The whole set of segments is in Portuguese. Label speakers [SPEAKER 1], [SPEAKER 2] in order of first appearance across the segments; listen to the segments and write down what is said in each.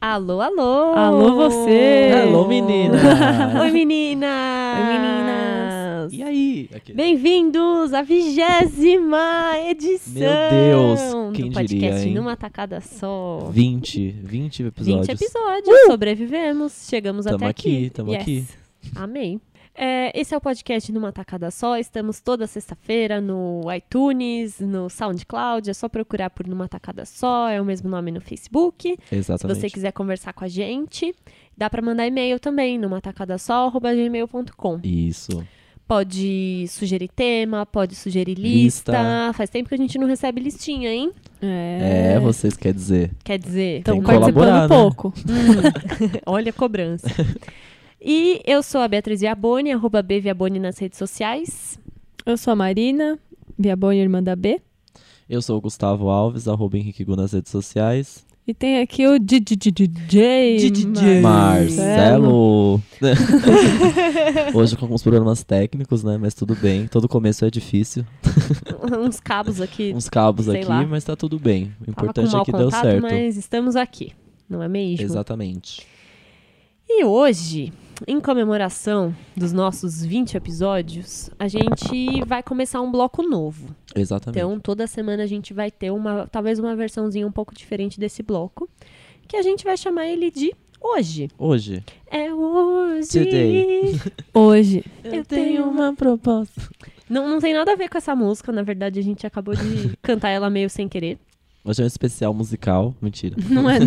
[SPEAKER 1] Alô, alô!
[SPEAKER 2] Alô, você!
[SPEAKER 3] Alô, meninas!
[SPEAKER 1] Oi, meninas!
[SPEAKER 2] Oi, meninas!
[SPEAKER 3] E aí? Aqui.
[SPEAKER 1] Bem-vindos à vigésima edição
[SPEAKER 3] Meu Deus, quem
[SPEAKER 1] do podcast
[SPEAKER 3] diria, hein?
[SPEAKER 1] Numa Tacada Só.
[SPEAKER 3] 20, 20 episódios. Uh!
[SPEAKER 1] 20 episódios, sobrevivemos, chegamos
[SPEAKER 3] Tamo
[SPEAKER 1] até aqui.
[SPEAKER 3] aqui, tamo
[SPEAKER 1] Yes.
[SPEAKER 3] aqui.
[SPEAKER 1] Amém. É, esse é o podcast Numa Tacada Só. Estamos toda sexta-feira no iTunes, no SoundCloud. É só procurar por Numa Tacada Só. É o mesmo nome no Facebook. Se
[SPEAKER 3] Exatamente.
[SPEAKER 1] você quiser conversar com a gente, dá pra mandar e-mail também numa tacadasol@gmail.com.
[SPEAKER 3] Isso.
[SPEAKER 1] Pode sugerir tema, pode sugerir lista.
[SPEAKER 3] Lista.
[SPEAKER 1] Faz tempo que a gente não recebe listinha, hein?
[SPEAKER 3] É, vocês quer dizer.
[SPEAKER 1] Quer dizer,
[SPEAKER 2] Estão
[SPEAKER 3] Tem que
[SPEAKER 2] participando
[SPEAKER 3] colaborar, né?
[SPEAKER 2] pouco.
[SPEAKER 1] olha a cobrança. e eu sou a Beatriz Viaboni, arroba B Viaboni nas redes sociais.
[SPEAKER 2] Eu sou a Marina, Viaboni, irmã da B.
[SPEAKER 3] Eu sou o Gustavo Alves, arroba Henrique Gu nas redes sociais.
[SPEAKER 2] E tem aqui o DJ.
[SPEAKER 1] DJ. Ei,
[SPEAKER 3] Marcelo! Hoje com alguns problemas técnicos, né? Mas tudo bem. Todo começo é difícil.
[SPEAKER 1] Uns cabos aqui.
[SPEAKER 3] Uns cabos
[SPEAKER 1] Sei
[SPEAKER 3] aqui,
[SPEAKER 1] lá.
[SPEAKER 3] mas tá tudo bem. O
[SPEAKER 1] Tava
[SPEAKER 3] importante
[SPEAKER 1] com
[SPEAKER 3] é
[SPEAKER 1] mau
[SPEAKER 3] que deu
[SPEAKER 1] contato,
[SPEAKER 3] certo.
[SPEAKER 1] mas estamos aqui, não é mesmo?
[SPEAKER 3] Exatamente.
[SPEAKER 1] E hoje, em comemoração dos nossos 20 episódios, a gente vai começar um bloco novo.
[SPEAKER 3] Exatamente.
[SPEAKER 1] Então, toda semana a gente vai ter uma, talvez uma versãozinha um pouco diferente desse bloco, que a gente vai chamar ele de hoje.
[SPEAKER 3] Hoje.
[SPEAKER 1] É hoje.
[SPEAKER 3] Today.
[SPEAKER 2] Hoje.
[SPEAKER 1] Eu tenho
[SPEAKER 3] uma proposta.
[SPEAKER 1] Não, não tem nada a ver com essa música, na verdade a gente acabou de cantar ela meio sem querer.
[SPEAKER 3] Hoje é um especial musical. Mentira.
[SPEAKER 2] Não é, não.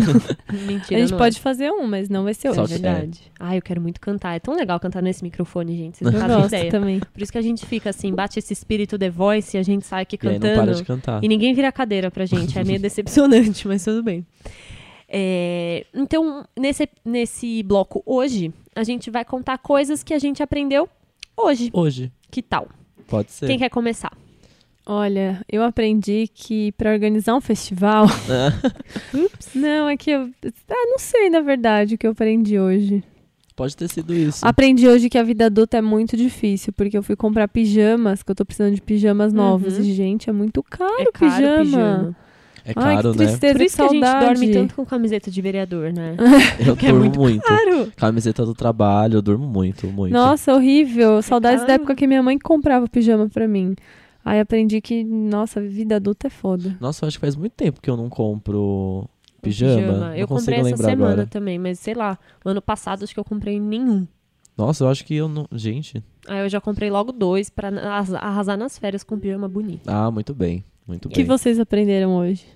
[SPEAKER 1] Mentira,
[SPEAKER 2] a gente
[SPEAKER 1] não é.
[SPEAKER 2] pode fazer um, mas não vai ser
[SPEAKER 3] Só
[SPEAKER 1] É
[SPEAKER 3] que-
[SPEAKER 2] hoje.
[SPEAKER 1] verdade. Ai, eu quero muito cantar. É tão legal cantar nesse microfone, gente. Vocês não
[SPEAKER 3] É.
[SPEAKER 2] Eu
[SPEAKER 1] fazem
[SPEAKER 2] gosto
[SPEAKER 1] ideia.
[SPEAKER 2] também.
[SPEAKER 1] Por isso que a gente fica assim, bate esse espírito The Voice e a gente sai aqui
[SPEAKER 3] E aí não para
[SPEAKER 1] cantando.
[SPEAKER 3] de cantar.
[SPEAKER 1] E, ninguém vira cadeira pra gente. É meio decepcionante, mas tudo bem. É, então, nesse, nesse bloco hoje, a gente vai contar coisas que a gente aprendeu hoje.
[SPEAKER 3] Hoje.
[SPEAKER 1] Que tal?
[SPEAKER 3] Pode ser.
[SPEAKER 1] Quem quer começar?
[SPEAKER 2] Olha, eu aprendi que pra organizar um festival. não, é que eu. Ah, não sei, na verdade, o que eu aprendi hoje.
[SPEAKER 3] Pode ter sido isso.
[SPEAKER 2] Aprendi hoje que a vida adulta é muito difícil, porque eu fui comprar pijamas, que eu tô precisando de pijamas novos.
[SPEAKER 1] Uhum.
[SPEAKER 2] E, gente, é muito caro,
[SPEAKER 1] é caro
[SPEAKER 2] pijama.
[SPEAKER 3] É
[SPEAKER 2] Ai,
[SPEAKER 3] caro,
[SPEAKER 2] que
[SPEAKER 3] né?
[SPEAKER 2] tristeza,
[SPEAKER 1] Por isso que
[SPEAKER 2] que
[SPEAKER 1] a gente
[SPEAKER 2] saudade.
[SPEAKER 1] dorme tanto com camiseta de vereador, né?
[SPEAKER 3] Eu
[SPEAKER 1] que é
[SPEAKER 3] durmo
[SPEAKER 1] muito
[SPEAKER 3] muito.
[SPEAKER 1] Claro!
[SPEAKER 3] Camiseta do trabalho, eu durmo muito, muito.
[SPEAKER 2] Nossa, horrível. Saudades da
[SPEAKER 1] É caro.
[SPEAKER 2] época que minha mãe comprava pijama pra mim. Aí aprendi que, nossa, vida adulta é foda.
[SPEAKER 3] Nossa, eu acho que faz muito tempo que eu não compro pijama. Não
[SPEAKER 1] Eu
[SPEAKER 3] consigo
[SPEAKER 1] comprei essa
[SPEAKER 3] lembrar
[SPEAKER 1] semana
[SPEAKER 3] agora.
[SPEAKER 1] também, mas sei lá, ano passado acho que eu comprei nenhum.
[SPEAKER 3] Nossa, eu acho que eu não. Gente.
[SPEAKER 1] Aí eu já comprei logo dois pra arrasa- arrasar nas férias com pijama bonito.
[SPEAKER 3] Ah, muito bem. Muito
[SPEAKER 2] O que
[SPEAKER 3] bem.
[SPEAKER 2] vocês aprenderam hoje?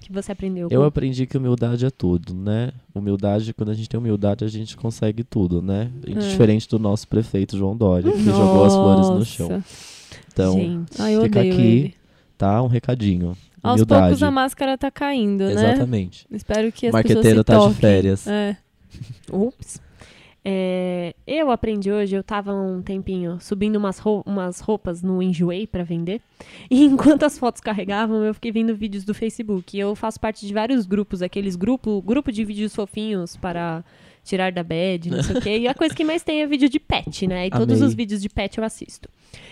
[SPEAKER 1] Que você aprendeu
[SPEAKER 3] Eu
[SPEAKER 1] com
[SPEAKER 3] aprendi que humildade é tudo, né? Humildade, quando a gente tem humildade, a gente consegue tudo, né?
[SPEAKER 2] É.
[SPEAKER 3] E Diferente do nosso prefeito João Dória, que jogou as flores no chão.
[SPEAKER 2] Nossa.
[SPEAKER 3] Então,
[SPEAKER 1] gente.
[SPEAKER 2] Ai, eu
[SPEAKER 3] Fica
[SPEAKER 2] odeio
[SPEAKER 3] aqui,
[SPEAKER 2] ele.
[SPEAKER 3] tá? Um recadinho.
[SPEAKER 2] Aos
[SPEAKER 3] Humildade.
[SPEAKER 2] poucos a máscara tá caindo, né?
[SPEAKER 3] Exatamente.
[SPEAKER 2] Espero que as pessoas
[SPEAKER 3] Marqueteiro
[SPEAKER 2] se
[SPEAKER 3] tá de
[SPEAKER 2] toquem.
[SPEAKER 3] férias.
[SPEAKER 2] É.
[SPEAKER 1] Ups. É, eu aprendi hoje, eu tava um tempinho subindo umas, rou- umas roupas no Enjoei pra vender. E enquanto as fotos carregavam, eu fiquei vendo vídeos do Facebook. E eu faço parte de vários grupos, aqueles grupo, grupo de vídeos fofinhos para tirar da bad, não sei o quê. E a coisa que mais tem é vídeo de pet, né? E todos
[SPEAKER 3] Amei.
[SPEAKER 1] os vídeos de pet eu assisto.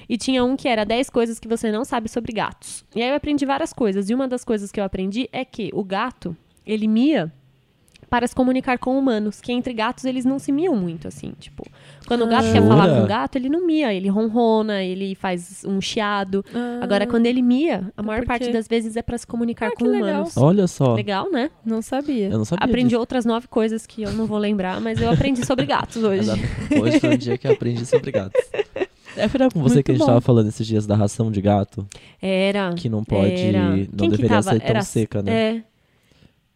[SPEAKER 1] E tinha um que era 10 coisas que você não sabe sobre gatos. E aí eu aprendi várias coisas. E uma das coisas que eu aprendi é que o gato, ele mia para se comunicar com humanos, que entre gatos eles não se miam muito, assim, tipo. Quando o gato
[SPEAKER 3] Ah.
[SPEAKER 1] quer falar
[SPEAKER 3] Jura?
[SPEAKER 1] com o gato, ele não mia, ele ronrona, ele faz um chiado. Agora, quando ele mia, a maior
[SPEAKER 2] porque-
[SPEAKER 1] parte das vezes é para se comunicar
[SPEAKER 2] Ah,
[SPEAKER 1] com
[SPEAKER 2] que legal.
[SPEAKER 1] humanos.
[SPEAKER 3] Olha só.
[SPEAKER 1] Legal, né?
[SPEAKER 2] Não sabia.
[SPEAKER 3] Eu não sabia.
[SPEAKER 1] aprendi
[SPEAKER 3] disso.
[SPEAKER 1] outras nove coisas que eu não vou lembrar, mas eu aprendi sobre gatos hoje.
[SPEAKER 3] Exato. Hoje foi um dia que eu aprendi sobre gatos. É verdade com você
[SPEAKER 2] Muito
[SPEAKER 3] que a gente
[SPEAKER 2] bom.
[SPEAKER 3] tava falando esses dias da ração de gato,
[SPEAKER 1] Era.
[SPEAKER 3] que não pode.
[SPEAKER 1] Era.
[SPEAKER 3] Não
[SPEAKER 1] Quem que
[SPEAKER 3] deveria
[SPEAKER 1] tava?
[SPEAKER 3] ser tão
[SPEAKER 1] Era-
[SPEAKER 3] seca, né?
[SPEAKER 1] É.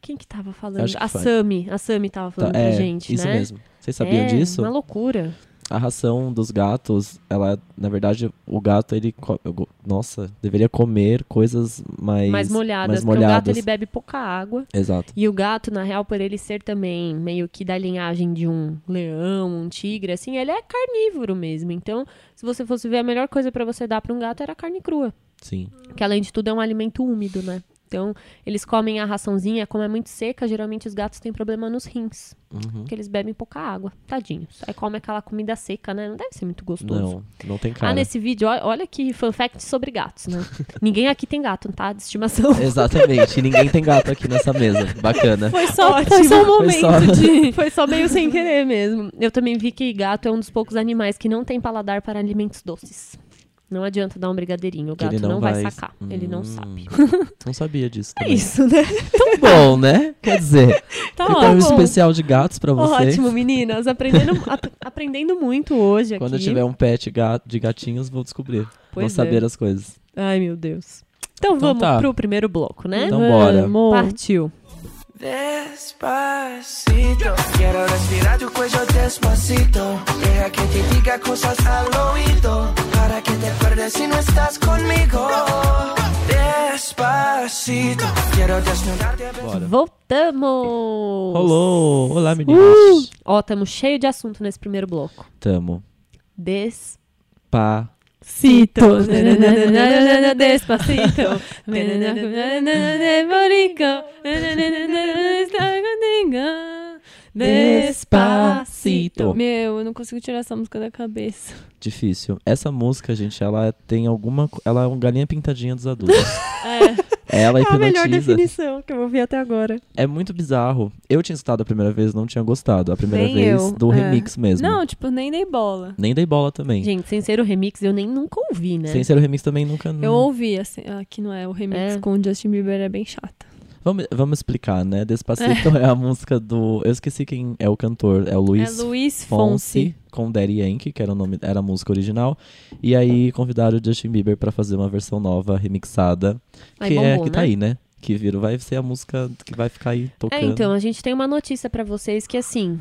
[SPEAKER 1] Quem que tava falando?
[SPEAKER 3] Acho que
[SPEAKER 1] a
[SPEAKER 3] foi.
[SPEAKER 1] Sami. A Sami tava
[SPEAKER 3] Tá,
[SPEAKER 1] falando pra
[SPEAKER 3] é,
[SPEAKER 1] gente,
[SPEAKER 3] isso
[SPEAKER 1] né?
[SPEAKER 3] mesmo. Vocês sabiam
[SPEAKER 1] é,
[SPEAKER 3] disso?
[SPEAKER 1] Uma loucura.
[SPEAKER 3] A ração dos gatos, ela, na verdade, o gato, ele. co- eu go- Nossa, deveria comer coisas mais.
[SPEAKER 1] mais molhadas.
[SPEAKER 3] Mais
[SPEAKER 1] porque o gato
[SPEAKER 3] molhadas.
[SPEAKER 1] ele bebe pouca água.
[SPEAKER 3] Exato.
[SPEAKER 1] E o gato, na real, por ele ser também meio que da linhagem de um leão, um tigre, assim, ele é carnívoro mesmo. Então, se você fosse ver, a melhor coisa pra você dar pra um gato era carne crua.
[SPEAKER 3] Sim.
[SPEAKER 1] Que além de tudo é um alimento úmido, né? Então, eles comem a raçãozinha, como é muito seca, geralmente os gatos têm problema nos rins,
[SPEAKER 3] Uhum.
[SPEAKER 1] porque eles bebem pouca água, tadinhos. Aí come aquela comida seca, né? Não deve ser muito gostoso.
[SPEAKER 3] Não, não tem cara.
[SPEAKER 1] Ah, nesse vídeo, ó- olha que fun fact sobre gatos, né? Ninguém aqui tem gato, tá? De estimação.
[SPEAKER 3] Exatamente. E ninguém tem gato aqui nessa mesa. Bacana.
[SPEAKER 2] Foi só,
[SPEAKER 1] Ótimo.
[SPEAKER 2] foi só um
[SPEAKER 3] Foi
[SPEAKER 2] momento
[SPEAKER 3] só-
[SPEAKER 2] de.
[SPEAKER 1] Foi só meio sem querer mesmo. Eu também vi que gato é um dos poucos animais que não tem paladar para alimentos doces. Não adianta dar um brigadeirinho, o
[SPEAKER 3] Que
[SPEAKER 1] gato
[SPEAKER 3] ele
[SPEAKER 1] não,
[SPEAKER 3] não
[SPEAKER 1] vai
[SPEAKER 3] vai-
[SPEAKER 1] sacar. Ele não
[SPEAKER 3] Hum.
[SPEAKER 1] sabe.
[SPEAKER 3] Não sabia disso.
[SPEAKER 1] É
[SPEAKER 3] também.
[SPEAKER 1] isso, né?
[SPEAKER 3] Tão bom, né? Quer dizer,
[SPEAKER 1] Tá
[SPEAKER 3] então um
[SPEAKER 1] ótimo.
[SPEAKER 3] especial de gatos pra vocês.
[SPEAKER 1] Ótimo, meninas. Aprendendo, ap- aprendendo muito hoje
[SPEAKER 3] Quando eu
[SPEAKER 1] aqui.
[SPEAKER 3] tiver um pet gato, de gatinhos, vou descobrir. vou
[SPEAKER 1] Pois é.
[SPEAKER 3] saber as coisas.
[SPEAKER 1] Ai, meu Deus. Então, vamos
[SPEAKER 3] tá.
[SPEAKER 1] pro primeiro bloco, né?
[SPEAKER 3] Então bora.
[SPEAKER 2] Amor.
[SPEAKER 1] Partiu.
[SPEAKER 4] Despacito, quiero respirar tu cuello despacito. Deja que te diga cosas al oído para que te acuerdes si no estás conmigo. Despacito, quiero desnudarte.
[SPEAKER 3] Bora.
[SPEAKER 1] Voltamos!
[SPEAKER 3] Rolou!
[SPEAKER 1] Uh!
[SPEAKER 3] Olá, meninas.
[SPEAKER 1] Ó, tamo cheio de assunto nesse primeiro bloco.
[SPEAKER 3] Tamo.
[SPEAKER 1] Des...
[SPEAKER 3] Pá.
[SPEAKER 2] Cito. Despacito.
[SPEAKER 3] Despacito.
[SPEAKER 2] Despacito. Meu, eu não consigo tirar essa música da cabeça.
[SPEAKER 3] Difícil. Essa música, gente, ela tem alguma. co- Ela é um galinha pintadinha dos adultos.
[SPEAKER 2] É,
[SPEAKER 3] Ela hipnotiza.
[SPEAKER 1] definição que eu ouvi até agora.
[SPEAKER 3] É muito bizarro. Eu tinha escutado a primeira vez, não tinha gostado. A primeira
[SPEAKER 2] Nem
[SPEAKER 3] vez
[SPEAKER 2] eu,
[SPEAKER 3] do
[SPEAKER 2] é.
[SPEAKER 3] remix mesmo.
[SPEAKER 2] Não, tipo, nem dei bola.
[SPEAKER 3] Nem dei bola também.
[SPEAKER 1] Gente, sem ser o remix, eu nem nunca ouvi, né?
[SPEAKER 3] Sem ser o remix também nunca.
[SPEAKER 2] Eu ouvi, assim, ah, que não é o remix
[SPEAKER 1] É.
[SPEAKER 2] com o Justin Bieber é bem chata.
[SPEAKER 3] Vamos, vamos explicar, né? Despacito é. a música do. Eu esqueci quem é o cantor. É o Luiz.
[SPEAKER 2] é Luiz Fonsi.
[SPEAKER 3] Fonsi com Daddy Yankee, que era o nome, era a música original, e aí convidaram o Justin Bieber pra fazer uma versão nova, remixada,
[SPEAKER 1] Aí
[SPEAKER 3] que é
[SPEAKER 1] bombou,
[SPEAKER 3] que tá
[SPEAKER 1] né?
[SPEAKER 3] aí, né? Que virou, vai ser a música que vai ficar aí tocando.
[SPEAKER 1] É, então, a gente tem uma notícia pra vocês que, assim,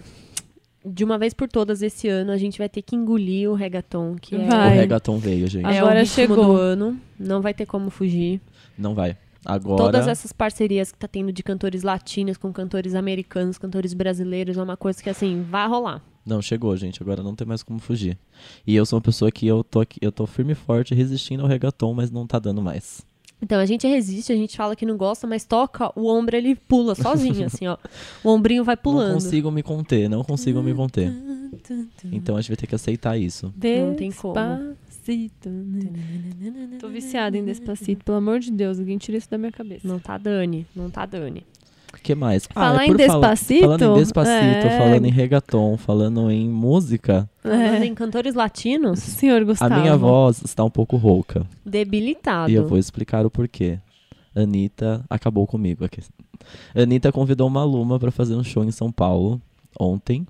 [SPEAKER 1] de uma vez por todas esse ano, a gente vai ter que engolir o reggaeton, que é,
[SPEAKER 3] O
[SPEAKER 2] Vai.
[SPEAKER 3] reggaeton veio, gente.
[SPEAKER 1] é o
[SPEAKER 2] Agora
[SPEAKER 1] ritmo
[SPEAKER 2] chegou.
[SPEAKER 1] do ano. Não vai ter como fugir.
[SPEAKER 3] Não vai. Agora.
[SPEAKER 1] Todas essas parcerias que tá tendo de cantores latinos com cantores americanos, cantores brasileiros, é uma coisa que, assim, vai rolar.
[SPEAKER 3] Não, chegou, gente. Agora não tem mais como fugir. E eu sou uma pessoa que eu tô aqui, eu tô firme e forte resistindo ao reggaeton, mas não tá dando mais.
[SPEAKER 1] Então, a gente resiste, a gente fala que não gosta, mas toca, o ombro ele pula sozinho, assim, ó. O ombrinho vai
[SPEAKER 3] Não
[SPEAKER 1] pulando.
[SPEAKER 3] consigo me conter, não consigo me conter. Então a gente vai ter que aceitar isso.
[SPEAKER 1] Não tem como.
[SPEAKER 2] Despacito. Tô viciada em Despacito, pelo amor de Deus, alguém tira isso da minha cabeça.
[SPEAKER 1] Não tá Dani, não tá Dani.
[SPEAKER 3] O que mais?
[SPEAKER 2] Falar
[SPEAKER 3] é
[SPEAKER 2] em
[SPEAKER 3] por fala-
[SPEAKER 2] Despacito?
[SPEAKER 3] Falando em Despacito,
[SPEAKER 2] É.
[SPEAKER 3] falando em reggaeton, falando em música,
[SPEAKER 1] Falando
[SPEAKER 2] É.
[SPEAKER 1] em cantores latinos,
[SPEAKER 2] Senhor Gustavo.
[SPEAKER 3] a minha voz está um pouco rouca.
[SPEAKER 1] debilitado.
[SPEAKER 3] E eu vou explicar o porquê. Anitta acabou comigo aqui. Anitta convidou uma Luma pra fazer um show em São Paulo ontem.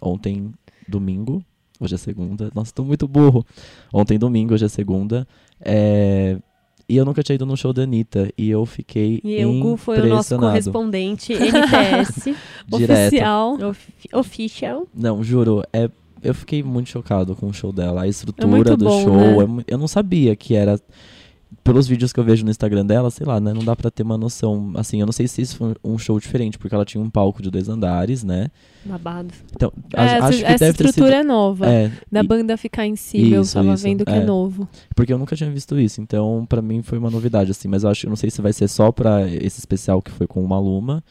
[SPEAKER 3] Ontem, domingo. Hoje é segunda. Nossa, tô muito burro. Ontem, domingo, hoje é segunda. É, E eu nunca tinha ido num show da Anitta. E eu fiquei
[SPEAKER 1] E eu, o Gu foi o nosso
[SPEAKER 3] impressionado.
[SPEAKER 1] correspondente NTS,
[SPEAKER 3] Direto.
[SPEAKER 2] Oficial.
[SPEAKER 1] of- official.
[SPEAKER 3] Não, juro, é, eu fiquei muito chocado com o show dela. A estrutura
[SPEAKER 2] muito
[SPEAKER 3] do
[SPEAKER 2] bom,
[SPEAKER 3] show.
[SPEAKER 2] né?
[SPEAKER 3] é mu- eu não sabia que era. Pelos vídeos que eu vejo no Instagram dela, sei lá, né? Não dá pra ter uma noção. Assim, eu não sei se isso foi um show diferente, porque ela tinha um palco de dois andares, né?
[SPEAKER 1] Babado.
[SPEAKER 3] Então, a-
[SPEAKER 2] É,
[SPEAKER 3] acho
[SPEAKER 2] essa,
[SPEAKER 3] que
[SPEAKER 2] essa
[SPEAKER 3] deve ter
[SPEAKER 2] estrutura
[SPEAKER 3] sido.
[SPEAKER 2] é nova.
[SPEAKER 3] É,
[SPEAKER 2] Da
[SPEAKER 3] e-
[SPEAKER 2] banda ficar em si, eu
[SPEAKER 3] Isso,
[SPEAKER 2] tava
[SPEAKER 3] isso,
[SPEAKER 2] vendo que é,
[SPEAKER 3] é.
[SPEAKER 2] novo.
[SPEAKER 3] porque eu nunca tinha visto isso, então pra mim foi uma novidade, assim. Mas eu acho, eu não sei se vai ser só pra esse especial que foi com uma aluna,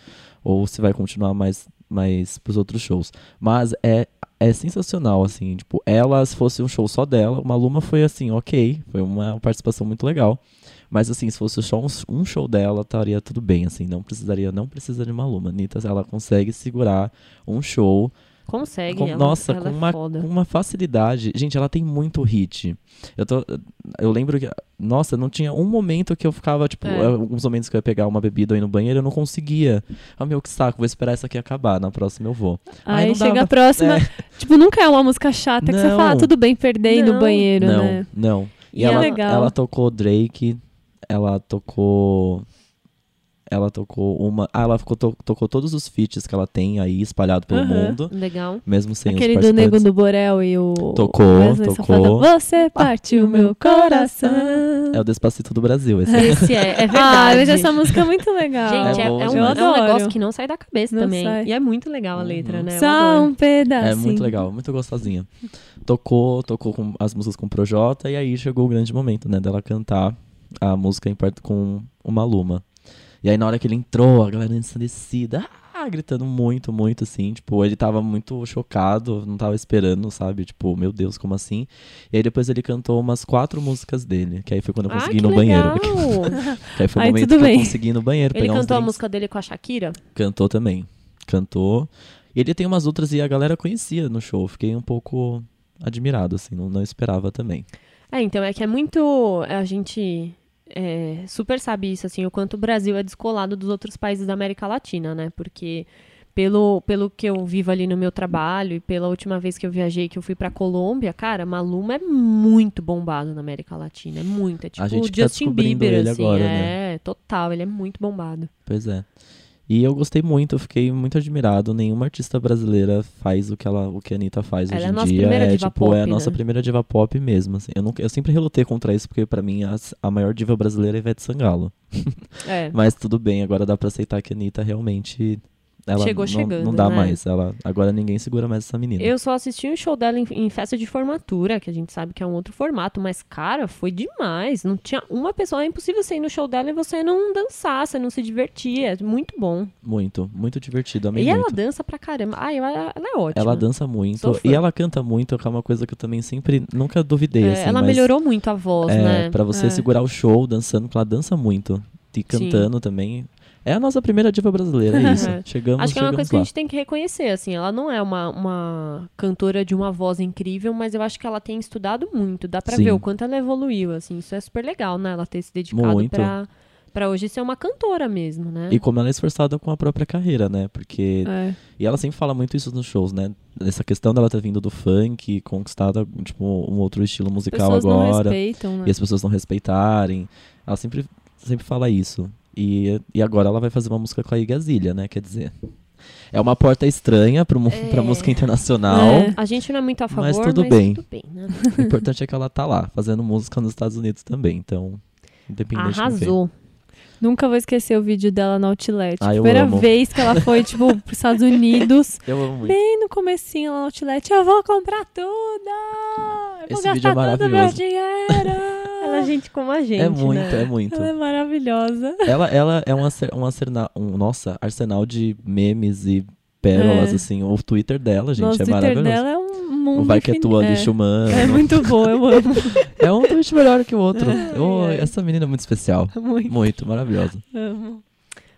[SPEAKER 3] ou se vai continuar mais, mais pros outros shows. Mas é, é sensacional, assim, tipo, ela, se fosse um show só dela, uma aluna foi assim, ok, foi uma participação muito legal. Mas assim, se fosse só um, um show dela, estaria tudo bem, assim, não precisaria, não precisa de uma aluna. Anitta, ela consegue segurar um show
[SPEAKER 1] Consegue,
[SPEAKER 3] com-
[SPEAKER 1] ela,
[SPEAKER 3] nossa,
[SPEAKER 1] ela
[SPEAKER 3] com,
[SPEAKER 1] é
[SPEAKER 3] uma,
[SPEAKER 2] Né?
[SPEAKER 1] foda.
[SPEAKER 3] com uma facilidade. Gente, ela tem muito hit. Eu, tô, eu lembro que. Nossa, não tinha um momento que eu ficava, tipo,
[SPEAKER 1] É.
[SPEAKER 3] alguns momentos que eu ia pegar uma bebida ou ir no banheiro, eu não conseguia. Ah, meu, que saco, vou esperar essa aqui acabar. Na próxima eu vou. Ai,
[SPEAKER 2] Aí
[SPEAKER 3] não
[SPEAKER 2] chega
[SPEAKER 3] dava-
[SPEAKER 2] a próxima.
[SPEAKER 3] É.
[SPEAKER 2] Tipo, nunca é uma música chata que você
[SPEAKER 3] Não.
[SPEAKER 2] fala, "Ah, tudo bem, perder
[SPEAKER 1] Não.
[SPEAKER 2] no banheiro,
[SPEAKER 3] não,
[SPEAKER 2] né?
[SPEAKER 3] não. E,
[SPEAKER 1] E
[SPEAKER 3] ela,
[SPEAKER 1] é
[SPEAKER 2] legal.
[SPEAKER 3] ela tocou Drake, ela tocou. Ela tocou uma. Ah, ela ficou- to- tocou todos os feats que ela tem aí espalhado pelo
[SPEAKER 2] Aham.
[SPEAKER 3] mundo.
[SPEAKER 1] Legal.
[SPEAKER 3] Mesmo sem
[SPEAKER 2] Aquele
[SPEAKER 3] os
[SPEAKER 2] do Nego
[SPEAKER 3] participantes.
[SPEAKER 2] do Borel e o.
[SPEAKER 3] Tocou,
[SPEAKER 2] Wesley
[SPEAKER 3] tocou.
[SPEAKER 2] Safadão. Você partiu meu coração.
[SPEAKER 3] É o Despacito do Brasil, esse
[SPEAKER 1] Esse é, é
[SPEAKER 2] Ah,
[SPEAKER 1] verdade.
[SPEAKER 2] mas essa música é muito legal.
[SPEAKER 1] Gente, é,
[SPEAKER 3] É bom
[SPEAKER 1] é um,
[SPEAKER 3] demais.
[SPEAKER 1] é um
[SPEAKER 2] Eu
[SPEAKER 1] negócio
[SPEAKER 2] adoro.
[SPEAKER 1] que não sai da cabeça
[SPEAKER 2] Não
[SPEAKER 1] também.
[SPEAKER 2] sai.
[SPEAKER 1] E é muito legal a letra,
[SPEAKER 3] Uhum.
[SPEAKER 1] né? Eu
[SPEAKER 2] Só
[SPEAKER 1] adoro.
[SPEAKER 2] um pedaço.
[SPEAKER 1] Ah,
[SPEAKER 3] É muito legal, muito gostosinha. Tocou, tocou com as músicas com o Projota e aí chegou o grande momento, né, dela cantar a música em parte com uma Luma. E aí na hora que ele entrou, a galera ensandecida, ah, gritando muito, muito assim. Tipo, ele tava muito chocado, não tava esperando, sabe? Tipo, meu Deus, como assim? E aí depois ele cantou umas quatro músicas dele, que aí foi quando eu
[SPEAKER 1] Ah,
[SPEAKER 3] consegui ir
[SPEAKER 1] que
[SPEAKER 3] no banheiro.
[SPEAKER 1] legal.
[SPEAKER 3] Que aí foi o
[SPEAKER 2] Aí,
[SPEAKER 3] momento
[SPEAKER 2] tudo
[SPEAKER 3] que
[SPEAKER 2] bem.
[SPEAKER 3] eu consegui ir no banheiro
[SPEAKER 1] Ele
[SPEAKER 3] pegar uns
[SPEAKER 1] cantou a
[SPEAKER 3] drinks.
[SPEAKER 1] música dele com a Shakira?
[SPEAKER 3] Cantou também. Cantou. E ele tem umas outras e a galera conhecia no show. Fiquei um pouco admirado, assim, não, não esperava também.
[SPEAKER 1] É, então, é que é muito. A gente é, super sabe isso, assim, o quanto o Brasil é descolado dos outros países da América Latina, né? Porque. Pelo, pelo que eu vivo ali no meu trabalho e pela última vez que eu viajei, que eu fui pra Colômbia, cara, Maluma é muito bombado na América Latina. É muito. É tipo
[SPEAKER 3] A gente
[SPEAKER 1] o
[SPEAKER 3] que tá
[SPEAKER 1] Justin
[SPEAKER 3] descobrindo
[SPEAKER 1] Bieber,
[SPEAKER 3] ele
[SPEAKER 1] assim.
[SPEAKER 3] agora,
[SPEAKER 1] é,
[SPEAKER 3] né?
[SPEAKER 1] total. Ele é muito bombado.
[SPEAKER 3] Pois é. E eu gostei muito, eu fiquei muito admirado. Nenhuma artista brasileira faz o que, ela, o que a Anitta faz
[SPEAKER 1] Ela
[SPEAKER 3] hoje
[SPEAKER 1] é a
[SPEAKER 3] em
[SPEAKER 1] nossa
[SPEAKER 3] dia.
[SPEAKER 1] primeira
[SPEAKER 3] é
[SPEAKER 1] diva
[SPEAKER 3] tipo, é a
[SPEAKER 1] pop,
[SPEAKER 3] nossa
[SPEAKER 1] né?
[SPEAKER 3] primeira diva pop mesmo. assim. Eu, nunca, eu sempre relutei contra isso, porque pra mim as- a, maior diva brasileira é Ivete Sangalo.
[SPEAKER 1] É.
[SPEAKER 3] Mas tudo bem, agora dá pra aceitar que a Anitta realmente. Ela
[SPEAKER 1] Chegou
[SPEAKER 3] não,
[SPEAKER 1] chegando,
[SPEAKER 3] não dá
[SPEAKER 1] né?
[SPEAKER 3] mais. Ela, agora ninguém segura mais essa menina.
[SPEAKER 1] Eu só assisti um show dela em, em festa de formatura, que a gente sabe que é um outro formato, mas, cara, foi demais. Não tinha uma pessoa. É impossível você ir no show dela e você não dançar, você não se divertir. É muito bom.
[SPEAKER 3] Muito, muito divertido. Amei
[SPEAKER 1] e
[SPEAKER 3] muito.
[SPEAKER 1] ela dança pra caramba. Ai, ela, ela é ótima.
[SPEAKER 3] Ela dança muito
[SPEAKER 1] Sou fã.
[SPEAKER 3] e ela canta muito, que é uma coisa que eu também sempre nunca duvidei.
[SPEAKER 1] É,
[SPEAKER 3] assim,
[SPEAKER 1] ela
[SPEAKER 3] mas,
[SPEAKER 1] melhorou muito a voz,
[SPEAKER 3] é,
[SPEAKER 1] né?
[SPEAKER 3] Pra você
[SPEAKER 2] É.
[SPEAKER 3] segurar o show dançando, porque ela dança muito e cantando também. É a nossa primeira diva brasileira, é isso.
[SPEAKER 1] É.
[SPEAKER 3] Chegamos,
[SPEAKER 1] Acho que é uma
[SPEAKER 3] chegamos
[SPEAKER 1] coisa que a
[SPEAKER 3] lá.
[SPEAKER 1] gente tem que reconhecer, assim. Ela não é uma, uma cantora de uma voz incrível, mas eu acho que ela tem estudado muito. Dá pra
[SPEAKER 3] Sim.
[SPEAKER 1] ver o quanto ela evoluiu, assim. Isso é super legal, né? Ela ter se dedicado
[SPEAKER 3] Muito.
[SPEAKER 1] pra, pra hoje ser uma cantora mesmo, né?
[SPEAKER 3] E como ela é esforçada com a própria carreira, né? Porque
[SPEAKER 2] É.
[SPEAKER 3] E ela sempre fala muito isso nos shows, né? Essa questão dela ter vindo do funk, conquistada, tipo, um outro estilo musical
[SPEAKER 2] Pessoas não
[SPEAKER 3] agora.
[SPEAKER 2] respeitam, né?
[SPEAKER 3] e as pessoas não respeitarem. Ela sempre, sempre fala isso. E, e agora ela vai fazer uma música com a Igazilha, né? Quer dizer, é uma porta estranha pro, mu- pra música internacional.
[SPEAKER 2] É.
[SPEAKER 1] A gente não é muito a favor,
[SPEAKER 3] Mas
[SPEAKER 1] mas
[SPEAKER 3] tudo bem.
[SPEAKER 1] tudo bem, né?
[SPEAKER 3] O importante é que ela tá lá, fazendo música nos Estados Unidos também. Então, independente do que vem.
[SPEAKER 1] Arrasou.
[SPEAKER 2] Nunca vou esquecer o vídeo dela no Outlet.
[SPEAKER 3] Ah, eu
[SPEAKER 2] Primeira
[SPEAKER 3] amo.
[SPEAKER 2] vez que ela foi, tipo, pros Estados Unidos.
[SPEAKER 3] Eu amo muito.
[SPEAKER 2] Bem no comecinho lá no Outlet. Eu vou comprar tudo! Eu vou
[SPEAKER 3] Esse
[SPEAKER 2] gastar
[SPEAKER 3] vídeo é
[SPEAKER 2] todo o meu
[SPEAKER 3] maravilhoso.
[SPEAKER 2] dinheiro!
[SPEAKER 1] Ela é gente como a gente,
[SPEAKER 3] É muito,
[SPEAKER 1] né?
[SPEAKER 3] é muito.
[SPEAKER 2] Ela é maravilhosa.
[SPEAKER 3] Ela, ela é um, arse- um, arsenal, um nossa, arsenal de memes e pérolas,
[SPEAKER 2] É.
[SPEAKER 3] assim. O Twitter dela, gente,
[SPEAKER 2] Nossa,
[SPEAKER 3] é
[SPEAKER 2] o Twitter
[SPEAKER 3] maravilhoso.
[SPEAKER 2] dela é um mundo
[SPEAKER 3] o vai que é
[SPEAKER 2] infinito.
[SPEAKER 3] tua,
[SPEAKER 2] é.
[SPEAKER 3] lixo humano.
[SPEAKER 2] É muito boa, eu amo
[SPEAKER 3] É um tweet melhor que o outro. Ô, essa menina é muito especial.
[SPEAKER 2] muito.
[SPEAKER 3] Muito, maravilhosa.
[SPEAKER 2] Amo.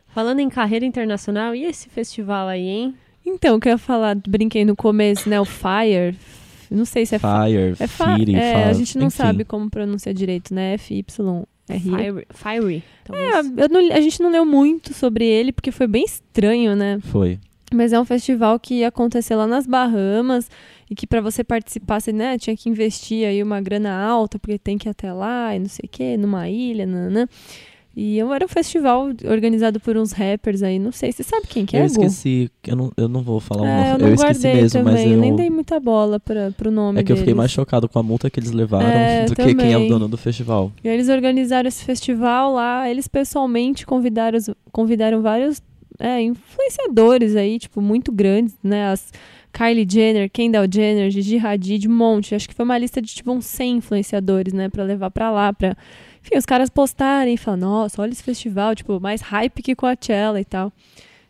[SPEAKER 1] Falando em carreira internacional, e esse festival aí, hein?
[SPEAKER 2] Então, o que eu ia falar, brinquei no começo, né? O Fire. Não sei se é Fire.
[SPEAKER 3] Fire,
[SPEAKER 2] É, fa
[SPEAKER 3] Fire,
[SPEAKER 2] é,
[SPEAKER 3] Fa-
[SPEAKER 2] a gente não
[SPEAKER 3] enfim.
[SPEAKER 2] sabe como pronuncia direito, né? F-Y-R-I.
[SPEAKER 1] Fiery. Fiery
[SPEAKER 2] É,
[SPEAKER 1] talvez.
[SPEAKER 2] eu não- a gente não leu muito sobre ele porque foi bem estranho, né?
[SPEAKER 3] Foi.
[SPEAKER 2] Mas é um festival que aconteceu lá nas Bahamas e que pra você participar, você né, tinha que investir aí uma grana alta, porque tem que ir até lá e não sei o quê, numa ilha, nananã. E eu- era um festival organizado por uns rappers aí, não sei. Você sabe quem que é,
[SPEAKER 3] eu
[SPEAKER 2] Gu?
[SPEAKER 3] esqueci. Eu não, eu não vou falar o
[SPEAKER 2] É,
[SPEAKER 3] nome.
[SPEAKER 2] eu não
[SPEAKER 3] esqueci
[SPEAKER 2] guardei
[SPEAKER 3] mesmo,
[SPEAKER 2] também,
[SPEAKER 3] mas eu.
[SPEAKER 2] nem dei muita bola pra, pro nome
[SPEAKER 3] É que eu fiquei
[SPEAKER 2] deles.
[SPEAKER 3] mais chocado com a multa que eles levaram
[SPEAKER 2] É,
[SPEAKER 3] do que quem é o
[SPEAKER 2] também.
[SPEAKER 3] dono do festival.
[SPEAKER 2] E eles organizaram esse festival lá, eles pessoalmente convidaram, os- convidaram vários é, influenciadores aí, tipo, muito grandes, né? As Kylie Jenner, Kendall Jenner, Gigi Hadid, um monte. Acho que foi uma lista de, tipo, uns 100 influenciadores, né? Pra levar pra lá, pra... Enfim, os caras postarem e falar, nossa, olha esse festival, tipo, mais hype que Coachella e tal.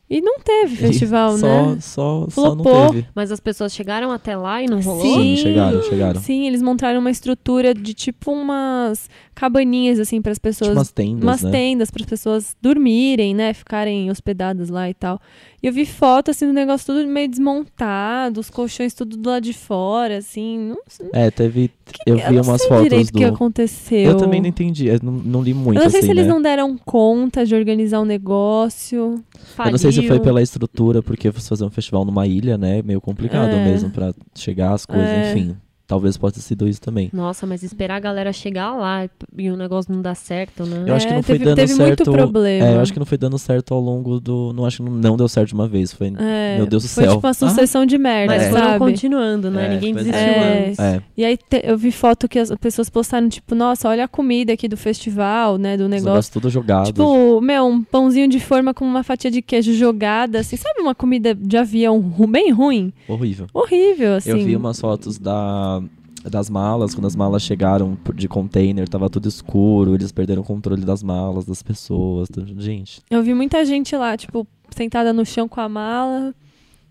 [SPEAKER 2] E não teve festival,
[SPEAKER 3] E só,
[SPEAKER 2] né?
[SPEAKER 3] só, só não
[SPEAKER 2] Flopou.
[SPEAKER 3] teve.
[SPEAKER 1] Mas as pessoas chegaram até lá e não rolou?
[SPEAKER 2] Sim.
[SPEAKER 3] chegaram, chegaram.
[SPEAKER 2] Sim, eles montaram uma estrutura de, tipo, umas cabaninhas, assim, pras
[SPEAKER 3] Tinha
[SPEAKER 2] pessoas
[SPEAKER 3] umas tendas,
[SPEAKER 2] umas
[SPEAKER 3] né?
[SPEAKER 2] tendas para as pessoas dormirem, né, ficarem hospedadas lá e tal. E eu vi foto assim do negócio tudo meio desmontado, os colchões tudo do lado de fora, assim, não sei,
[SPEAKER 3] É, teve. eu vi
[SPEAKER 2] não
[SPEAKER 3] umas
[SPEAKER 2] sei
[SPEAKER 3] fotos
[SPEAKER 2] direito o
[SPEAKER 3] do.
[SPEAKER 2] que aconteceu.
[SPEAKER 3] Eu também não entendi. Eu não, não li muito
[SPEAKER 2] Eu não sei
[SPEAKER 3] assim,
[SPEAKER 2] se eles
[SPEAKER 3] né?
[SPEAKER 2] não deram conta de organizar um negócio.
[SPEAKER 1] Faliu.
[SPEAKER 3] Eu não sei se foi pela estrutura, porque você fazer um festival numa ilha, né? É meio complicado
[SPEAKER 2] É.
[SPEAKER 3] mesmo pra chegar as coisas,
[SPEAKER 2] É.
[SPEAKER 3] enfim. Talvez possa ter sido isso também.
[SPEAKER 1] Nossa, mas esperar a galera chegar lá e- e o negócio não dar certo, né?
[SPEAKER 3] Eu acho que
[SPEAKER 2] É,
[SPEAKER 3] não foi
[SPEAKER 2] teve,
[SPEAKER 3] dando
[SPEAKER 2] teve muito
[SPEAKER 3] certo-
[SPEAKER 2] problema.
[SPEAKER 3] É, eu acho que não foi dando certo ao longo do. Não acho que não- não deu certo de uma vez.
[SPEAKER 1] Ah,
[SPEAKER 3] Foi.
[SPEAKER 2] É,
[SPEAKER 3] Meu Deus do
[SPEAKER 2] foi
[SPEAKER 3] céu.
[SPEAKER 2] tipo uma sucessão de merda,
[SPEAKER 1] Mas
[SPEAKER 3] É.
[SPEAKER 1] foram
[SPEAKER 2] sabe?
[SPEAKER 1] continuando, né?
[SPEAKER 3] É,
[SPEAKER 1] Ninguém
[SPEAKER 3] pois é.
[SPEAKER 1] desistiu
[SPEAKER 2] É.
[SPEAKER 1] antes.
[SPEAKER 3] É,
[SPEAKER 2] E aí te- eu vi foto que as pessoas postaram, tipo, nossa, olha a comida aqui do festival, né, do
[SPEAKER 3] os
[SPEAKER 2] negócio.
[SPEAKER 3] negócios tudo jogado.
[SPEAKER 2] Tipo, meu, um pãozinho de forma com uma fatia de queijo jogada, assim, sabe uma comida de avião ru- bem ruim?
[SPEAKER 3] horrível.
[SPEAKER 2] Horrível, assim.
[SPEAKER 3] Eu vi umas fotos da. das malas, quando as malas chegaram por- de container, tava tudo escuro, eles perderam o controle das malas, das pessoas. tudo- Gente,
[SPEAKER 2] Eu vi muita gente lá, tipo, sentada no chão com a mala.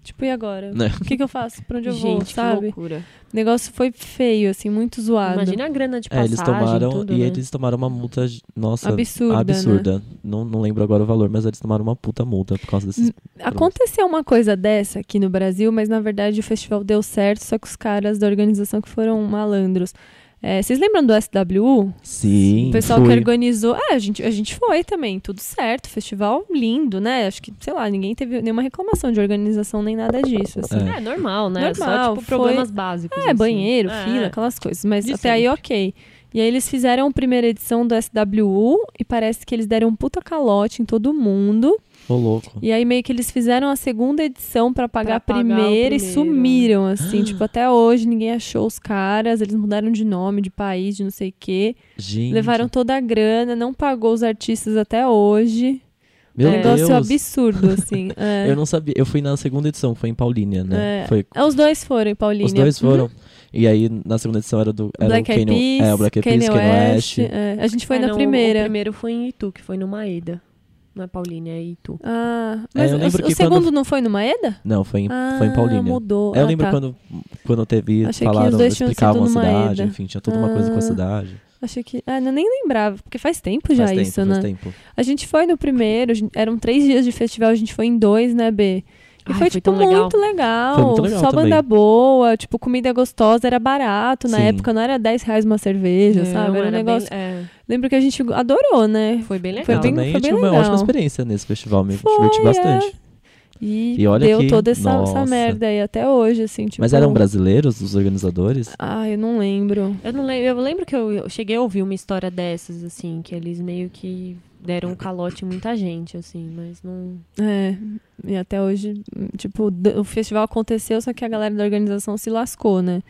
[SPEAKER 2] Tipo, e agora?
[SPEAKER 3] Né?
[SPEAKER 2] O que, que eu faço? Pra onde eu vou,
[SPEAKER 1] Gente, que
[SPEAKER 2] sabe?
[SPEAKER 1] loucura.
[SPEAKER 2] O negócio foi feio, assim, muito zoado.
[SPEAKER 1] Imagina a grana de
[SPEAKER 3] é,
[SPEAKER 1] passagem,
[SPEAKER 3] eles tomaram
[SPEAKER 1] tudo,
[SPEAKER 3] e
[SPEAKER 1] né?
[SPEAKER 3] eles tomaram uma multa, nossa,
[SPEAKER 2] Absurda, né?
[SPEAKER 3] absurda. Não, não lembro agora o valor, mas eles tomaram uma puta multa por causa desses.
[SPEAKER 2] Hum, Aconteceu uma coisa dessa aqui no Brasil, mas na verdade o festival deu certo, só que os caras da organização que foram malandros. É, vocês lembram do SWU?
[SPEAKER 3] Sim,
[SPEAKER 2] o pessoal
[SPEAKER 3] fui.
[SPEAKER 2] que organizou. Ah, a gente, a gente foi também, tudo certo. Festival lindo, né? Acho que, sei lá, ninguém teve nenhuma reclamação de organização nem nada disso. Assim.
[SPEAKER 3] É.
[SPEAKER 1] É, normal, né? Só,
[SPEAKER 2] Normal,
[SPEAKER 1] tipo,
[SPEAKER 2] foi-
[SPEAKER 1] problemas básicos.
[SPEAKER 2] É,
[SPEAKER 1] assim.
[SPEAKER 2] banheiro,
[SPEAKER 1] É.
[SPEAKER 2] fila, aquelas coisas. Mas
[SPEAKER 1] De
[SPEAKER 2] até aí, ok. E aí eles fizeram a primeira edição do SWU e parece que eles deram um puta calote em todo mundo.
[SPEAKER 3] Ô, louco.
[SPEAKER 2] E aí meio que eles fizeram a segunda edição pra pagar
[SPEAKER 1] Pra pagar
[SPEAKER 2] a
[SPEAKER 1] o
[SPEAKER 2] primeira e
[SPEAKER 1] primeiro.
[SPEAKER 2] sumiram, assim. tipo, até hoje ninguém achou os caras, eles mudaram de nome, de país, de não sei o quê.
[SPEAKER 3] Gente,
[SPEAKER 2] Levaram toda a grana, não pagou os artistas até hoje.
[SPEAKER 3] meu
[SPEAKER 2] um negócio
[SPEAKER 3] Deus.
[SPEAKER 2] absurdo, assim. É.
[SPEAKER 3] Eu não sabia. Eu fui na segunda edição, foi em Paulínia, né?
[SPEAKER 2] É.
[SPEAKER 3] Foi
[SPEAKER 2] É, Os dois foram, Paulinha. Uhum.
[SPEAKER 3] Os dois foram. E aí, na segunda edição era do era
[SPEAKER 2] Black
[SPEAKER 3] o
[SPEAKER 2] Eyed
[SPEAKER 3] Kanye,
[SPEAKER 2] Peas,
[SPEAKER 3] é, o Black Eyed Peas,
[SPEAKER 2] Kanye West.
[SPEAKER 3] West.
[SPEAKER 2] é. A gente foi
[SPEAKER 1] É,
[SPEAKER 2] na
[SPEAKER 1] não, o-
[SPEAKER 2] primeira.
[SPEAKER 1] O primeiro foi em Itu, que foi no Maeda. Não é Paulínia, é Itu.
[SPEAKER 2] Ah, mas
[SPEAKER 3] É, eu
[SPEAKER 2] o-
[SPEAKER 3] lembro
[SPEAKER 2] o,
[SPEAKER 3] que quando-
[SPEAKER 2] segundo não foi no Maeda?
[SPEAKER 3] Não, foi em,
[SPEAKER 2] Ah,
[SPEAKER 3] foi em Paulínia.
[SPEAKER 2] mudou.
[SPEAKER 3] É, Eu
[SPEAKER 2] Ah,
[SPEAKER 3] lembro
[SPEAKER 2] tá.
[SPEAKER 3] quando, quando teve,
[SPEAKER 2] Achei que os
[SPEAKER 3] falaram,
[SPEAKER 2] dois tinham
[SPEAKER 3] explicavam a
[SPEAKER 2] sido numa
[SPEAKER 3] cidade,
[SPEAKER 2] ida.
[SPEAKER 3] enfim, tinha toda uma coisa com a
[SPEAKER 2] Ah,
[SPEAKER 3] cidade.
[SPEAKER 2] Achei que... Ah, eu nem lembrava, porque faz tempo já
[SPEAKER 3] faz tempo,
[SPEAKER 2] isso, né?
[SPEAKER 3] faz tempo.
[SPEAKER 2] A gente foi no primeiro, a gente- eram três dias de festival, a gente foi em dois, né, B? E
[SPEAKER 1] Ai,
[SPEAKER 2] foi,
[SPEAKER 1] foi
[SPEAKER 2] tipo,
[SPEAKER 1] tão legal.
[SPEAKER 2] muito legal.
[SPEAKER 3] Foi muito legal
[SPEAKER 2] Só
[SPEAKER 3] também.
[SPEAKER 2] banda boa, tipo, comida gostosa, era barato. Na
[SPEAKER 3] Sim.
[SPEAKER 2] época não era 10 reais uma cerveja, sabe? Era um
[SPEAKER 1] É, bem-
[SPEAKER 2] negócio.
[SPEAKER 1] é,
[SPEAKER 2] Lembro que a gente adorou, né?
[SPEAKER 1] foi bem legal.
[SPEAKER 2] Foi
[SPEAKER 3] eu
[SPEAKER 2] bem-
[SPEAKER 3] também
[SPEAKER 2] foi bem
[SPEAKER 3] tive uma
[SPEAKER 2] legal.
[SPEAKER 3] ótima experiência nesse festival, me
[SPEAKER 2] Foi,
[SPEAKER 3] diverti
[SPEAKER 2] é.
[SPEAKER 3] bastante.
[SPEAKER 2] E,
[SPEAKER 3] E olha
[SPEAKER 2] deu
[SPEAKER 3] que-
[SPEAKER 2] toda essa, essa
[SPEAKER 3] nossa.
[SPEAKER 2] merda aí até hoje, assim, tipo.
[SPEAKER 3] Mas um eram brasileiros, os organizadores?
[SPEAKER 2] Ah, eu não lembro.
[SPEAKER 1] Eu não lembro, eu lembro que eu, eu cheguei a ouvir uma história dessas, assim, que eles meio que deram um calote em muita gente, assim, mas não.
[SPEAKER 2] É. E até hoje, tipo, d- o festival aconteceu, só que a galera da organização se lascou, né?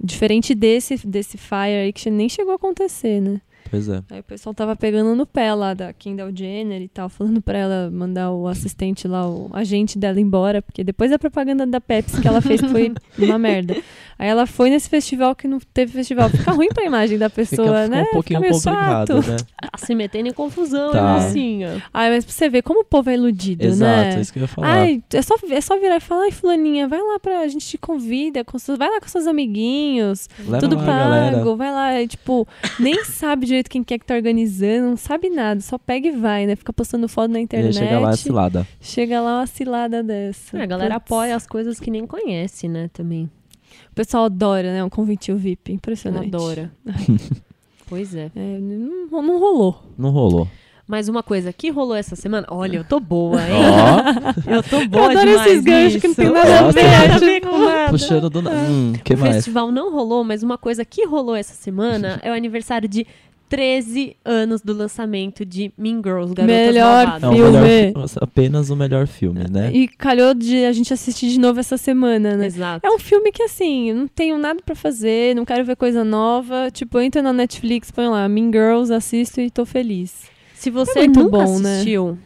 [SPEAKER 2] Diferente desse, desse Fire aí, que che- nem chegou a acontecer, né?
[SPEAKER 3] Pois é.
[SPEAKER 2] Aí o pessoal tava pegando no pé lá da Kendall Jenner e tal, falando pra ela mandar o assistente lá, o agente dela embora, porque depois da propaganda da Pepsi que ela fez que foi uma merda. Aí ela foi nesse festival que não teve festival. Fica ruim pra imagem da
[SPEAKER 3] Fica,
[SPEAKER 2] pessoa,
[SPEAKER 3] ficou
[SPEAKER 2] né?
[SPEAKER 3] um pouquinho
[SPEAKER 2] meio
[SPEAKER 3] complicado,
[SPEAKER 2] chato.
[SPEAKER 3] né?
[SPEAKER 1] Tá se metendo em confusão,
[SPEAKER 3] Tá.
[SPEAKER 1] né, assim, ó.
[SPEAKER 2] Ai, mas pra você ver como o povo é iludido, né?
[SPEAKER 3] Exato, é isso que eu ia falar.
[SPEAKER 2] Ai, é só, é só virar e falar, ai, fulaninha, vai lá pra. A gente te convida, com seus- vai lá com seus amiguinhos,
[SPEAKER 3] Leva
[SPEAKER 2] tudo
[SPEAKER 3] lá,
[SPEAKER 2] pago,
[SPEAKER 3] galera.
[SPEAKER 2] vai lá, e, tipo, nem sabe direito quem que é que tá organizando, não sabe nada, só pega e vai, né? Fica postando foto na
[SPEAKER 3] E aí
[SPEAKER 2] internet.
[SPEAKER 3] chega lá, é cilada.
[SPEAKER 2] chega lá uma cilada dessa.
[SPEAKER 1] É, a galera
[SPEAKER 2] Putz.
[SPEAKER 1] apoia as coisas que nem conhece, né, também.
[SPEAKER 2] O pessoal adora, né? Um convitinho VIP, impressionante.
[SPEAKER 1] Adora. pois é.
[SPEAKER 2] É, não, não rolou.
[SPEAKER 3] Não rolou.
[SPEAKER 1] Mas uma coisa que rolou essa semana, olha, eu tô boa, hein?
[SPEAKER 3] Ó,
[SPEAKER 1] eu tô boa
[SPEAKER 2] Eu adoro
[SPEAKER 1] demais
[SPEAKER 2] esses ganchos que não
[SPEAKER 1] nisso.
[SPEAKER 2] tem nada a
[SPEAKER 3] Nossa,
[SPEAKER 2] ver,
[SPEAKER 1] Nada a
[SPEAKER 2] acho.
[SPEAKER 1] ver com nada.
[SPEAKER 3] puxando do... na- Hum, que
[SPEAKER 1] O
[SPEAKER 3] mais?
[SPEAKER 1] festival não rolou, mas uma coisa que rolou essa semana é o aniversário de 13 anos do lançamento de Mean Girls, Garotas
[SPEAKER 2] Melhor
[SPEAKER 1] Malvadas.
[SPEAKER 3] É o
[SPEAKER 2] Filme.
[SPEAKER 3] melhor- nossa, apenas o melhor filme, né?
[SPEAKER 2] E calhou de a gente assistir de novo essa semana, né?
[SPEAKER 1] Exato.
[SPEAKER 2] É um filme que, assim, eu não tenho nada pra fazer, não quero ver coisa nova. Tipo, entra na Netflix, põe lá Mean Girls, assisto e tô feliz.
[SPEAKER 1] Se você
[SPEAKER 2] é muito
[SPEAKER 1] nunca
[SPEAKER 2] bom, né?
[SPEAKER 1] assistiu,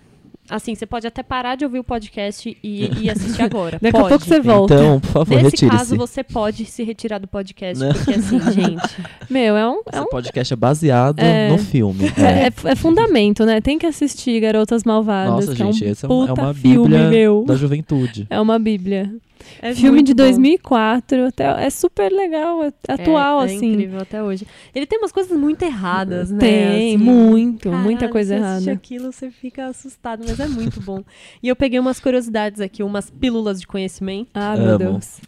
[SPEAKER 1] assim, você pode até parar de ouvir o podcast e, e assistir agora.
[SPEAKER 2] Daqui
[SPEAKER 1] pode.
[SPEAKER 2] a pouco você volta.
[SPEAKER 3] Então, por favor,
[SPEAKER 1] Nesse
[SPEAKER 3] retire-se.
[SPEAKER 1] caso, você pode se retirar do podcast,
[SPEAKER 3] Não.
[SPEAKER 1] porque assim, gente,
[SPEAKER 2] Meu, é um. É,
[SPEAKER 3] Esse
[SPEAKER 2] um-
[SPEAKER 3] podcast é baseado
[SPEAKER 2] É.
[SPEAKER 3] no filme.
[SPEAKER 2] é-
[SPEAKER 3] É.
[SPEAKER 2] é- é fundamento, né? Tem que assistir Garotas Malvadas.
[SPEAKER 3] Nossa,
[SPEAKER 2] que
[SPEAKER 3] gente,
[SPEAKER 2] é um
[SPEAKER 3] esse é, um- é
[SPEAKER 2] puta
[SPEAKER 3] uma
[SPEAKER 2] filme,
[SPEAKER 3] bíblia
[SPEAKER 2] meu.
[SPEAKER 3] da juventude.
[SPEAKER 2] É uma bíblia.
[SPEAKER 1] é
[SPEAKER 2] filme
[SPEAKER 1] muito
[SPEAKER 2] de
[SPEAKER 1] bom.
[SPEAKER 2] 2004, até, é super legal, é atual,
[SPEAKER 1] é, é
[SPEAKER 2] assim.
[SPEAKER 1] incrível até hoje. Ele tem umas coisas muito erradas, né?
[SPEAKER 2] Tem,
[SPEAKER 1] assim.
[SPEAKER 2] muito, muita
[SPEAKER 1] Caralho,
[SPEAKER 2] coisa
[SPEAKER 1] você assiste
[SPEAKER 2] errada.
[SPEAKER 1] aquilo, você fica assustado, mas é muito bom. e eu peguei umas curiosidades aqui, umas pílulas de conhecimento.
[SPEAKER 2] Ah, meu
[SPEAKER 3] Amo.
[SPEAKER 2] Deus.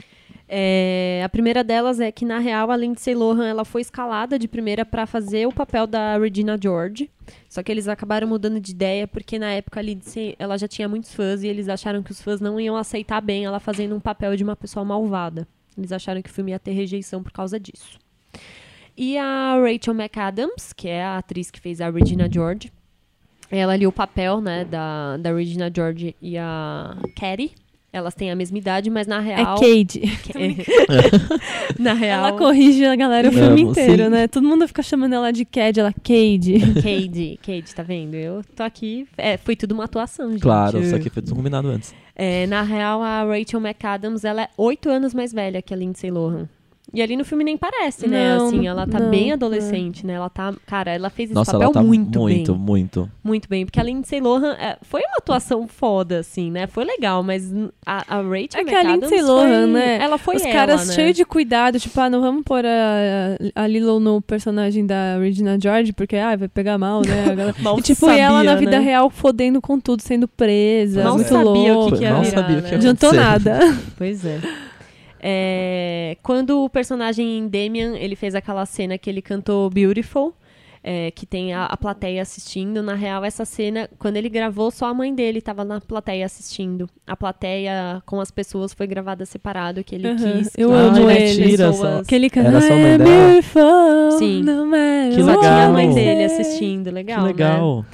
[SPEAKER 1] É, a primeira delas é que, na real, a Lindsay Lohan ela foi escalada de primeira pra fazer o papel da Regina George. Só que eles acabaram mudando de ideia, porque na época a Lindsay ela já tinha muitos fãs e eles acharam que os fãs não iam aceitar bem ela fazendo um papel de uma pessoa malvada. Eles acharam que o filme ia ter rejeição por causa disso. E a Rachel McAdams, que é a atriz que fez a Regina George, ela ali o papel né, da, da Regina George e a Carrie. Elas têm a mesma idade, mas na
[SPEAKER 2] É
[SPEAKER 1] real.
[SPEAKER 2] Cade.
[SPEAKER 1] É. Na real,
[SPEAKER 2] Ela corrige a galera o
[SPEAKER 3] É, Amo,
[SPEAKER 2] filme inteiro,
[SPEAKER 3] sim.
[SPEAKER 2] né? Todo mundo fica chamando ela de Cade, ela Cade.
[SPEAKER 1] Cade, Cade, tá vendo? Eu tô aqui. É, foi tudo uma atuação, gente.
[SPEAKER 3] Claro, só que foi tudo combinado antes.
[SPEAKER 1] É, na real, a Rachel McAdams ela é oito anos mais velha que a Lindsay Lohan. E ali no filme nem parece, né?
[SPEAKER 2] Não,
[SPEAKER 1] Assim, ela tá
[SPEAKER 2] não,
[SPEAKER 1] bem
[SPEAKER 2] é.
[SPEAKER 1] adolescente, né? Ela tá. Cara, ela fez esse
[SPEAKER 3] Nossa,
[SPEAKER 1] papel
[SPEAKER 3] ela tá
[SPEAKER 1] muito,
[SPEAKER 3] muito,
[SPEAKER 1] bem.
[SPEAKER 3] muito.
[SPEAKER 1] Muito bem. Porque a Lindsay Lohan é, foi uma atuação foda, assim, né? Foi legal, mas n- a, a Rachel
[SPEAKER 2] É que a
[SPEAKER 1] McAdams
[SPEAKER 2] Lindsay
[SPEAKER 1] foi-
[SPEAKER 2] Lohan, né?
[SPEAKER 1] Ela foi
[SPEAKER 2] Os
[SPEAKER 1] ela,
[SPEAKER 2] caras
[SPEAKER 1] né?
[SPEAKER 2] cheios de cuidado, tipo, ah, não vamos pôr a, a Lilo no personagem da Regina George, porque, ah, vai pegar mal, né? A galera-
[SPEAKER 1] É, Mal
[SPEAKER 2] e, tipo, e
[SPEAKER 1] sabia,
[SPEAKER 2] ela na vida né?
[SPEAKER 1] né?
[SPEAKER 2] real fodendo com tudo, sendo presa,
[SPEAKER 1] Mal
[SPEAKER 2] muito
[SPEAKER 1] sabia o
[SPEAKER 2] louca.
[SPEAKER 1] que que ia
[SPEAKER 3] Mal
[SPEAKER 1] virar,
[SPEAKER 3] sabia o
[SPEAKER 1] né?
[SPEAKER 3] que ia
[SPEAKER 2] Não adiantou
[SPEAKER 3] acontecer.
[SPEAKER 2] nada.
[SPEAKER 1] Pois é. É, Quando o personagem Damian, ele fez aquela cena que ele cantou Beautiful, é, que tem a, a plateia assistindo. Na real, essa cena, quando ele gravou, só a mãe dele estava na plateia assistindo. A plateia com as pessoas foi gravada separado, que ele
[SPEAKER 2] Aham,
[SPEAKER 1] quis. que
[SPEAKER 2] eu
[SPEAKER 1] as
[SPEAKER 2] amo
[SPEAKER 3] mentira,
[SPEAKER 1] pessoas-
[SPEAKER 3] só-
[SPEAKER 2] Que ele canta,
[SPEAKER 3] Era só a
[SPEAKER 2] "I
[SPEAKER 3] mãe
[SPEAKER 2] am
[SPEAKER 3] dela?
[SPEAKER 2] beautiful,
[SPEAKER 1] Sim.
[SPEAKER 2] no matter
[SPEAKER 3] Que
[SPEAKER 1] Só
[SPEAKER 2] what
[SPEAKER 1] tinha a
[SPEAKER 3] legal.
[SPEAKER 1] mãe
[SPEAKER 2] you
[SPEAKER 1] dele
[SPEAKER 2] say."
[SPEAKER 1] assistindo. Legal,
[SPEAKER 3] que
[SPEAKER 1] né?
[SPEAKER 3] legal.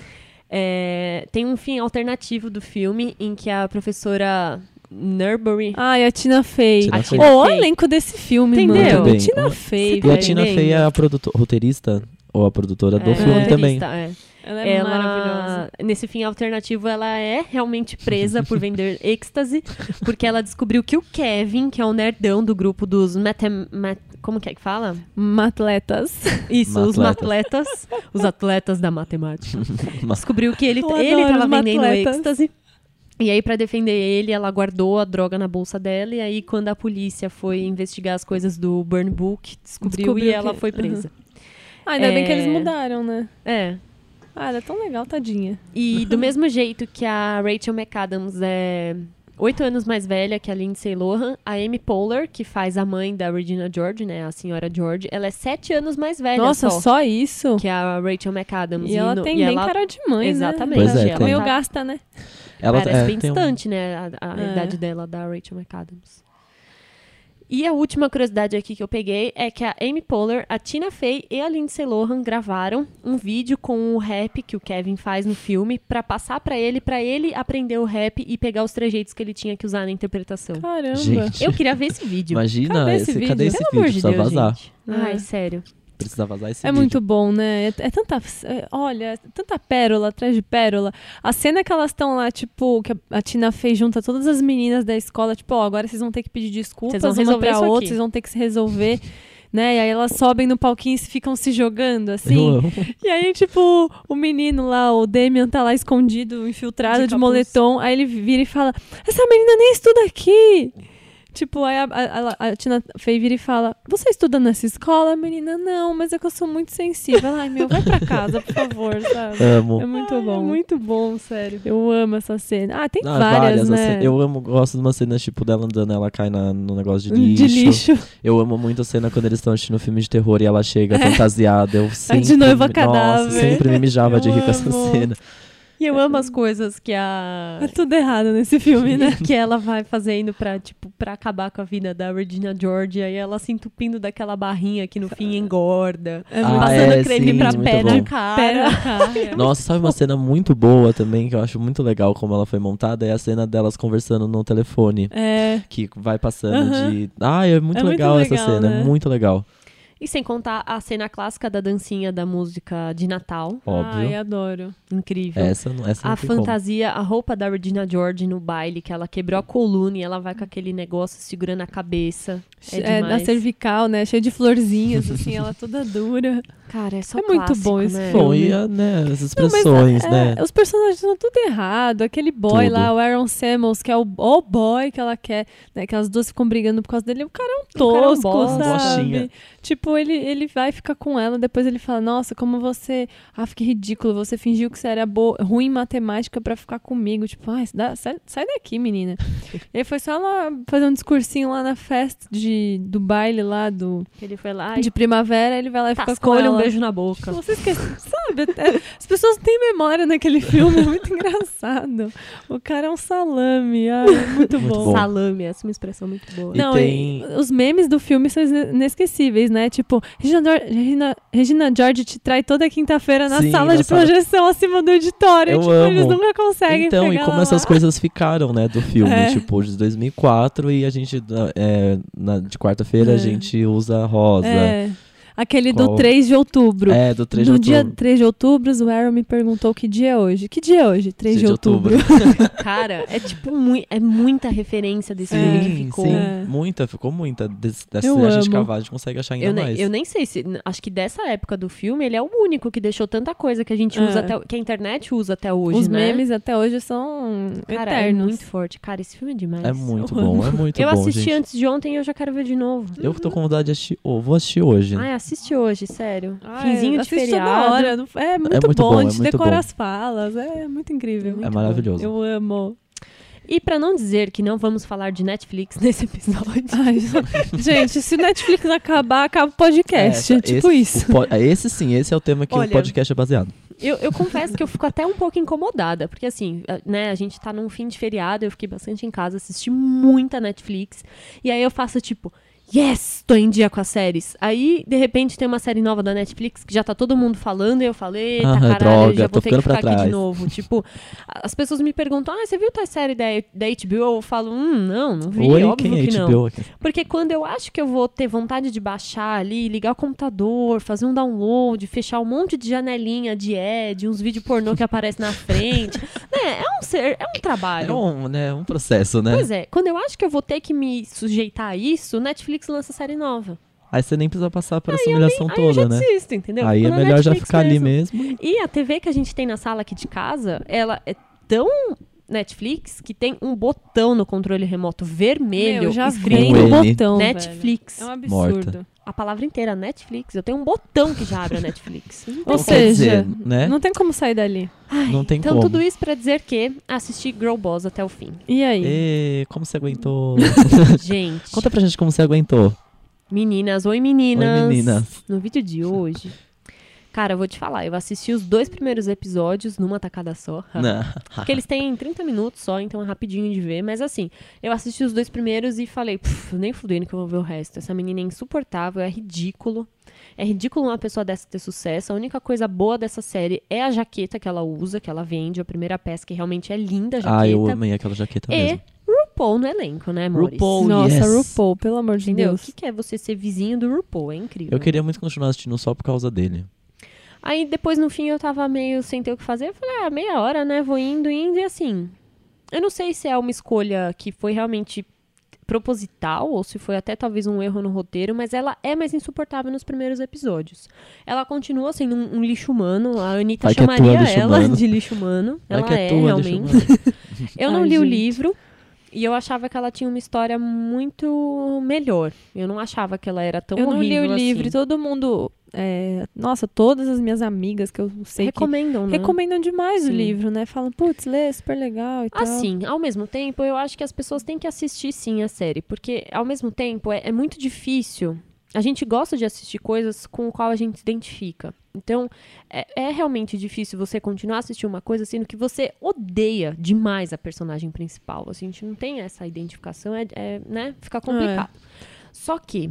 [SPEAKER 1] É, tem um fim alternativo do filme em que a professora Nurbury.
[SPEAKER 3] Ah,
[SPEAKER 2] Ai, a Tina Fey.
[SPEAKER 3] Tina
[SPEAKER 1] A
[SPEAKER 3] Fey.
[SPEAKER 1] Tina
[SPEAKER 2] Ô, o
[SPEAKER 1] Fey.
[SPEAKER 2] elenco desse filme,
[SPEAKER 1] Entendeu?
[SPEAKER 2] mano.
[SPEAKER 3] Muito bem.
[SPEAKER 2] Tina
[SPEAKER 3] Uma-
[SPEAKER 2] Fey,
[SPEAKER 3] E a
[SPEAKER 2] velho.
[SPEAKER 3] Tina
[SPEAKER 1] entendendo?
[SPEAKER 3] Fey é a produto- roteirista, ou a produtora do
[SPEAKER 1] é,
[SPEAKER 3] filme também.
[SPEAKER 1] roteirista, é.
[SPEAKER 2] Ela é maravilhosa.
[SPEAKER 1] ela, nesse fim alternativo, ela é realmente presa por vender êxtase, porque ela descobriu que o Kevin, que é o nerdão do grupo dos matem, mat- como que é que fala?
[SPEAKER 2] Uma atletas.
[SPEAKER 1] Isso, os
[SPEAKER 3] Matletas.
[SPEAKER 1] matletas, os atletas da matemática.
[SPEAKER 3] Mas-
[SPEAKER 1] Descobriu que ele
[SPEAKER 2] Eu
[SPEAKER 1] ele
[SPEAKER 2] adoro
[SPEAKER 1] tava
[SPEAKER 2] os
[SPEAKER 1] vendendo
[SPEAKER 2] matletas.
[SPEAKER 1] êxtase. E aí, pra defender ele, ela guardou a droga na bolsa dela. E aí, quando a polícia foi investigar as coisas do Burn Book, descobriu,
[SPEAKER 2] Descobriu
[SPEAKER 1] e
[SPEAKER 2] que-
[SPEAKER 1] ela foi presa.
[SPEAKER 2] Ah, ainda bem que
[SPEAKER 1] É.
[SPEAKER 2] eles mudaram, né?
[SPEAKER 1] É,
[SPEAKER 2] Ah, ela é tão legal, tadinha.
[SPEAKER 1] E do mesmo jeito que a Rachel McAdams é oito anos mais velha que a Lindsay Lohan, a Amy Poehler, que faz a mãe da Regina George, né, a senhora George, ela é sete anos mais velha
[SPEAKER 2] Nossa,
[SPEAKER 1] só,
[SPEAKER 2] só, isso?
[SPEAKER 1] que a Rachel McAdams.
[SPEAKER 2] E ela
[SPEAKER 1] no-
[SPEAKER 2] tem
[SPEAKER 1] e
[SPEAKER 2] bem
[SPEAKER 1] ela
[SPEAKER 2] cara de mãe,
[SPEAKER 1] Exatamente.
[SPEAKER 2] né?
[SPEAKER 3] Pois é,
[SPEAKER 1] ela
[SPEAKER 3] tem.
[SPEAKER 2] Meio
[SPEAKER 1] tá-
[SPEAKER 2] gasta, né?
[SPEAKER 3] Ela
[SPEAKER 1] Parece
[SPEAKER 3] é,
[SPEAKER 1] bem
[SPEAKER 3] tem um-
[SPEAKER 1] distante, né? A, a
[SPEAKER 2] É.
[SPEAKER 1] idade dela da Rachel McAdams. E a última curiosidade aqui que eu peguei é que a Amy Poehler, a Tina Fey e a Lindsay Lohan gravaram um vídeo com o rap que o Kevin faz no filme pra passar pra ele, pra ele aprender o rap e pegar os trejeitos que ele tinha que usar na interpretação.
[SPEAKER 2] Caramba.
[SPEAKER 3] Gente,
[SPEAKER 1] Eu queria ver esse vídeo.
[SPEAKER 3] imagina,
[SPEAKER 2] Cadê
[SPEAKER 3] cadê
[SPEAKER 2] esse
[SPEAKER 3] esse,
[SPEAKER 2] vídeo?
[SPEAKER 3] Cadê esse
[SPEAKER 1] Pelo
[SPEAKER 3] vídeo?
[SPEAKER 1] amor de
[SPEAKER 3] Precisa
[SPEAKER 1] Deus,
[SPEAKER 3] vazar.
[SPEAKER 1] gente. Ai, sério.
[SPEAKER 3] Precisa vazar esse
[SPEAKER 2] É
[SPEAKER 3] vídeo.
[SPEAKER 2] muito bom, né? É, é tanta. é, olha, tanta pérola atrás de pérola. A cena que elas estão lá, tipo, que a, a Tina fez junta todas as meninas da escola, tipo, ó, agora vocês vão ter que pedir
[SPEAKER 1] Vocês
[SPEAKER 2] desculpas
[SPEAKER 1] vão
[SPEAKER 2] uma
[SPEAKER 1] resolver
[SPEAKER 2] pra
[SPEAKER 1] isso
[SPEAKER 2] outra,
[SPEAKER 1] aqui.
[SPEAKER 2] vocês vão ter que se resolver. Né? E aí elas sobem no palquinho e se ficam se jogando, assim.
[SPEAKER 3] Eu amo.
[SPEAKER 2] E aí, tipo, o menino lá, o Damian, tá lá escondido, infiltrado
[SPEAKER 1] De
[SPEAKER 2] de,
[SPEAKER 1] capuz.
[SPEAKER 2] moletom. Aí ele vira e fala: Essa menina nem estuda aqui. Tipo, aí a, a- a- a Tina Fey vira e fala: Você estuda nessa escola, menina? Não, mas é que eu sou muito sensível. Ela, Ai, meu, vai pra casa, por favor, sabe?
[SPEAKER 3] Amo.
[SPEAKER 2] É muito
[SPEAKER 1] Ai,
[SPEAKER 2] bom.
[SPEAKER 1] é muito bom, sério.
[SPEAKER 2] Eu amo essa cena. Ah, tem
[SPEAKER 3] Ah,
[SPEAKER 2] várias,
[SPEAKER 3] as
[SPEAKER 2] né?
[SPEAKER 3] cenas. Eu amo, gosto de uma cena, tipo, dela andando, ela cai na- no negócio de
[SPEAKER 2] De
[SPEAKER 3] lixo.
[SPEAKER 2] lixo.
[SPEAKER 3] Eu amo muito a cena quando eles estão assistindo filme de terror e ela chega fantasiada. Eu sempre,
[SPEAKER 2] Tá noiva
[SPEAKER 3] me-
[SPEAKER 2] cadáver.
[SPEAKER 3] Nossa, sempre me mijava
[SPEAKER 2] Eu
[SPEAKER 3] de rir com essa
[SPEAKER 2] amo.
[SPEAKER 3] cena.
[SPEAKER 1] E eu amo as coisas que a
[SPEAKER 2] É tudo errado nesse filme, né?
[SPEAKER 1] que ela vai fazendo pra, tipo, pra acabar com a vida da Regina George. Aí ela se entupindo daquela barrinha que no fim engorda.
[SPEAKER 2] É
[SPEAKER 3] Ah,
[SPEAKER 2] muito
[SPEAKER 1] passando
[SPEAKER 3] é,
[SPEAKER 1] creme
[SPEAKER 3] sim,
[SPEAKER 1] pra
[SPEAKER 3] muito
[SPEAKER 1] pé na
[SPEAKER 3] bom.
[SPEAKER 1] cara.
[SPEAKER 2] Pera, cara.
[SPEAKER 3] Nossa, sabe uma cena muito boa também, que eu acho muito legal como ela foi montada, é a cena delas conversando no telefone.
[SPEAKER 2] É.
[SPEAKER 3] Que vai passando
[SPEAKER 2] Aham.
[SPEAKER 3] de. Ah, é muito
[SPEAKER 2] É muito
[SPEAKER 3] legal essa
[SPEAKER 2] legal,
[SPEAKER 3] cena,
[SPEAKER 2] né?
[SPEAKER 3] é muito legal.
[SPEAKER 1] E sem contar a cena clássica da dancinha da música de Natal.
[SPEAKER 3] Óbvio.
[SPEAKER 2] Ai, adoro.
[SPEAKER 1] Incrível.
[SPEAKER 3] Essa, não- essa não
[SPEAKER 1] A
[SPEAKER 3] tem como.
[SPEAKER 1] fantasia, a roupa da Regina George no baile, que ela quebrou a coluna e ela vai com aquele negócio segurando a cabeça. É
[SPEAKER 2] É, na
[SPEAKER 1] demais.
[SPEAKER 2] cervical, né? Cheia de florzinhas, assim, ela toda dura.
[SPEAKER 1] Cara, é só
[SPEAKER 2] É muito
[SPEAKER 1] clássico,
[SPEAKER 2] bom esse
[SPEAKER 1] né?
[SPEAKER 3] Bom, e
[SPEAKER 2] filme.
[SPEAKER 3] a, né, as
[SPEAKER 2] Não, mas,
[SPEAKER 3] expressões,
[SPEAKER 2] é,
[SPEAKER 3] né?
[SPEAKER 2] Os personagens são tudo errado. Aquele boy
[SPEAKER 3] Tudo.
[SPEAKER 2] lá, o Aaron Samuels, que é o, o boy que ela quer, né? Que as duas ficam brigando por causa dele. O cara é um
[SPEAKER 1] cara é um
[SPEAKER 2] tosco,
[SPEAKER 1] bosta.
[SPEAKER 2] sabe?
[SPEAKER 3] Bostinha.
[SPEAKER 2] Tipo, ele, ele vai ficar com ela, depois ele fala, nossa, como você... Ah, que ridículo, você fingiu que você era boa, ruim em matemática pra ficar comigo. Tipo, ai, dá- sai, sai daqui, menina. e aí foi só ela fazer um discursinho lá na festa de, do baile lá, do,
[SPEAKER 1] Ele foi lá e
[SPEAKER 2] de primavera, ele vai lá e fica Tá com
[SPEAKER 1] tascou-lhe
[SPEAKER 2] ela.
[SPEAKER 1] um beijo na boca.
[SPEAKER 2] Você esquece, sabe? Até- As pessoas têm memória naquele filme, é muito engraçado. O cara é um salame, ai, é muito,
[SPEAKER 3] Muito
[SPEAKER 2] bom.
[SPEAKER 3] bom.
[SPEAKER 1] Salame, essa é uma expressão muito boa.
[SPEAKER 3] E
[SPEAKER 2] Não,
[SPEAKER 3] tem-
[SPEAKER 2] e os memes do filme são ine- inesquecíveis, né? Tipo, Regina, Dor- Regina, Regina George te trai toda quinta-feira na
[SPEAKER 3] Sim,
[SPEAKER 2] sala
[SPEAKER 3] na
[SPEAKER 2] de
[SPEAKER 3] sala.
[SPEAKER 2] projeção acima do auditório.
[SPEAKER 3] Eu
[SPEAKER 2] tipo, eles
[SPEAKER 3] amo.
[SPEAKER 2] nunca conseguem
[SPEAKER 3] Então, e
[SPEAKER 2] pegar
[SPEAKER 3] como
[SPEAKER 2] lá.
[SPEAKER 3] essas coisas ficaram, né, do filme,
[SPEAKER 2] É.
[SPEAKER 3] tipo, de 2004 e a gente, é, na- de quarta-feira,
[SPEAKER 2] É.
[SPEAKER 3] a gente usa rosa.
[SPEAKER 2] É. Aquele do
[SPEAKER 3] Qual?
[SPEAKER 2] 3 de outubro.
[SPEAKER 3] É, do 3 de
[SPEAKER 2] no
[SPEAKER 3] outubro.
[SPEAKER 2] dia 3 de outubro, o Aaron me perguntou que dia é hoje. Que dia é hoje? 3 de,
[SPEAKER 3] de
[SPEAKER 2] outubro.
[SPEAKER 3] outubro.
[SPEAKER 1] Cara, é tipo mui- é muita referência desse
[SPEAKER 2] Sim,
[SPEAKER 1] filme que ficou.
[SPEAKER 3] Sim,
[SPEAKER 2] É.
[SPEAKER 3] muita, ficou muita. Des, dessa
[SPEAKER 2] Eu
[SPEAKER 3] a gente
[SPEAKER 2] amo.
[SPEAKER 3] cavar, a gente consegue achar ainda
[SPEAKER 1] Eu, ne-
[SPEAKER 3] mais.
[SPEAKER 1] eu nem sei se. n- Acho que dessa época do filme, ele é o único que deixou tanta coisa que a gente
[SPEAKER 2] É.
[SPEAKER 1] usa até. o- que a internet usa até hoje,
[SPEAKER 2] Os
[SPEAKER 1] né?
[SPEAKER 2] memes até hoje são
[SPEAKER 1] Cara,
[SPEAKER 2] eternos.
[SPEAKER 1] é muito forte. Cara, esse filme é demais.
[SPEAKER 3] É muito
[SPEAKER 2] Eu amo.
[SPEAKER 3] bom, é muito
[SPEAKER 1] eu
[SPEAKER 3] bom,
[SPEAKER 1] assisti
[SPEAKER 3] gente.
[SPEAKER 1] antes de ontem e eu já quero ver de Ah, é? novo.
[SPEAKER 3] Eu tô com vontade de assistir. ou vou assistir hoje.
[SPEAKER 1] Ai, assiste hoje, sério.
[SPEAKER 2] Ai,
[SPEAKER 1] Finzinho de
[SPEAKER 2] assiste
[SPEAKER 1] feriado.
[SPEAKER 2] Ah, Toda hora. não- É, muito
[SPEAKER 3] muito
[SPEAKER 2] bom,
[SPEAKER 3] bom,
[SPEAKER 2] a
[SPEAKER 3] é
[SPEAKER 2] gente
[SPEAKER 3] muito
[SPEAKER 2] decora
[SPEAKER 3] bom.
[SPEAKER 2] as falas. É muito incrível.
[SPEAKER 1] muito
[SPEAKER 3] é maravilhoso.
[SPEAKER 2] Eu amo.
[SPEAKER 1] E pra não dizer que não vamos falar de Netflix nesse episódio,
[SPEAKER 2] Ai, gente, se o Netflix acabar, acaba o podcast.
[SPEAKER 3] Essa-
[SPEAKER 2] é tipo
[SPEAKER 3] esse,
[SPEAKER 2] isso.
[SPEAKER 3] o po- Esse sim, esse é o tema que
[SPEAKER 1] Olha.
[SPEAKER 3] o podcast é baseado.
[SPEAKER 1] eu, eu confesso que eu fico até um pouco incomodada, porque assim, a- né, a gente tá num fim de feriado, eu fiquei bastante em casa, assisti muita Netflix, e aí eu faço tipo, yes, tô em dia com as séries. Aí, de repente, tem uma série nova da Netflix que já tá todo mundo falando, e eu falei, eita,
[SPEAKER 3] Aham,
[SPEAKER 1] caralho,
[SPEAKER 3] droga,
[SPEAKER 1] já vou ter
[SPEAKER 3] tô
[SPEAKER 1] que
[SPEAKER 3] ficando pra
[SPEAKER 1] ficar aqui de
[SPEAKER 3] trás.
[SPEAKER 1] novo. Tipo, a- as pessoas me perguntam, ah, você viu tal série da, da HBO? Eu falo, hum, não, não vi,
[SPEAKER 3] Oi,
[SPEAKER 1] óbvio
[SPEAKER 3] quem é
[SPEAKER 1] que não.
[SPEAKER 3] HBO?
[SPEAKER 1] Porque quando eu acho que eu vou ter vontade de baixar ali, ligar o computador, fazer um download, fechar um monte de janelinha de ad, uns vídeos pornô que aparecem na frente, né? É um ser, é um
[SPEAKER 3] É
[SPEAKER 1] trabalho.
[SPEAKER 3] um, né, um processo, né?
[SPEAKER 1] Pois é, quando eu acho que eu vou ter que me sujeitar a isso, Netflix lança série nova.
[SPEAKER 3] Aí você nem precisa passar por essa
[SPEAKER 1] Aí eu
[SPEAKER 3] humilhação
[SPEAKER 1] nem- aí eu já
[SPEAKER 3] toda, né?
[SPEAKER 1] desisto, entendeu?
[SPEAKER 3] Aí
[SPEAKER 1] Fico
[SPEAKER 3] é
[SPEAKER 1] na
[SPEAKER 3] melhor já
[SPEAKER 1] Netflix
[SPEAKER 3] ficar ali mesmo.
[SPEAKER 1] E a TV que a gente tem na sala aqui de casa, ela é tão Netflix que tem um botão no controle remoto vermelho
[SPEAKER 2] Meu, já vem
[SPEAKER 1] escrito
[SPEAKER 2] no
[SPEAKER 3] Ele.
[SPEAKER 2] botão, velho.
[SPEAKER 1] Netflix.
[SPEAKER 2] É um absurdo.
[SPEAKER 1] a palavra inteira, Netflix. Eu tenho um botão que já abre a Netflix. Não tem
[SPEAKER 2] Ou
[SPEAKER 3] Então,
[SPEAKER 1] como.
[SPEAKER 3] quer
[SPEAKER 2] seja,
[SPEAKER 3] dizer, né?
[SPEAKER 2] Não tem como sair dali.
[SPEAKER 3] não tem
[SPEAKER 1] então
[SPEAKER 3] como.
[SPEAKER 1] tudo isso pra dizer que assisti Girl Boss até o fim.
[SPEAKER 2] E aí?
[SPEAKER 3] Ê, como você aguentou?
[SPEAKER 1] Gente,
[SPEAKER 3] Conta pra gente como você aguentou.
[SPEAKER 1] meninas, oi meninas.
[SPEAKER 3] Oi, meninas.
[SPEAKER 1] No vídeo de hoje... Cara, eu vou te falar, eu assisti os dois primeiros episódios numa tacada só.
[SPEAKER 3] Não.
[SPEAKER 1] Porque eles têm 30 minutos só, então é rapidinho de ver. Mas assim, eu assisti os dois primeiros e falei, "Pff, nem fudendo que eu vou ver o resto. Essa menina é insuportável, é ridículo. É ridículo uma pessoa dessa ter sucesso. A única coisa boa dessa série é a jaqueta que ela usa, que ela vende, a primeira peça, que realmente é linda a jaqueta. É.
[SPEAKER 3] Ah, eu amei aquela jaqueta
[SPEAKER 1] e
[SPEAKER 3] mesmo.
[SPEAKER 1] RuPaul no elenco, né, amores?
[SPEAKER 3] RuPaul. Oh,
[SPEAKER 2] Nossa,
[SPEAKER 3] yes.
[SPEAKER 2] RuPaul, pelo amor de
[SPEAKER 1] Entendeu? O
[SPEAKER 2] Deus.
[SPEAKER 1] que, que é você ser vizinho do RuPaul? É incrível.
[SPEAKER 3] Eu queria muito continuar assistindo só por causa dele.
[SPEAKER 1] Aí depois no fim eu tava meio sem ter o que fazer. Eu falei, ah, meia hora, né? Vou indo, indo e assim. Eu não sei se é uma escolha que foi realmente proposital ou se foi até talvez um erro no roteiro, mas ela é mais insuportável nos primeiros episódios. Ela continua sendo um, um lixo humano. A Anitta
[SPEAKER 3] Vai que é tua,
[SPEAKER 1] chamaria
[SPEAKER 3] lixo
[SPEAKER 1] ela
[SPEAKER 3] humano.
[SPEAKER 1] de lixo humano.
[SPEAKER 3] Vai
[SPEAKER 1] ela
[SPEAKER 3] que
[SPEAKER 1] é,
[SPEAKER 3] tua, deixa eu-
[SPEAKER 1] realmente. Eu não
[SPEAKER 2] Ai,
[SPEAKER 1] li o
[SPEAKER 2] gente.
[SPEAKER 1] livro e eu achava que ela tinha uma história muito melhor. Eu não achava que ela era tão
[SPEAKER 2] Eu não li
[SPEAKER 1] horrível
[SPEAKER 2] o livro,
[SPEAKER 1] assim.
[SPEAKER 2] todo mundo. é, nossa, todas as minhas amigas que eu sei que
[SPEAKER 1] Recomendam, né?
[SPEAKER 2] recomendam demais o
[SPEAKER 1] Sim.
[SPEAKER 2] livro, né? Falam, putz, lê, é super legal e tal.
[SPEAKER 1] Assim, ao mesmo tempo, eu acho que as pessoas têm que assistir sim a série, porque ao mesmo tempo é, é muito difícil. A gente gosta de assistir coisas com o qual a gente se identifica. Então, é, é realmente difícil você continuar a assistir uma coisa sendo que você odeia demais a personagem principal. Assim, a gente não tem essa identificação, é, é, né? Fica complicado. Só que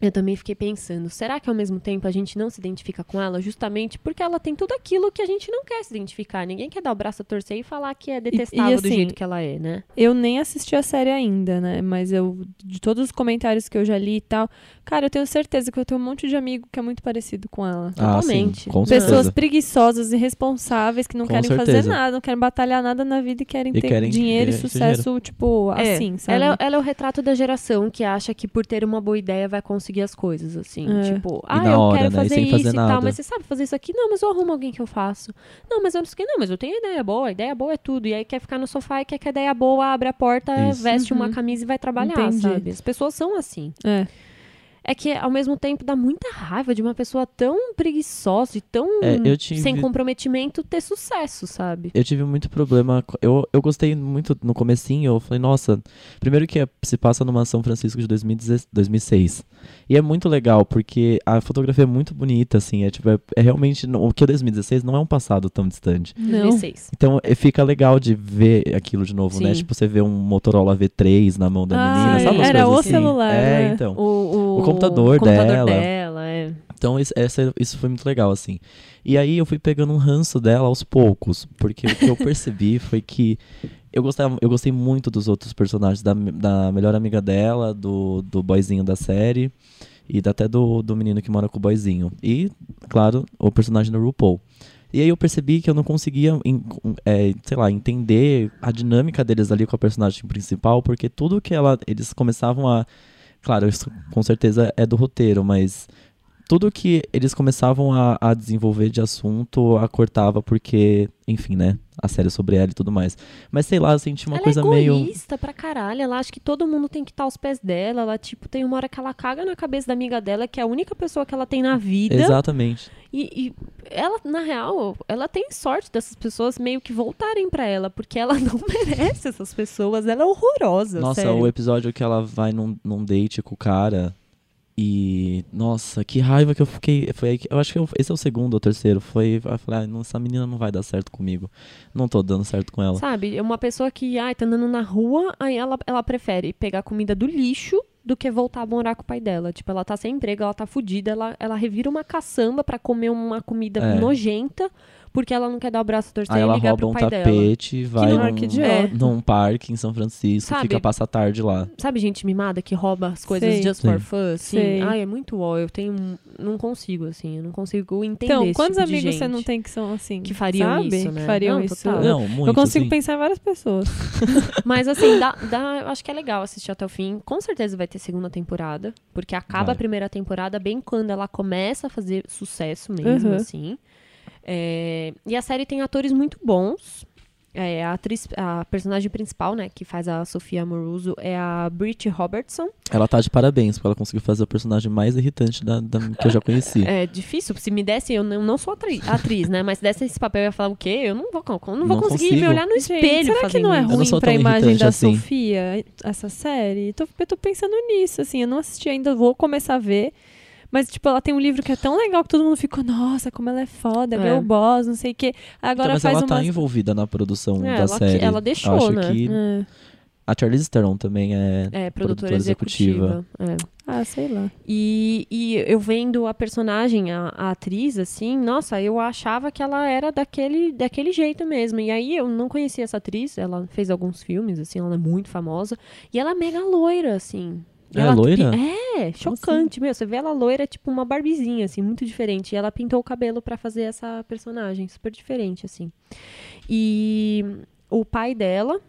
[SPEAKER 1] eu também fiquei pensando, será que ao mesmo tempo a gente não se identifica com ela justamente porque ela tem tudo aquilo que a gente não quer se identificar? Ninguém quer dar o braço a torcer e falar que é detestável do
[SPEAKER 2] assim,
[SPEAKER 1] jeito que ela é, né?
[SPEAKER 2] Eu nem assisti a série ainda, né? Mas eu, de todos os comentários que eu já li e tal, cara, eu tenho certeza que eu tenho um monte de amigo que é muito parecido com ela.
[SPEAKER 3] Ah, sim,
[SPEAKER 1] totalmente.
[SPEAKER 3] com certeza.
[SPEAKER 2] Pessoas preguiçosas, irresponsáveis, que não
[SPEAKER 3] Com
[SPEAKER 2] querem fazer
[SPEAKER 3] certeza.
[SPEAKER 2] nada, não querem batalhar nada na vida e querem
[SPEAKER 3] E
[SPEAKER 2] ter
[SPEAKER 3] querem
[SPEAKER 2] dinheiro e
[SPEAKER 3] ter
[SPEAKER 2] sucesso, tipo,
[SPEAKER 1] É,
[SPEAKER 2] assim, sabe?
[SPEAKER 1] Ela, é- ela é o retrato da geração que acha que por ter uma boa ideia vai conseguir as coisas, assim.
[SPEAKER 2] É.
[SPEAKER 1] Tipo, ah,
[SPEAKER 3] na
[SPEAKER 1] eu
[SPEAKER 3] hora,
[SPEAKER 1] quero
[SPEAKER 3] né? E
[SPEAKER 1] fazer
[SPEAKER 3] sem
[SPEAKER 1] isso
[SPEAKER 3] fazer
[SPEAKER 1] e tal,
[SPEAKER 3] nada.
[SPEAKER 1] mas você sabe fazer isso aqui? Não, mas eu arrumo alguém que eu faço. Não, mas eu não sei o que. Não, mas eu tenho ideia boa, ideia boa é tudo. E aí quer ficar no sofá e quer que a ideia boa abre a porta,
[SPEAKER 3] Isso.
[SPEAKER 1] veste uma
[SPEAKER 2] Uhum.
[SPEAKER 1] camisa e vai trabalhar,
[SPEAKER 2] Entendi.
[SPEAKER 1] sabe? As pessoas são assim.
[SPEAKER 2] É.
[SPEAKER 1] É que, ao mesmo tempo, dá muita raiva de uma pessoa tão preguiçosa e tão
[SPEAKER 3] É, eu tive-
[SPEAKER 1] sem comprometimento ter sucesso, sabe?
[SPEAKER 3] Eu tive muito problema. co- Eu, eu gostei muito no comecinho. Eu falei, nossa, primeiro que é- se passa numa São Francisco de 2016 2006. E é muito legal, porque a fotografia é muito bonita, assim. É, tipo, é, é realmente. no- O que é 2016 não é um passado tão distante.
[SPEAKER 2] Não.
[SPEAKER 1] 16.
[SPEAKER 3] Então é- fica legal de ver aquilo de novo, né?
[SPEAKER 1] Sim.
[SPEAKER 3] Tipo, você vê um Motorola V3 na mão da
[SPEAKER 2] Ah,
[SPEAKER 3] menina,
[SPEAKER 1] sim.
[SPEAKER 3] sabe? umas
[SPEAKER 1] era
[SPEAKER 3] coisas
[SPEAKER 1] o
[SPEAKER 3] assim?
[SPEAKER 2] celular,
[SPEAKER 3] É,
[SPEAKER 2] né?
[SPEAKER 3] então.
[SPEAKER 1] O, o,
[SPEAKER 3] O computador
[SPEAKER 1] o computador
[SPEAKER 3] dela.
[SPEAKER 1] é.
[SPEAKER 3] Então isso, essa- isso foi muito legal, assim. E aí eu fui pegando um ranço dela aos poucos, porque o que eu percebi foi que eu, gostava, eu gostei muito dos outros personagens, da, da melhor amiga dela, do, do boyzinho da série. E da- até do, do menino que mora com o boyzinho. E, claro, o personagem do RuPaul. E aí eu percebi que eu não conseguia, em- é, sei lá, entender a dinâmica deles ali com a personagem principal, porque tudo que ela, eles começavam a. Claro, isso com certeza é do roteiro, mas tudo que eles começavam a, a desenvolver de assunto, a cortava porque, enfim, né? A série sobre ela e tudo mais. Mas sei lá, eu senti uma
[SPEAKER 1] ela
[SPEAKER 3] coisa
[SPEAKER 1] é
[SPEAKER 3] meio.
[SPEAKER 1] egoísta pra caralho. Ela acha que todo mundo tem que estar aos pés dela. Ela, tipo, tem uma hora que ela caga na cabeça da amiga dela, que é a única pessoa que ela tem na vida.
[SPEAKER 3] Exatamente.
[SPEAKER 1] E, e ela, na real, ela tem sorte dessas pessoas meio que voltarem pra ela, porque ela não merece essas pessoas. Ela é horrorosa,
[SPEAKER 3] Nossa,
[SPEAKER 1] sério.
[SPEAKER 3] o episódio que ela vai num, num date com o cara. E, nossa, que raiva que eu fiquei. Foi aí que- eu acho que eu- esse é o segundo ou terceiro. Foi. Eu falei, "Ai, não, essa menina não vai dar certo comigo. Não tô dando certo com ela.
[SPEAKER 1] Sabe, é uma pessoa que, ai, tá andando na rua, aí ela, ela prefere pegar comida do lixo do que voltar a morar com o pai dela. Tipo, ela tá sem emprego, ela tá fudida, ela, ela revira uma caçamba pra comer uma comida
[SPEAKER 3] É.
[SPEAKER 1] nojenta, porque ela não quer dar o braço a torcer
[SPEAKER 3] Aí
[SPEAKER 1] e
[SPEAKER 3] ela
[SPEAKER 1] ligar
[SPEAKER 3] rouba
[SPEAKER 1] pro
[SPEAKER 3] um
[SPEAKER 1] pai dela.
[SPEAKER 3] tapete, vai um-
[SPEAKER 2] não
[SPEAKER 3] num,
[SPEAKER 2] é que idiota.
[SPEAKER 1] É.
[SPEAKER 3] num parque em São Francisco,
[SPEAKER 1] Sabe?
[SPEAKER 3] fica passa a tarde lá.
[SPEAKER 1] Sabe gente mimada que rouba as coisas
[SPEAKER 2] Sei.
[SPEAKER 1] just for
[SPEAKER 3] Sim.
[SPEAKER 1] fun? Assim?
[SPEAKER 2] Sei.
[SPEAKER 1] Ai, é muito ó, eu tenho... um- Não consigo, assim, eu não consigo entender
[SPEAKER 2] Então,
[SPEAKER 1] esse
[SPEAKER 2] quantos
[SPEAKER 1] tipo de
[SPEAKER 2] amigos você
[SPEAKER 1] gente
[SPEAKER 2] não tem que são assim?
[SPEAKER 1] Que fariam
[SPEAKER 2] sabe?
[SPEAKER 1] isso, né?
[SPEAKER 2] Que fariam
[SPEAKER 1] Não,
[SPEAKER 2] isso.
[SPEAKER 1] total.
[SPEAKER 3] Não, muito.
[SPEAKER 2] eu consigo
[SPEAKER 3] assim.
[SPEAKER 2] pensar em várias pessoas.
[SPEAKER 1] Mas assim, dá, dá- eu acho que é legal assistir até o fim. Com certeza vai ter segunda temporada, porque acaba
[SPEAKER 3] Vai.
[SPEAKER 1] a primeira temporada bem quando ela começa a fazer sucesso mesmo,
[SPEAKER 2] Uhum.
[SPEAKER 1] assim. É, e a série tem atores muito bons. É, a, atriz, a personagem principal, né, que faz a Sofia Amoruso, é a Brit Robertson.
[SPEAKER 3] Ela tá de parabéns, porque ela conseguiu fazer o personagem mais irritante da, da- que eu já conheci.
[SPEAKER 1] É difícil, se me desse, eu não, não sou atri- atriz, né, mas se desse esse papel eu ia falar o quê? Eu não vou, con- não vou
[SPEAKER 3] Não
[SPEAKER 1] conseguir me
[SPEAKER 3] consigo.
[SPEAKER 1] olhar Tá no
[SPEAKER 2] Gente,
[SPEAKER 1] espelho
[SPEAKER 2] será que
[SPEAKER 1] fazendo
[SPEAKER 2] não é
[SPEAKER 1] isso.
[SPEAKER 3] não
[SPEAKER 2] ruim
[SPEAKER 3] sou
[SPEAKER 2] pra
[SPEAKER 3] tão
[SPEAKER 2] imagem
[SPEAKER 3] irritante
[SPEAKER 2] da
[SPEAKER 3] assim.
[SPEAKER 2] Sofia, essa série? Tô, eu tô pensando nisso, assim, eu não assisti ainda, vou começar a ver. Mas, tipo, ela tem um livro que é tão legal que todo mundo ficou, nossa, como ela é foda,
[SPEAKER 1] É.
[SPEAKER 2] meu boss, não sei o quê.
[SPEAKER 3] Então,
[SPEAKER 2] Agora
[SPEAKER 3] mas
[SPEAKER 2] faz
[SPEAKER 3] ela
[SPEAKER 2] uma.
[SPEAKER 3] tá envolvida na produção
[SPEAKER 1] É,
[SPEAKER 3] da
[SPEAKER 1] ela que-
[SPEAKER 3] série.
[SPEAKER 1] ela
[SPEAKER 3] Eu
[SPEAKER 1] deixou,
[SPEAKER 3] acho
[SPEAKER 1] né?
[SPEAKER 3] que
[SPEAKER 2] É.
[SPEAKER 3] a Charlize Theron também é.
[SPEAKER 1] É, produtora
[SPEAKER 3] Produtora
[SPEAKER 1] executiva.
[SPEAKER 3] executiva.
[SPEAKER 1] É.
[SPEAKER 2] Ah, sei lá.
[SPEAKER 1] E, e eu vendo a personagem, a, a atriz, assim, nossa, eu achava que ela era daquele, daquele jeito mesmo. E aí eu não conhecia essa atriz, ela fez alguns filmes, assim, ela é muito famosa. E ela é mega loira, assim. E
[SPEAKER 3] É
[SPEAKER 1] ela-
[SPEAKER 3] loira? assim?
[SPEAKER 1] É, chocante, meu. Você vê ela loira, tipo uma barbizinha, assim, muito diferente. E ela pintou o cabelo pra fazer essa personagem, super diferente, assim. E o pai dela,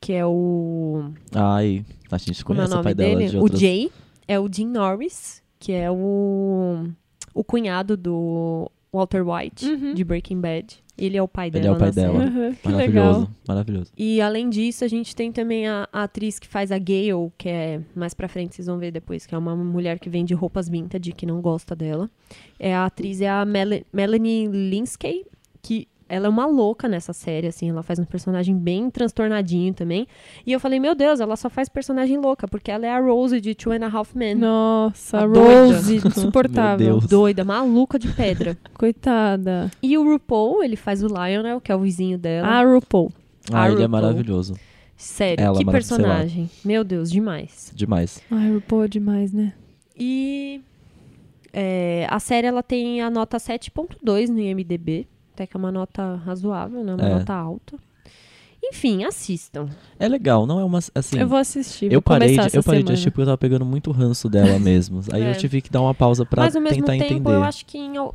[SPEAKER 1] que é o.
[SPEAKER 3] Ai, a gente
[SPEAKER 1] Como é o
[SPEAKER 3] conhece o
[SPEAKER 1] nome
[SPEAKER 3] pai dela
[SPEAKER 1] dele?
[SPEAKER 3] de outras...
[SPEAKER 1] O Jay é o Jim Norris, que é o, o cunhado do Walter White,
[SPEAKER 2] Uhum.
[SPEAKER 1] de Breaking Bad. Ele é o pai
[SPEAKER 3] Ele é
[SPEAKER 1] dela.
[SPEAKER 3] o pai
[SPEAKER 1] na série.
[SPEAKER 3] dela.
[SPEAKER 2] Uhum, que
[SPEAKER 3] Maravilhoso,
[SPEAKER 2] legal.
[SPEAKER 3] maravilhoso.
[SPEAKER 1] E além disso, a gente tem também a, a atriz que faz a Gale, que é mais pra frente, vocês vão ver depois, que é uma mulher que vende roupas vintage, que não gosta dela. É, a atriz é a Mel- Melanie Linsky, que ela é uma louca nessa série, assim, ela faz um personagem bem transtornadinho também. E eu falei, meu Deus, ela só faz personagem louca, porque ela é a Rose de Two and a Half Men.
[SPEAKER 2] Nossa,
[SPEAKER 1] A
[SPEAKER 2] Rose,
[SPEAKER 3] Meu
[SPEAKER 2] insuportável.
[SPEAKER 3] Deus.
[SPEAKER 1] Doida, maluca de pedra.
[SPEAKER 2] Coitada.
[SPEAKER 1] e o RuPaul, ele faz o Lionel, que é o vizinho dela.
[SPEAKER 2] A RuPaul.
[SPEAKER 3] Ah, ele
[SPEAKER 1] RuPaul.
[SPEAKER 3] é maravilhoso.
[SPEAKER 1] Sério,
[SPEAKER 3] ela é
[SPEAKER 1] que
[SPEAKER 3] maravilhosa, sei lá.
[SPEAKER 1] personagem. Meu Deus, demais.
[SPEAKER 3] Demais.
[SPEAKER 2] Ai, RuPaul é demais, né?
[SPEAKER 1] E é, a série ela tem a nota 7.2 no IMDB, até que é uma nota razoável, né? Uma
[SPEAKER 3] É.
[SPEAKER 1] nota alta. Enfim, assistam.
[SPEAKER 3] É legal, não é uma. Assim,
[SPEAKER 2] Eu vou assistir.
[SPEAKER 3] eu
[SPEAKER 2] vou
[SPEAKER 3] parei,
[SPEAKER 2] começar
[SPEAKER 3] de,
[SPEAKER 2] essa
[SPEAKER 3] eu parei de
[SPEAKER 2] semana.
[SPEAKER 3] assistir porque eu tava pegando muito ranço dela mesmo. Aí
[SPEAKER 1] É.
[SPEAKER 3] eu tive que dar uma pausa pra
[SPEAKER 1] Mas ao mesmo
[SPEAKER 3] tentar
[SPEAKER 1] tempo,
[SPEAKER 3] entender.
[SPEAKER 1] eu acho que em al-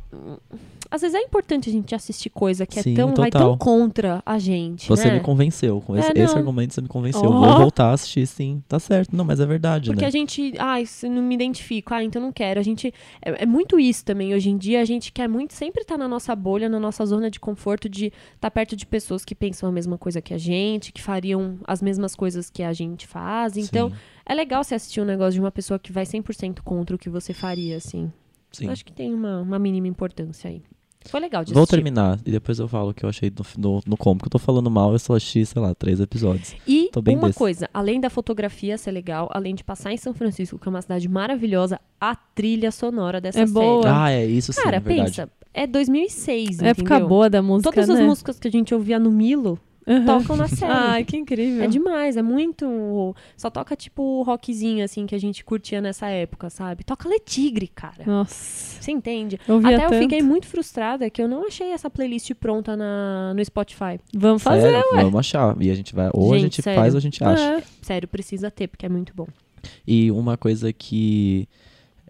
[SPEAKER 1] às vezes é importante a gente assistir coisa que é
[SPEAKER 3] Sim,
[SPEAKER 1] tão, vai
[SPEAKER 3] total.
[SPEAKER 1] tão contra a gente.
[SPEAKER 3] Você
[SPEAKER 1] né?
[SPEAKER 3] me convenceu. Com esse,
[SPEAKER 1] É,
[SPEAKER 3] esse
[SPEAKER 1] não. Oh.
[SPEAKER 3] argumento você me convenceu.
[SPEAKER 2] Ó.
[SPEAKER 3] Eu Vou voltar a assistir, sim. Tá certo. Não, mas é verdade,
[SPEAKER 1] Porque
[SPEAKER 3] né?
[SPEAKER 1] a gente, ah, isso não me identifico, ah, então não quero. A gente é, é muito isso também hoje em dia. A gente quer muito sempre estar na nossa bolha, na nossa zona de conforto, de estar perto de pessoas que pensam a mesma coisa que a gente, que fariam as mesmas coisas que a gente faz. Então, é legal você assistir um negócio de uma pessoa que vai 100% contra o que você faria, assim.
[SPEAKER 3] Sim, sim.
[SPEAKER 1] Acho que tem uma, uma mínima importância aí. Foi legal de
[SPEAKER 3] Vou
[SPEAKER 1] assistir.
[SPEAKER 3] terminar e depois eu falo o que eu achei no, no, no como. Que eu tô falando mal, eu só assisti, sei lá, três episódios.
[SPEAKER 1] E
[SPEAKER 3] Tô bem
[SPEAKER 1] uma
[SPEAKER 3] desse.
[SPEAKER 1] coisa, além da fotografia ser legal, além de passar em São Francisco, que é uma cidade maravilhosa, a trilha sonora dessa
[SPEAKER 2] É
[SPEAKER 1] série.
[SPEAKER 2] boa. Pô.
[SPEAKER 3] Ah, é isso sim,
[SPEAKER 1] Cara,
[SPEAKER 3] é verdade.
[SPEAKER 1] pensa, é 2006,
[SPEAKER 2] É época
[SPEAKER 1] entendeu?
[SPEAKER 2] boa da música,
[SPEAKER 1] Todas as
[SPEAKER 2] né?
[SPEAKER 1] músicas que a gente ouvia no Milo
[SPEAKER 2] Uhum.
[SPEAKER 1] tocam na série.
[SPEAKER 2] Ai, que incrível.
[SPEAKER 1] É demais, é muito. Só toca tipo o rockzinho assim que a gente curtia nessa época, sabe? Toca Letigre, cara.
[SPEAKER 2] Nossa.
[SPEAKER 1] Você entende?
[SPEAKER 2] Eu ouvia
[SPEAKER 1] Até eu
[SPEAKER 2] tanto.
[SPEAKER 1] fiquei muito frustrada que eu não achei essa playlist pronta na, no Spotify.
[SPEAKER 2] Vamos fazer,
[SPEAKER 3] Sério,
[SPEAKER 2] ué.
[SPEAKER 3] vamos achar. E a gente vai, ou
[SPEAKER 1] Gente,
[SPEAKER 3] a gente
[SPEAKER 1] sério.
[SPEAKER 3] faz ou a gente acha.
[SPEAKER 2] É.
[SPEAKER 1] Sério, precisa ter, porque é muito bom.
[SPEAKER 3] E uma coisa que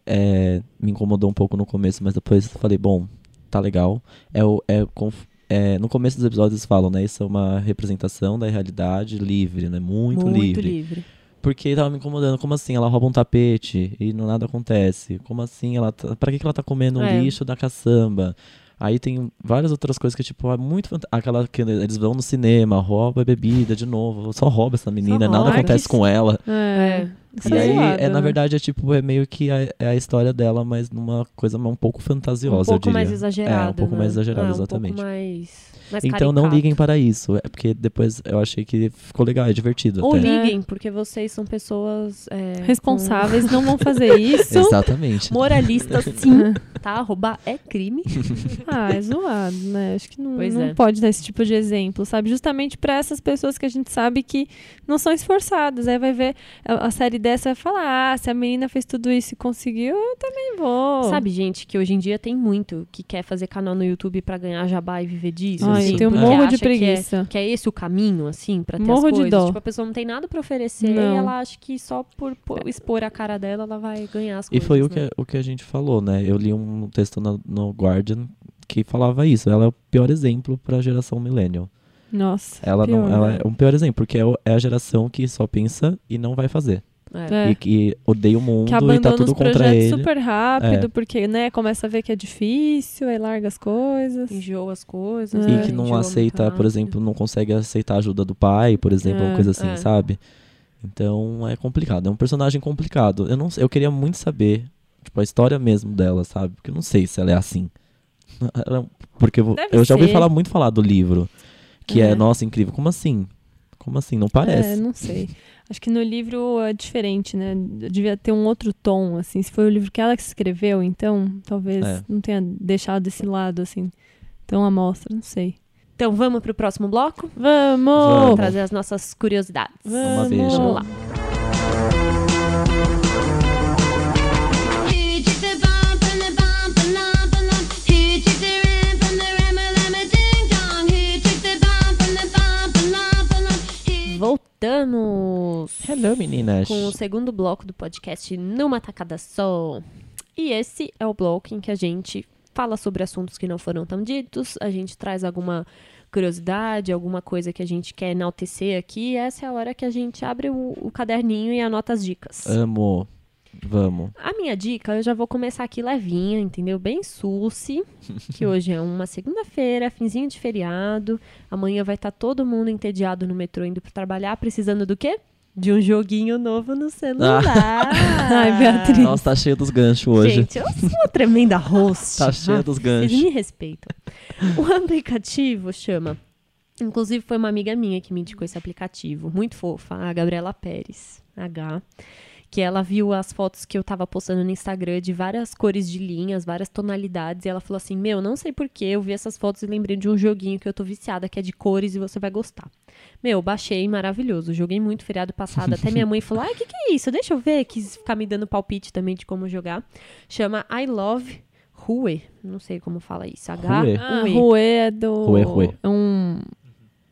[SPEAKER 3] é, me incomodou um pouco no começo, mas depois eu falei, bom, tá legal. É, o- é, conf- é, no começo dos episódios eles falam, né? Isso é uma representação da realidade livre, né? Muito, livre. Porque tava me incomodando. Como assim? Ela rouba um tapete e não nada acontece. Como assim? Ela tá... Pra que que ela tá comendo um
[SPEAKER 1] É.
[SPEAKER 3] lixo da caçamba? Aí tem várias outras coisas que, tipo, é muito fant... Aquela que eles vão no cinema, rouba bebida de novo. Só rouba essa menina, nada
[SPEAKER 1] rouba.
[SPEAKER 3] acontece
[SPEAKER 1] Ai, que Tá
[SPEAKER 3] com ela.
[SPEAKER 2] É. Isso
[SPEAKER 3] E aí,
[SPEAKER 2] zoado,
[SPEAKER 3] é, na
[SPEAKER 2] né?
[SPEAKER 3] verdade, é tipo, é meio que a, é a história dela, mas numa coisa um pouco
[SPEAKER 1] Um
[SPEAKER 3] fantasiosa, eu
[SPEAKER 1] pouco
[SPEAKER 3] diria.
[SPEAKER 1] mais exagerado.
[SPEAKER 3] É, um pouco
[SPEAKER 1] né?
[SPEAKER 3] mais exagerado,
[SPEAKER 1] É, um
[SPEAKER 3] exatamente.
[SPEAKER 1] Pouco mais, mais
[SPEAKER 3] Então não
[SPEAKER 1] caricato.
[SPEAKER 3] liguem para isso, é porque depois eu achei que ficou legal, é divertido
[SPEAKER 1] Ou
[SPEAKER 3] até.
[SPEAKER 2] li-
[SPEAKER 1] liguem, porque vocês são pessoas. é, com-
[SPEAKER 2] Responsáveis não vão fazer isso.
[SPEAKER 3] Exatamente.
[SPEAKER 1] Moralistas, sim, tá? Roubar é crime.
[SPEAKER 2] Ah, é zoado, né? Acho que não,
[SPEAKER 1] Pois
[SPEAKER 2] não
[SPEAKER 1] é.
[SPEAKER 2] pode dar esse tipo de exemplo, sabe? Justamente pra essas pessoas que a gente sabe que não são esforçadas. Aí vai ver a, a série dessa e vai falar: ah, se a menina fez tudo isso e conseguiu, eu também vou.
[SPEAKER 1] Sabe, gente, que hoje em dia tem muito que quer fazer canal no YouTube pra ganhar jabá e viver disso.
[SPEAKER 3] Ai,
[SPEAKER 1] assim,
[SPEAKER 2] eu tenho um
[SPEAKER 1] porque
[SPEAKER 2] morro
[SPEAKER 1] acha
[SPEAKER 2] de
[SPEAKER 1] que é-
[SPEAKER 2] preguiça.
[SPEAKER 1] Que é, esse o caminho, assim, pra ter
[SPEAKER 2] Morro
[SPEAKER 1] as
[SPEAKER 2] de
[SPEAKER 1] coisas.
[SPEAKER 2] dó.
[SPEAKER 1] Tipo, a pessoa não tem nada pra oferecer
[SPEAKER 2] Não. É.
[SPEAKER 1] e ela acha que só por, pô- expor a cara dela ela vai ganhar as
[SPEAKER 3] E
[SPEAKER 1] coisas.
[SPEAKER 3] foi
[SPEAKER 1] né?
[SPEAKER 3] o que, o que a gente falou, né? Eu li um texto no, no Guardian que falava isso. Ela é o pior exemplo para a geração millennial.
[SPEAKER 2] Nossa.
[SPEAKER 3] Ela, não,
[SPEAKER 2] pior,
[SPEAKER 3] ela
[SPEAKER 2] né?
[SPEAKER 3] é um pior exemplo, porque é, o- é a geração que só pensa e não vai fazer.
[SPEAKER 1] É.
[SPEAKER 2] É.
[SPEAKER 3] E que odeia o mundo
[SPEAKER 2] que
[SPEAKER 3] e tá
[SPEAKER 2] abandona
[SPEAKER 3] tudo
[SPEAKER 2] os
[SPEAKER 3] contra
[SPEAKER 2] projetos
[SPEAKER 3] ele.
[SPEAKER 2] super rápido,
[SPEAKER 3] É.
[SPEAKER 2] porque, né, começa a ver que é difícil, aí larga as coisas.
[SPEAKER 1] É. Enjoa as coisas.
[SPEAKER 2] É.
[SPEAKER 1] né?
[SPEAKER 3] E que não
[SPEAKER 1] Enjoa
[SPEAKER 3] aceita,
[SPEAKER 1] muito
[SPEAKER 3] por
[SPEAKER 1] rápido.
[SPEAKER 3] exemplo, não consegue aceitar a ajuda do pai, por exemplo,
[SPEAKER 2] É,
[SPEAKER 3] uma coisa assim,
[SPEAKER 1] é.
[SPEAKER 3] sabe? Então é complicado. É um personagem complicado. Eu não sei- eu queria muito saber, tipo, a história mesmo dela, sabe? Porque eu não sei se ela é assim. Ela- Porque eu,
[SPEAKER 2] Deve
[SPEAKER 3] eu já ouvi
[SPEAKER 2] ser.
[SPEAKER 3] falar muito falar do livro. Que é,
[SPEAKER 2] É.
[SPEAKER 3] nossa, incrível. Como assim? Como assim? Não parece.
[SPEAKER 2] É, não sei. Acho que no livro é diferente, né? Devia ter um outro tom, assim. Se foi o livro que ela que escreveu, então talvez
[SPEAKER 3] É.
[SPEAKER 2] não tenha deixado esse lado, assim, tão à mostra, não sei.
[SPEAKER 1] Então vamos pro próximo bloco?
[SPEAKER 2] Vamos!
[SPEAKER 3] Vamos.
[SPEAKER 1] Trazer as nossas curiosidades.
[SPEAKER 3] Vamos ver,
[SPEAKER 2] Então,
[SPEAKER 1] Vamos lá.
[SPEAKER 5] Who took the bomb from the bomb from lump and lump? Who took the ram from the ram a lam a ding dong? Who took the bomb from the bomb from lump and lump? Who
[SPEAKER 1] Voltamos
[SPEAKER 3] Hello, meninas.
[SPEAKER 1] com o segundo bloco do podcast Numa Tacada Só. E esse é o bloco em que a gente fala sobre assuntos que não foram tão ditos, a gente traz alguma curiosidade, alguma coisa que a gente quer enaltecer aqui. E essa é a hora que a gente abre o, o caderninho e anota as dicas.
[SPEAKER 3] Amo. Vamos.
[SPEAKER 1] A minha dica, eu já vou começar aqui levinha, entendeu? Bem suci, que hoje é uma segunda-feira, finzinho de feriado. Amanhã vai estar todo mundo entediado no metrô indo para trabalhar, precisando do quê? De um joguinho novo
[SPEAKER 3] Ah,
[SPEAKER 1] no celular.
[SPEAKER 2] Ai, Beatriz.
[SPEAKER 3] Nossa, tá cheio dos ganchos hoje.
[SPEAKER 1] Gente, eu sou uma tremenda host.
[SPEAKER 3] Tá cheia
[SPEAKER 1] Ah,
[SPEAKER 3] dos
[SPEAKER 1] Vocês
[SPEAKER 3] ganchos.
[SPEAKER 1] me respeitam. O aplicativo chama. Inclusive, foi uma amiga minha que me indicou esse aplicativo. Muito fofa, a Gabriela Pérez, H. Que ela viu as fotos que eu tava postando no Instagram de várias cores de linhas, várias tonalidades. E ela falou assim: Meu, não sei porquê, eu vi essas fotos e lembrei de um joguinho que eu tô viciada, que é de cores e você vai gostar. Meu, baixei, maravilhoso. Joguei muito feriado passado. Até minha mãe falou: Ai, o que, que é isso? Deixa eu ver. Quis ficar me dando palpite também de como jogar. Chama I Love Rue. Não sei como fala isso. H.
[SPEAKER 3] Rue.
[SPEAKER 2] Ah,
[SPEAKER 1] Rue.
[SPEAKER 2] Rue é do...
[SPEAKER 3] Rue, Rue.
[SPEAKER 2] É um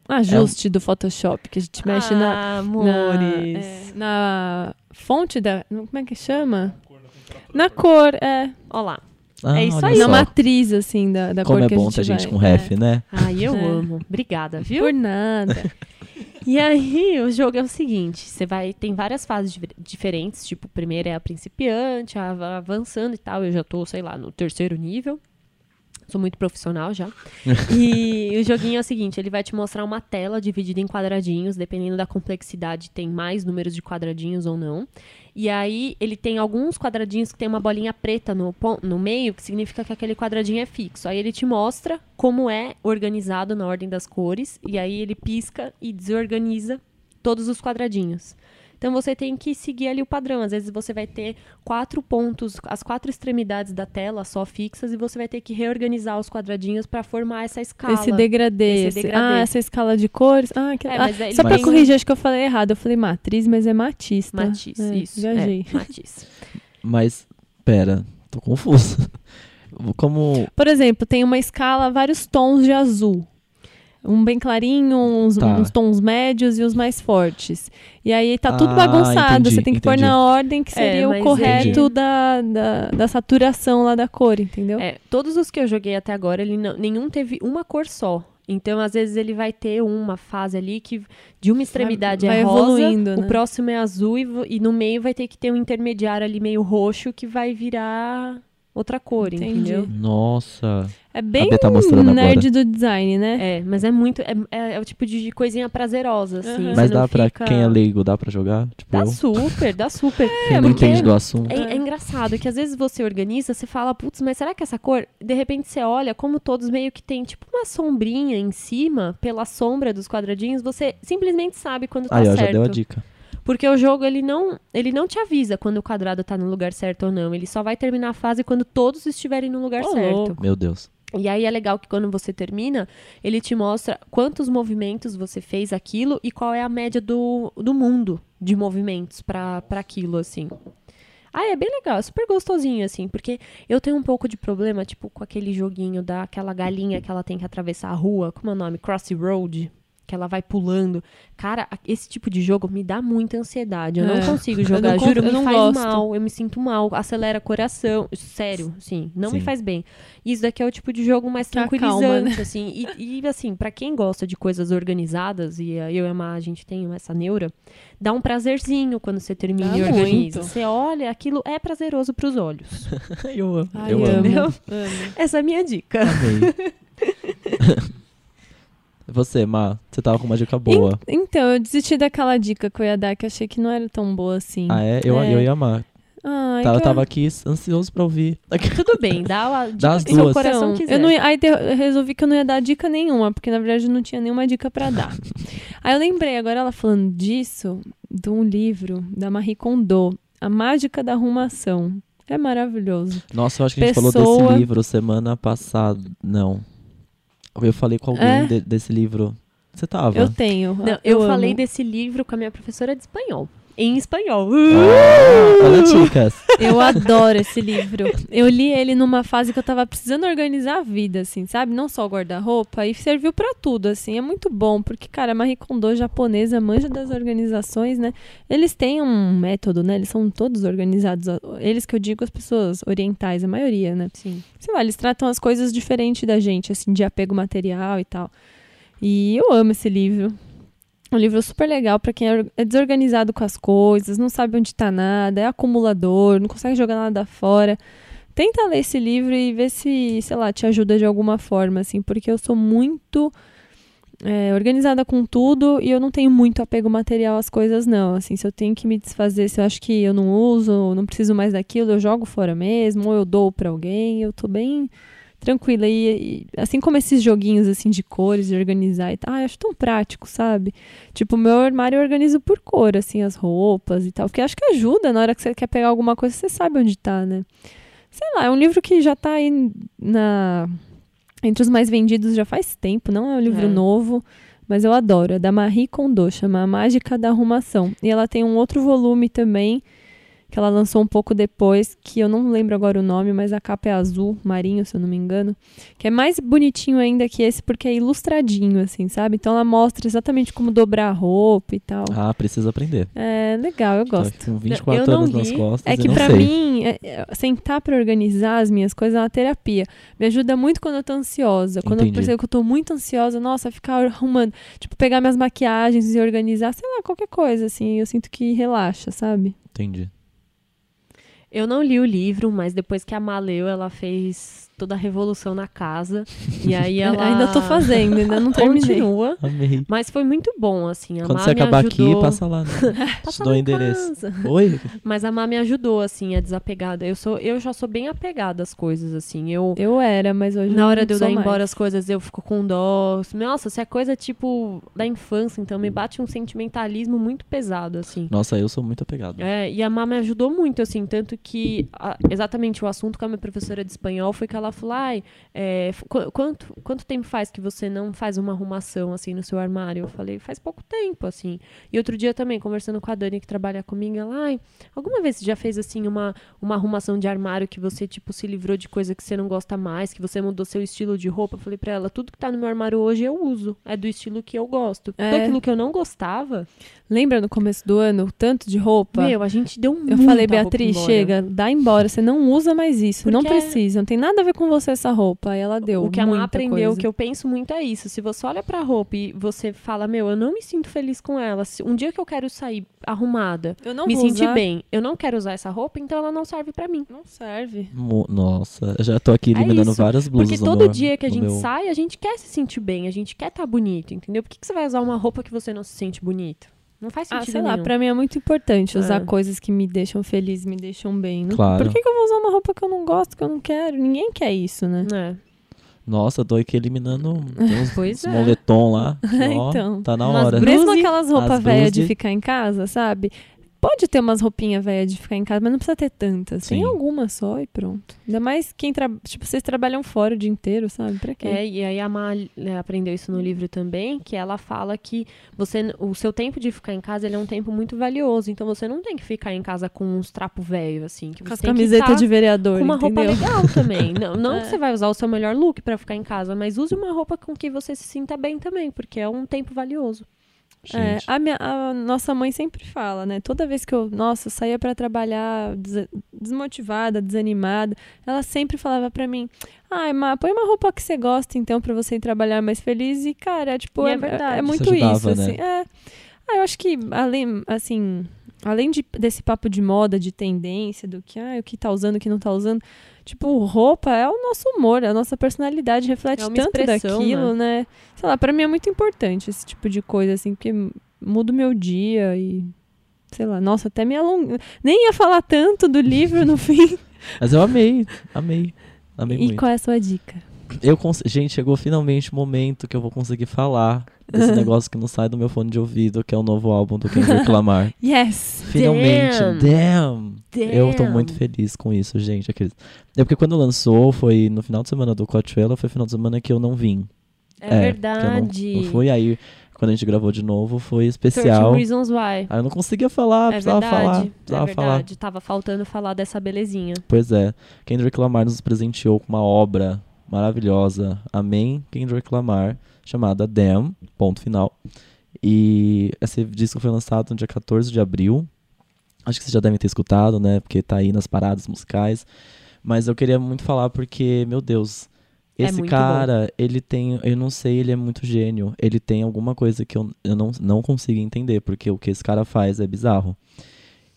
[SPEAKER 2] ajuste do Photoshop que a gente mexe na...
[SPEAKER 1] Ah,
[SPEAKER 2] Na,
[SPEAKER 1] Amores.
[SPEAKER 2] é, na fonte da... Como é que chama? Na cor, é.
[SPEAKER 1] Olha lá.
[SPEAKER 3] Ah,
[SPEAKER 1] É isso
[SPEAKER 3] olha
[SPEAKER 1] aí.
[SPEAKER 2] Na
[SPEAKER 3] só.
[SPEAKER 2] matriz, assim, da, da
[SPEAKER 3] Como
[SPEAKER 2] cor
[SPEAKER 3] é
[SPEAKER 2] que
[SPEAKER 3] bom
[SPEAKER 2] a gente
[SPEAKER 3] ter gente
[SPEAKER 2] vai.
[SPEAKER 3] com ref, né?
[SPEAKER 1] Ai, eu
[SPEAKER 2] É.
[SPEAKER 1] amo. Obrigada,
[SPEAKER 2] É.
[SPEAKER 1] viu?
[SPEAKER 2] Por nada.
[SPEAKER 1] E aí, o jogo é o seguinte: você vai. Tem várias fases di- diferentes. Tipo, primeiro é a principiante, a va- avançando e tal. Eu já tô, sei lá, no terceiro nível. Sou muito profissional já. E o joguinho é o seguinte: ele vai te mostrar uma tela dividida em quadradinhos, dependendo da complexidade, tem mais números de quadradinhos ou não. E aí, ele tem alguns quadradinhos que tem uma bolinha preta no, pon- no meio, que significa que aquele quadradinho é fixo. Aí ele te mostra como é organizado na ordem das cores, e aí ele pisca e desorganiza todos os quadradinhos. Então você tem que seguir ali o padrão. Às vezes você vai ter quatro pontos, as quatro extremidades da tela só fixas, e você vai ter que reorganizar os quadradinhos para formar essa escala.
[SPEAKER 2] Esse degradê.
[SPEAKER 1] Esse
[SPEAKER 2] esse-
[SPEAKER 1] degradê.
[SPEAKER 2] Ah, essa escala de cores. Ah, que...
[SPEAKER 1] É,
[SPEAKER 2] ah,
[SPEAKER 1] mas aí
[SPEAKER 2] só pra
[SPEAKER 3] tem-
[SPEAKER 2] corrigir, acho que eu falei errado. Eu falei matriz, mas é matista.
[SPEAKER 1] Matiz,
[SPEAKER 2] É,
[SPEAKER 1] isso.
[SPEAKER 2] Viajei.
[SPEAKER 1] É, matiz.
[SPEAKER 3] Mas, pera, tô confuso. Como.
[SPEAKER 2] Por exemplo, tem uma escala, vários tons de azul. Um bem clarinho, uns,
[SPEAKER 3] Tá.
[SPEAKER 2] uns tons médios e os mais fortes. E aí tá tudo
[SPEAKER 3] Ah,
[SPEAKER 2] bagunçado.
[SPEAKER 3] entendi,
[SPEAKER 2] você tem que pôr
[SPEAKER 3] entendi.
[SPEAKER 2] na ordem que
[SPEAKER 1] É,
[SPEAKER 2] seria
[SPEAKER 1] mas
[SPEAKER 2] o
[SPEAKER 1] é-
[SPEAKER 2] correto da, da, da saturação lá da cor, entendeu?
[SPEAKER 1] É, todos os que eu joguei até agora, ele não- nenhum teve uma cor só. Então, às vezes, ele vai ter uma fase ali que de uma extremidade
[SPEAKER 2] vai
[SPEAKER 1] é rosa,
[SPEAKER 2] evoluindo,
[SPEAKER 1] o
[SPEAKER 2] né?
[SPEAKER 1] próximo é azul e, vo- e no meio vai ter que ter um intermediário ali meio roxo que vai virar outra cor,
[SPEAKER 2] Entendi.
[SPEAKER 1] entendeu?
[SPEAKER 3] Nossa.
[SPEAKER 2] É bem
[SPEAKER 3] Bê tá mostrando
[SPEAKER 2] nerd do design, né?
[SPEAKER 1] É, mas é muito. É, é- é o tipo de coisinha prazerosa, assim.
[SPEAKER 2] Aham.
[SPEAKER 1] você
[SPEAKER 3] Mas
[SPEAKER 1] não
[SPEAKER 3] dá pra
[SPEAKER 1] fica-
[SPEAKER 3] quem é leigo, dá pra jogar? Tipo,
[SPEAKER 1] Dá
[SPEAKER 3] eu?
[SPEAKER 1] super, dá super.
[SPEAKER 2] É,
[SPEAKER 3] quem não
[SPEAKER 1] porque-
[SPEAKER 3] entende do assunto.
[SPEAKER 1] É, é engraçado que às vezes você organiza, você fala, putz, mas será que essa cor? De repente você olha, como todos meio que tem tipo uma sombrinha em cima, pela sombra dos quadradinhos, você simplesmente sabe quando tá
[SPEAKER 3] Aí, ó,
[SPEAKER 1] certo.
[SPEAKER 3] já deu a dica.
[SPEAKER 1] Porque o jogo ele não, ele não te avisa quando o quadrado tá no lugar certo ou não. Ele só vai terminar a fase quando todos estiverem no lugar
[SPEAKER 2] Ô,
[SPEAKER 1] certo.
[SPEAKER 2] louco.
[SPEAKER 3] Meu Deus.
[SPEAKER 1] E aí é legal que quando você termina, ele te mostra quantos movimentos você fez aquilo e qual é a média do, do mundo de movimentos pra pra aquilo, assim. Ah, é bem legal, é super gostosinho, assim, porque eu tenho um pouco de problema, tipo, com aquele joguinho daquela galinha que ela tem que atravessar a rua, como é o nome? Crossroad, que ela vai pulando. Cara, a- esse tipo de jogo me dá muita ansiedade, eu não
[SPEAKER 2] É.
[SPEAKER 1] consigo
[SPEAKER 2] Eu
[SPEAKER 1] jogar,
[SPEAKER 2] não con-
[SPEAKER 1] juro,
[SPEAKER 2] eu
[SPEAKER 1] me
[SPEAKER 2] não
[SPEAKER 1] faz
[SPEAKER 2] gosto.
[SPEAKER 1] mal, eu me sinto mal, acelera o coração, sério, sim, não me
[SPEAKER 3] Sim.
[SPEAKER 1] faz bem. Isso daqui é o tipo de jogo mais
[SPEAKER 2] Que acalma,
[SPEAKER 1] tranquilizante, assim. E, e, assim, pra quem gosta de coisas organizadas, e eh, eu e a Má, a gente tem essa neura, dá um prazerzinho quando você termina
[SPEAKER 2] Dá
[SPEAKER 1] e organiza.
[SPEAKER 2] muito.
[SPEAKER 1] Você olha, aquilo é prazeroso pros olhos.
[SPEAKER 3] eu amo.
[SPEAKER 2] Ai,
[SPEAKER 3] eu
[SPEAKER 2] amo.
[SPEAKER 3] amo.
[SPEAKER 2] Amo.
[SPEAKER 1] Essa é a minha dica.
[SPEAKER 3] Amei. Você, Má, você tava com uma dica boa.
[SPEAKER 2] En- Então, eu desisti daquela dica que eu ia dar, que eu achei que não era tão boa assim.
[SPEAKER 3] Ah, é? Eu,
[SPEAKER 2] É. Ah, então,
[SPEAKER 3] eu ia amar.
[SPEAKER 2] Ai,
[SPEAKER 3] Tá, eu
[SPEAKER 2] que
[SPEAKER 3] tava aqui ansioso pra ouvir.
[SPEAKER 1] Tudo bem, dá a dica
[SPEAKER 3] as
[SPEAKER 1] que seu
[SPEAKER 3] duas.
[SPEAKER 1] coração quiser.
[SPEAKER 2] eu não ia- aí te- eu resolvi que eu não ia dar dica nenhuma, porque na verdade eu não tinha nenhuma dica pra dar. aí eu lembrei, agora ela falando disso, de um livro da Marie Kondo, A Mágica da Arrumação. É maravilhoso.
[SPEAKER 3] Nossa, eu acho que a gente falou
[SPEAKER 2] Pessoa.
[SPEAKER 3] desse livro semana passada. Não. Eu falei com alguém
[SPEAKER 2] É?
[SPEAKER 3] de- desse livro. Você tava?
[SPEAKER 2] Eu tenho.
[SPEAKER 1] Não,
[SPEAKER 2] ah,
[SPEAKER 1] eu
[SPEAKER 2] amo.
[SPEAKER 1] falei desse livro com a minha professora de espanhol. Em espanhol.
[SPEAKER 3] Ah, olha as dicas.
[SPEAKER 2] Eu adoro esse livro. Eu li ele numa fase que eu tava precisando organizar a vida, assim, sabe? Não só o guarda-roupa, e serviu pra tudo, assim. É muito bom, porque, cara, a Marie Kondo japonesa manja das organizações, né? Eles têm um método, né? Eles são todos organizados. Eles que eu digo, as pessoas orientais, a maioria, né?
[SPEAKER 1] Sim.
[SPEAKER 2] sei lá, eles tratam as coisas diferente da gente, assim, de apego material e tal. E eu amo esse livro. É Um livro super legal pra quem é or- é desorganizado com as coisas, não sabe onde tá nada, é acumulador, não consegue jogar nada fora. Tenta ler esse livro e ver se, sei lá, te ajuda de alguma forma, assim, porque eu sou muito é, organizada com tudo e eu não tenho muito apego material às coisas, não. Assim, se eu tenho que me desfazer, se eu acho que eu não uso, eu não preciso mais daquilo, eu jogo fora mesmo, ou eu dou pra alguém, eu tô bem tranquila. E, e assim como esses joguinhos, assim, de cores, de organizar e tal, ah, eu acho tão prático, sabe? Tipo, meu armário eu organizo por cor, assim, as roupas e tal, porque acho que ajuda na hora que você quer pegar alguma coisa, você sabe onde tá, né? Sei lá, é um livro que já tá aí na... Entre os mais vendidos já faz tempo, não é um livro
[SPEAKER 1] É.
[SPEAKER 2] novo. Mas eu adoro. É da Marie Kondo, chama A Mágica da Arrumação. E ela tem um outro volume também, que ela lançou um pouco depois, que eu não lembro agora o nome, mas a capa é azul, marinho, se eu não me engano. Que é mais bonitinho ainda que esse, porque é ilustradinho, assim, sabe? Então ela mostra exatamente como dobrar a roupa e tal.
[SPEAKER 3] Ah, precisa aprender.
[SPEAKER 2] É legal, eu gosto.
[SPEAKER 3] Tô com 24
[SPEAKER 1] Eu não
[SPEAKER 3] anos nas
[SPEAKER 1] li.
[SPEAKER 3] costas
[SPEAKER 2] É
[SPEAKER 3] e
[SPEAKER 2] que
[SPEAKER 3] não
[SPEAKER 2] pra
[SPEAKER 3] sei.
[SPEAKER 2] mim, é- é- sentar pra organizar as minhas coisas é uma terapia. Me ajuda muito quando eu tô ansiosa. Quando eu
[SPEAKER 3] Entendi.
[SPEAKER 2] percebo que eu tô muito ansiosa, nossa, ficar arrumando. Tipo, pegar minhas maquiagens e organizar, sei lá, qualquer coisa, assim. Eu sinto que relaxa, sabe?
[SPEAKER 3] Entendi.
[SPEAKER 1] Eu não li o livro, mas depois que a Má leu, ela fez toda a revolução na casa. E aí ela.
[SPEAKER 2] Ainda tô fazendo, ainda não terminei.
[SPEAKER 1] Continua.
[SPEAKER 3] Amei.
[SPEAKER 1] Mas foi muito bom, assim. A
[SPEAKER 3] Quando
[SPEAKER 1] Má
[SPEAKER 3] você
[SPEAKER 1] me
[SPEAKER 3] acabar
[SPEAKER 1] ajudou...
[SPEAKER 3] aqui, passa lá. Né? Te
[SPEAKER 1] Passa
[SPEAKER 3] dou o
[SPEAKER 1] lá em
[SPEAKER 3] endereço.
[SPEAKER 1] casa.
[SPEAKER 3] Oi?
[SPEAKER 1] Mas a Má me ajudou, assim, a desapegada. Eu, sou, eu já sou bem apegada às coisas, assim. Eu,
[SPEAKER 2] Eu era, mas hoje
[SPEAKER 1] na hora de eu
[SPEAKER 2] sou
[SPEAKER 1] dar
[SPEAKER 2] mais.
[SPEAKER 1] embora as coisas, eu fico com dó. Nossa, se é coisa, tipo, da infância, então
[SPEAKER 3] Hum.
[SPEAKER 1] me bate um sentimentalismo muito pesado, assim.
[SPEAKER 3] Nossa, eu sou muito apegado.
[SPEAKER 1] É, e a Má me ajudou muito, assim, tanto tanto que a- exatamente o assunto com a minha professora de espanhol foi que ela falou: Ai, é, f- qu- quanto, quanto tempo faz que você não faz uma arrumação assim no seu armário? Eu falei, faz pouco tempo, assim. E outro dia também, conversando com a Dani, que trabalha comigo, ela, ai, alguma vez você já fez assim uma, uma arrumação de armário que você, tipo, se livrou de coisa que você não gosta mais, que você mudou seu estilo de roupa? Eu falei pra ela, tudo que tá no meu armário hoje eu uso. É do estilo que eu gosto.
[SPEAKER 2] É.
[SPEAKER 1] Tudo aquilo que eu não gostava,
[SPEAKER 2] Lembra no começo do ano, o tanto de roupa?
[SPEAKER 1] meu, a gente deu um.
[SPEAKER 2] eu falei, Beatriz, chega, dá embora, você não usa mais isso, não
[SPEAKER 1] Porque-
[SPEAKER 2] precisa, não tem nada a ver com você essa roupa. Aí ela deu.
[SPEAKER 1] O que a Má
[SPEAKER 2] muita
[SPEAKER 1] aprendeu,
[SPEAKER 2] coisa.
[SPEAKER 1] o que eu penso muito é isso. Se você olha pra roupa e você fala, meu, eu não me sinto feliz com ela. Se- Um dia que eu quero sair arrumada,
[SPEAKER 2] eu não
[SPEAKER 1] me
[SPEAKER 2] vou
[SPEAKER 1] sentir
[SPEAKER 2] usar,
[SPEAKER 1] bem, eu não quero usar essa roupa, então ela não serve pra mim.
[SPEAKER 2] Não serve.
[SPEAKER 3] Mo- Nossa, eu já tô aqui
[SPEAKER 1] É
[SPEAKER 3] eliminando
[SPEAKER 1] isso,
[SPEAKER 3] várias blusas.
[SPEAKER 1] Porque
[SPEAKER 3] no
[SPEAKER 1] todo
[SPEAKER 3] meu-
[SPEAKER 1] dia que a
[SPEAKER 3] no
[SPEAKER 1] gente
[SPEAKER 3] meu-
[SPEAKER 1] sai, a gente quer se sentir bem, a gente quer estar bonito, entendeu? Por que, que você vai usar uma roupa que você não se sente bonito? Não faz sentido
[SPEAKER 2] Ah, sei lá,
[SPEAKER 1] nenhum.
[SPEAKER 2] pra mim é muito importante usar
[SPEAKER 1] É.
[SPEAKER 2] coisas que me deixam feliz, me deixam bem.
[SPEAKER 1] né?
[SPEAKER 2] Não-
[SPEAKER 3] Claro.
[SPEAKER 2] Por que, que eu vou usar uma roupa que eu não gosto, que eu não quero? Ninguém quer isso, né?
[SPEAKER 1] É.
[SPEAKER 3] Nossa, eu tô aqui eliminando tem uns,
[SPEAKER 1] Pois
[SPEAKER 3] uns
[SPEAKER 1] é.
[SPEAKER 3] moletom lá.
[SPEAKER 2] É,
[SPEAKER 3] Ó,
[SPEAKER 2] então.
[SPEAKER 3] Tá na
[SPEAKER 1] Umas
[SPEAKER 3] hora.
[SPEAKER 1] bru-
[SPEAKER 2] Mesmo
[SPEAKER 1] Blusa e-
[SPEAKER 2] aquelas roupas
[SPEAKER 3] as
[SPEAKER 2] velhas
[SPEAKER 3] blusas
[SPEAKER 2] de
[SPEAKER 3] de-
[SPEAKER 2] ficar em casa, sabe? Pode ter umas roupinhas velhas de ficar em casa, mas não precisa ter tantas. Tem
[SPEAKER 3] Sim.
[SPEAKER 2] alguma só e pronto. Ainda mais quem trabalha. Tipo, vocês trabalham fora o dia inteiro, sabe? Pra quê?
[SPEAKER 1] É, e aí a Má né, aprendeu isso no livro também, que ela fala que você, o seu tempo de ficar em casa ele é um tempo muito valioso. Então você não tem que ficar em casa com uns trapos velhos, assim. Que
[SPEAKER 2] Com
[SPEAKER 1] você
[SPEAKER 2] as
[SPEAKER 1] tem que
[SPEAKER 2] camisetas
[SPEAKER 1] tá
[SPEAKER 2] de vereador,
[SPEAKER 1] com uma roupa
[SPEAKER 2] entendeu?
[SPEAKER 1] legal também. Não, não
[SPEAKER 2] É.
[SPEAKER 1] que você vai usar o seu melhor look pra ficar em casa, mas use uma roupa com que você se sinta bem também, porque é um tempo valioso.
[SPEAKER 2] É,
[SPEAKER 3] Gente,
[SPEAKER 2] a, minha- a nossa mãe sempre fala, né? Toda vez que eu, nossa, eu saía pra trabalhar des- desmotivada, desanimada, ela sempre falava pra mim: "Ai, Má, põe uma roupa que você gosta então pra você ir trabalhar mais feliz". E cara, tipo,
[SPEAKER 1] E é
[SPEAKER 2] é, é
[SPEAKER 1] verdade.
[SPEAKER 2] muito
[SPEAKER 3] Isso ajudava,
[SPEAKER 2] isso,
[SPEAKER 3] né?
[SPEAKER 2] assim. É. Ah, eu acho que além, assim, além de- desse papo de moda, de tendência, do que, ah, o que tá usando, o que não tá usando, tipo, roupa é o nosso humor, é a nossa personalidade, reflete
[SPEAKER 1] É uma
[SPEAKER 2] tanto
[SPEAKER 1] expressão,
[SPEAKER 2] daquilo, né? Sei lá, pra mim é muito importante esse tipo de coisa, assim, porque muda o meu dia e. Sei lá, nossa, até me alonguei. Nem ia falar tanto do livro no fim.
[SPEAKER 1] é.
[SPEAKER 3] Mas eu amei, amei. Amei
[SPEAKER 2] e
[SPEAKER 3] muito.
[SPEAKER 2] qual é a sua dica?
[SPEAKER 3] Eu cons- Gente, chegou finalmente o momento que eu vou conseguir falar desse negócio que não sai do meu fone de ouvido, que é o novo álbum do Quem Reclamar.
[SPEAKER 2] Yes!
[SPEAKER 3] Finalmente, damn. Eu tô
[SPEAKER 1] Damn.
[SPEAKER 3] muito feliz com isso, gente. aqueles- É porque quando lançou, foi no final de semana do Coachella, foi final de semana que eu não vim.
[SPEAKER 1] É,
[SPEAKER 3] que eu não-
[SPEAKER 1] verdade.
[SPEAKER 3] Não, foi aí, quando a gente gravou de novo, foi
[SPEAKER 1] 13
[SPEAKER 3] especial.
[SPEAKER 1] Reasons Why.
[SPEAKER 3] Aí eu não conseguia falar,
[SPEAKER 1] é
[SPEAKER 3] precisava
[SPEAKER 1] verdade.
[SPEAKER 3] falar,
[SPEAKER 1] é
[SPEAKER 3] precisava falar.
[SPEAKER 1] verdade. Tava faltando falar dessa belezinha.
[SPEAKER 3] Pois é, Kendrick Lamar nos presenteou com uma obra maravilhosa, Amém, Kendrick Lamar, chamada Damn, ponto final. E esse disco foi lançado no dia 14 de abril. Acho que vocês já devem ter escutado, né? Porque tá aí nas paradas musicais. Mas eu queria muito falar porque, meu Deus,
[SPEAKER 1] É
[SPEAKER 3] esse
[SPEAKER 1] muito
[SPEAKER 3] cara, ele tem, eu não sei, ele é muito gênio. Ele tem alguma coisa que eu, eu não, não consigo entender, porque o que esse cara faz é bizarro.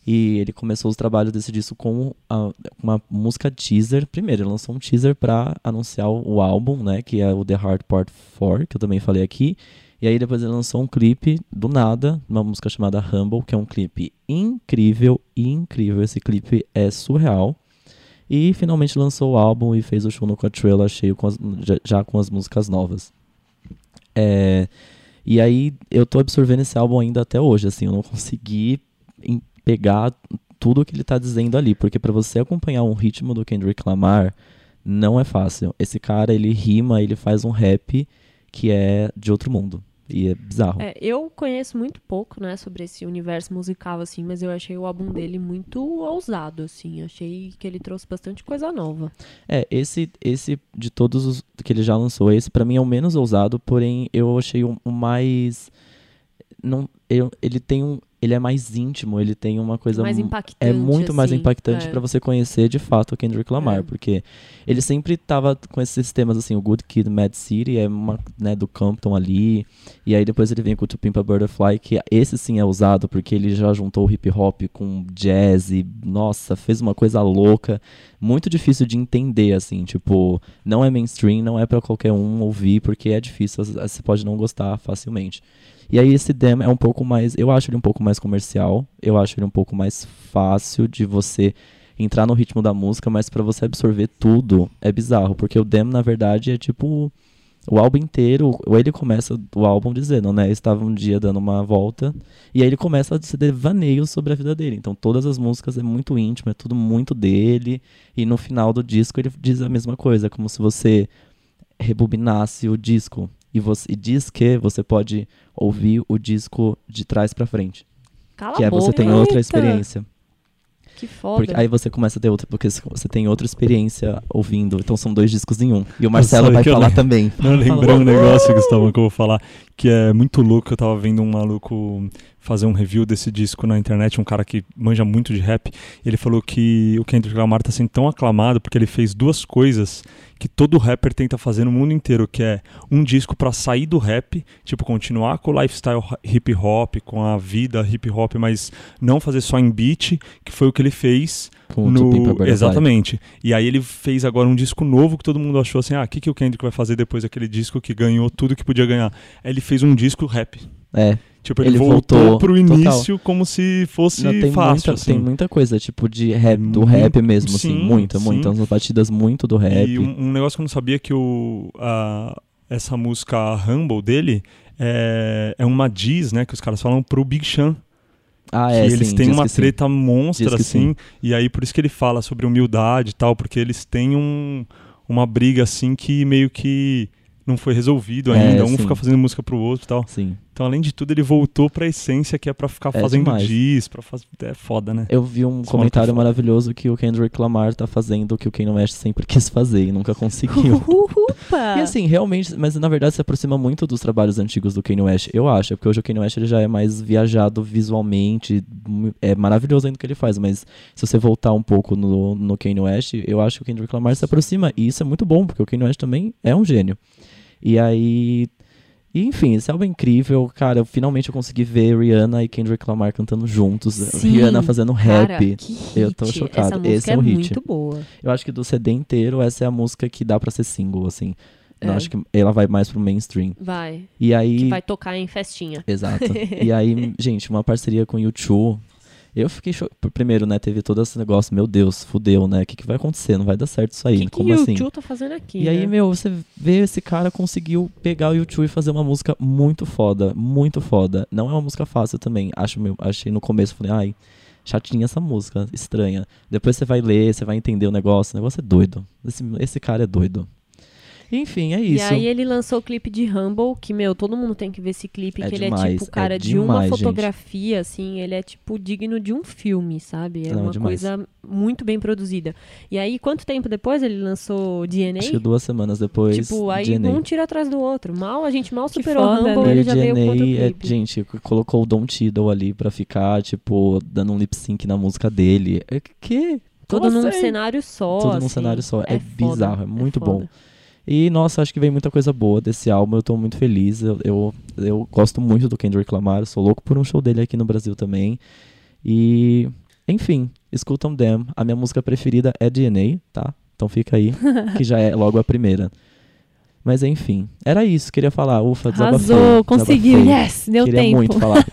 [SPEAKER 3] E ele começou os trabalhos desse disco com a- uma música teaser. Primeiro, ele lançou um teaser pra anunciar o, o álbum, né? Que é o The Hard Part 4, que eu também falei aqui. E aí depois ele lançou um clipe do nada, uma música chamada Humble, que é um clipe incrível, incrível. Esse clipe é surreal. E finalmente lançou o álbum e fez o show no Coachella cheio com as- já, já com as músicas novas. É, e aí eu tô absorvendo esse álbum ainda até hoje, assim, eu não consegui em- pegar tudo o que ele tá dizendo ali, porque pra você acompanhar um ritmo do Kendrick Lamar não é fácil. Esse cara, ele rima, ele faz um rap que é de outro mundo. E é bizarro.
[SPEAKER 1] É, eu conheço muito pouco, né, sobre esse universo musical, assim, mas eu achei o álbum dele muito ousado, assim. Achei que ele trouxe bastante coisa nova.
[SPEAKER 3] É, esse, esse de todos os que ele já lançou, esse pra mim é o menos ousado, porém eu achei o, o mais. Não, eu- ele tem um. Ele é mais íntimo, ele tem uma coisa.
[SPEAKER 1] mais
[SPEAKER 3] mu-
[SPEAKER 1] impactante.
[SPEAKER 3] é muito mais
[SPEAKER 1] assim,
[SPEAKER 3] impactante
[SPEAKER 1] é.
[SPEAKER 3] pra você conhecer de fato o Kendrick Lamar,
[SPEAKER 1] É.
[SPEAKER 3] porque ele sempre tava com esses temas assim, o Good Kid, Mad City, é uma, né, do Compton ali, e aí depois ele vem com o To Pimp a Butterfly, que esse sim é usado porque ele já juntou hip hop com jazz, e, nossa, fez uma coisa louca, muito difícil de entender assim, tipo, não é mainstream, não é pra qualquer um ouvir, porque é difícil, às- às- você pode não gostar facilmente. E aí esse Dem é um pouco mais, eu acho ele um pouco mais comercial, eu acho ele um pouco mais fácil de você entrar no ritmo da música, mas pra você absorver tudo é bizarro, porque o Dem na verdade é tipo O álbum inteiro, ou ele começa o álbum dizendo, né? Eu estava um dia dando uma volta. E aí ele começa a se devaneio sobre a vida dele. Então todas as músicas é muito íntimo, é tudo muito dele. E no final do disco ele diz a mesma coisa, é como se você rebobinasse o disco. E, você, e diz que você pode ouvir o disco de trás pra frente.
[SPEAKER 1] Cala
[SPEAKER 3] que
[SPEAKER 1] a
[SPEAKER 3] é
[SPEAKER 1] boca.
[SPEAKER 3] você tem
[SPEAKER 1] hein?
[SPEAKER 3] outra
[SPEAKER 2] Tá Eita!
[SPEAKER 3] experiência.
[SPEAKER 1] Que foda.
[SPEAKER 3] Porque aí você começa a ter outra, porque você tem outra experiência ouvindo. Então são dois discos em um. E o Marcelo
[SPEAKER 6] Ah, sabe
[SPEAKER 3] vai
[SPEAKER 6] que eu
[SPEAKER 3] falar
[SPEAKER 6] lem-
[SPEAKER 3] também.
[SPEAKER 6] Não, lembrei
[SPEAKER 3] Falou.
[SPEAKER 6] um negócio, Gustavo, que eu vou falar, que é muito louco. Eu tava vendo um maluco fazer um review desse disco na internet, um cara que manja muito de rap. Ele falou que o Kendrick Lamar tá sendo tão aclamado porque ele fez duas coisas que todo rapper tenta fazer no mundo inteiro, que é um disco pra sair do rap, tipo continuar com o lifestyle hip hop, com a vida hip hop, mas não fazer só em beat, que foi o que ele fez
[SPEAKER 3] Com o é
[SPEAKER 6] no-
[SPEAKER 3] Two People Birds Eye.
[SPEAKER 6] exatamente. E aí ele fez agora um disco novo que todo mundo achou assim, ah, o que, que o Kendrick vai fazer depois daquele disco que ganhou tudo que podia ganhar? Aí ele fez um disco rap.
[SPEAKER 3] É,
[SPEAKER 6] Tipo, ele,
[SPEAKER 3] Ele
[SPEAKER 6] voltou,
[SPEAKER 3] voltou,
[SPEAKER 6] pro
[SPEAKER 3] total.
[SPEAKER 6] início como se fosse
[SPEAKER 3] Não, tem,
[SPEAKER 6] fácil,
[SPEAKER 3] muita,
[SPEAKER 6] assim.
[SPEAKER 3] tem muita coisa, tipo, de rap, do
[SPEAKER 6] Muito-
[SPEAKER 3] rap mesmo, assim,
[SPEAKER 6] sim,
[SPEAKER 3] muita,
[SPEAKER 6] sim.
[SPEAKER 3] muita. Umas batidas muito do rap.
[SPEAKER 6] E um, um negócio que eu não sabia que o, a- essa música Humble dele é, é uma diz, né, que os caras falam pro Big Sean.
[SPEAKER 3] ah,
[SPEAKER 6] que
[SPEAKER 3] é,
[SPEAKER 6] eles
[SPEAKER 3] sim,
[SPEAKER 6] têm
[SPEAKER 3] diz
[SPEAKER 6] uma
[SPEAKER 3] que sim.
[SPEAKER 6] treta monstra,
[SPEAKER 3] Diz que
[SPEAKER 6] assim. E aí, por isso que ele fala sobre humildade e tal, porque eles têm um, uma briga, assim, que meio que não foi resolvido
[SPEAKER 3] É,
[SPEAKER 6] ainda. um
[SPEAKER 3] sim.
[SPEAKER 6] fica fazendo música pro outro e tal.
[SPEAKER 3] Sim.
[SPEAKER 6] Então, além de tudo, ele voltou pra essência, que é pra ficar
[SPEAKER 3] É
[SPEAKER 6] fazendo
[SPEAKER 3] demais.
[SPEAKER 6] diz, pra fazer... É foda, né?
[SPEAKER 3] Eu vi um
[SPEAKER 6] Esse
[SPEAKER 3] comentário
[SPEAKER 6] maluco é foda.
[SPEAKER 3] maravilhoso que o Kendrick Lamar tá fazendo o que o Kanye West sempre quis fazer e nunca conseguiu.
[SPEAKER 1] Upa!
[SPEAKER 3] E assim, realmente, mas na verdade se aproxima muito dos trabalhos antigos do Kanye West, eu acho, porque hoje o Kanye West ele já é mais viajado visualmente, mu- é maravilhoso ainda o que ele faz, mas se você voltar um pouco no, no Kanye West, eu acho que o Kendrick Lamar se aproxima, e isso é muito bom, porque o Kanye West também é um gênio. E aí, e, enfim, esse álbum é incrível, cara, eu, finalmente eu consegui ver Rihanna e Kendrick Lamar cantando juntos,
[SPEAKER 1] Sim,
[SPEAKER 3] Rihanna fazendo rap,
[SPEAKER 1] Cara, que hit.
[SPEAKER 3] Eu tô chocado.
[SPEAKER 1] Essa música
[SPEAKER 3] Esse é
[SPEAKER 1] é
[SPEAKER 3] um hit.
[SPEAKER 1] muito boa.
[SPEAKER 3] eu acho que do CD inteiro essa é a música que dá pra ser single, assim, eu
[SPEAKER 1] É.
[SPEAKER 3] acho que ela vai mais pro mainstream.
[SPEAKER 1] Vai.
[SPEAKER 3] E aí.
[SPEAKER 1] Que vai tocar em festinha.
[SPEAKER 3] Exato. e aí, gente, uma parceria com o YouTube. Eu fiquei cho... Primeiro, né? Teve todo esse negócio, meu Deus, fudeu, né? O que, que vai acontecer? Não vai dar certo isso
[SPEAKER 1] O
[SPEAKER 3] aí.
[SPEAKER 1] que, que
[SPEAKER 3] Como
[SPEAKER 1] o
[SPEAKER 3] assim?
[SPEAKER 1] Tio tá fazendo aqui?
[SPEAKER 3] E aí,
[SPEAKER 1] né?
[SPEAKER 3] meu, você vê esse cara conseguiu pegar o YouTube e fazer uma música muito foda, muito foda. Não é uma música fácil também. Acho meu, achei no começo, falei, ai, chatinha essa música, estranha. Depois você vai ler, você vai entender o negócio, o negócio é doido. Esse, esse cara é doido. Enfim, é isso.
[SPEAKER 1] E aí ele lançou o clipe de Humble, que, meu, todo mundo tem que ver esse clipe,
[SPEAKER 3] É
[SPEAKER 1] que ele é
[SPEAKER 3] demais,
[SPEAKER 1] tipo, cara,
[SPEAKER 3] é
[SPEAKER 1] de uma
[SPEAKER 3] demais, gente.
[SPEAKER 1] fotografia, assim, ele é tipo digno de um filme, sabe? É
[SPEAKER 3] Não, é
[SPEAKER 1] uma
[SPEAKER 3] demais.
[SPEAKER 1] coisa muito bem produzida. E aí, quanto tempo depois ele lançou DNA?
[SPEAKER 3] Acho que é duas semanas depois.
[SPEAKER 1] tipo, aí
[SPEAKER 3] DNA.
[SPEAKER 1] um tira atrás do outro. Mal a gente mal
[SPEAKER 2] Que
[SPEAKER 1] superou
[SPEAKER 2] foda,
[SPEAKER 1] Humble,
[SPEAKER 2] né?
[SPEAKER 1] ele
[SPEAKER 3] E o
[SPEAKER 1] já veio com outro
[SPEAKER 3] DNA, é,
[SPEAKER 1] clipe.
[SPEAKER 3] gente, c- colocou o Don Tiddle ali pra ficar, tipo, dando um lip sync na música dele. É que?
[SPEAKER 1] Todo
[SPEAKER 3] Como
[SPEAKER 1] num
[SPEAKER 3] assim?
[SPEAKER 1] cenário só.
[SPEAKER 3] Tudo num
[SPEAKER 1] assim.
[SPEAKER 3] cenário só. É,
[SPEAKER 1] É foda,
[SPEAKER 3] bizarro, é
[SPEAKER 1] é
[SPEAKER 3] muito
[SPEAKER 1] foda.
[SPEAKER 3] bom. E, nossa, acho que vem muita coisa boa desse álbum. Eu tô muito feliz. Eu, eu, eu gosto muito do Kendrick Lamar. eu Sou louco por um show dele aqui no Brasil também. E, enfim, escutam Them. A minha música preferida é DNA, tá? Então fica aí, que já é logo a primeira. Mas, enfim, era isso. Queria falar. Ufa, desabafei.
[SPEAKER 2] Arrasou, conseguiu.
[SPEAKER 3] desabafei.
[SPEAKER 2] Yes, deu
[SPEAKER 3] Queria
[SPEAKER 2] tempo.
[SPEAKER 3] muito falar.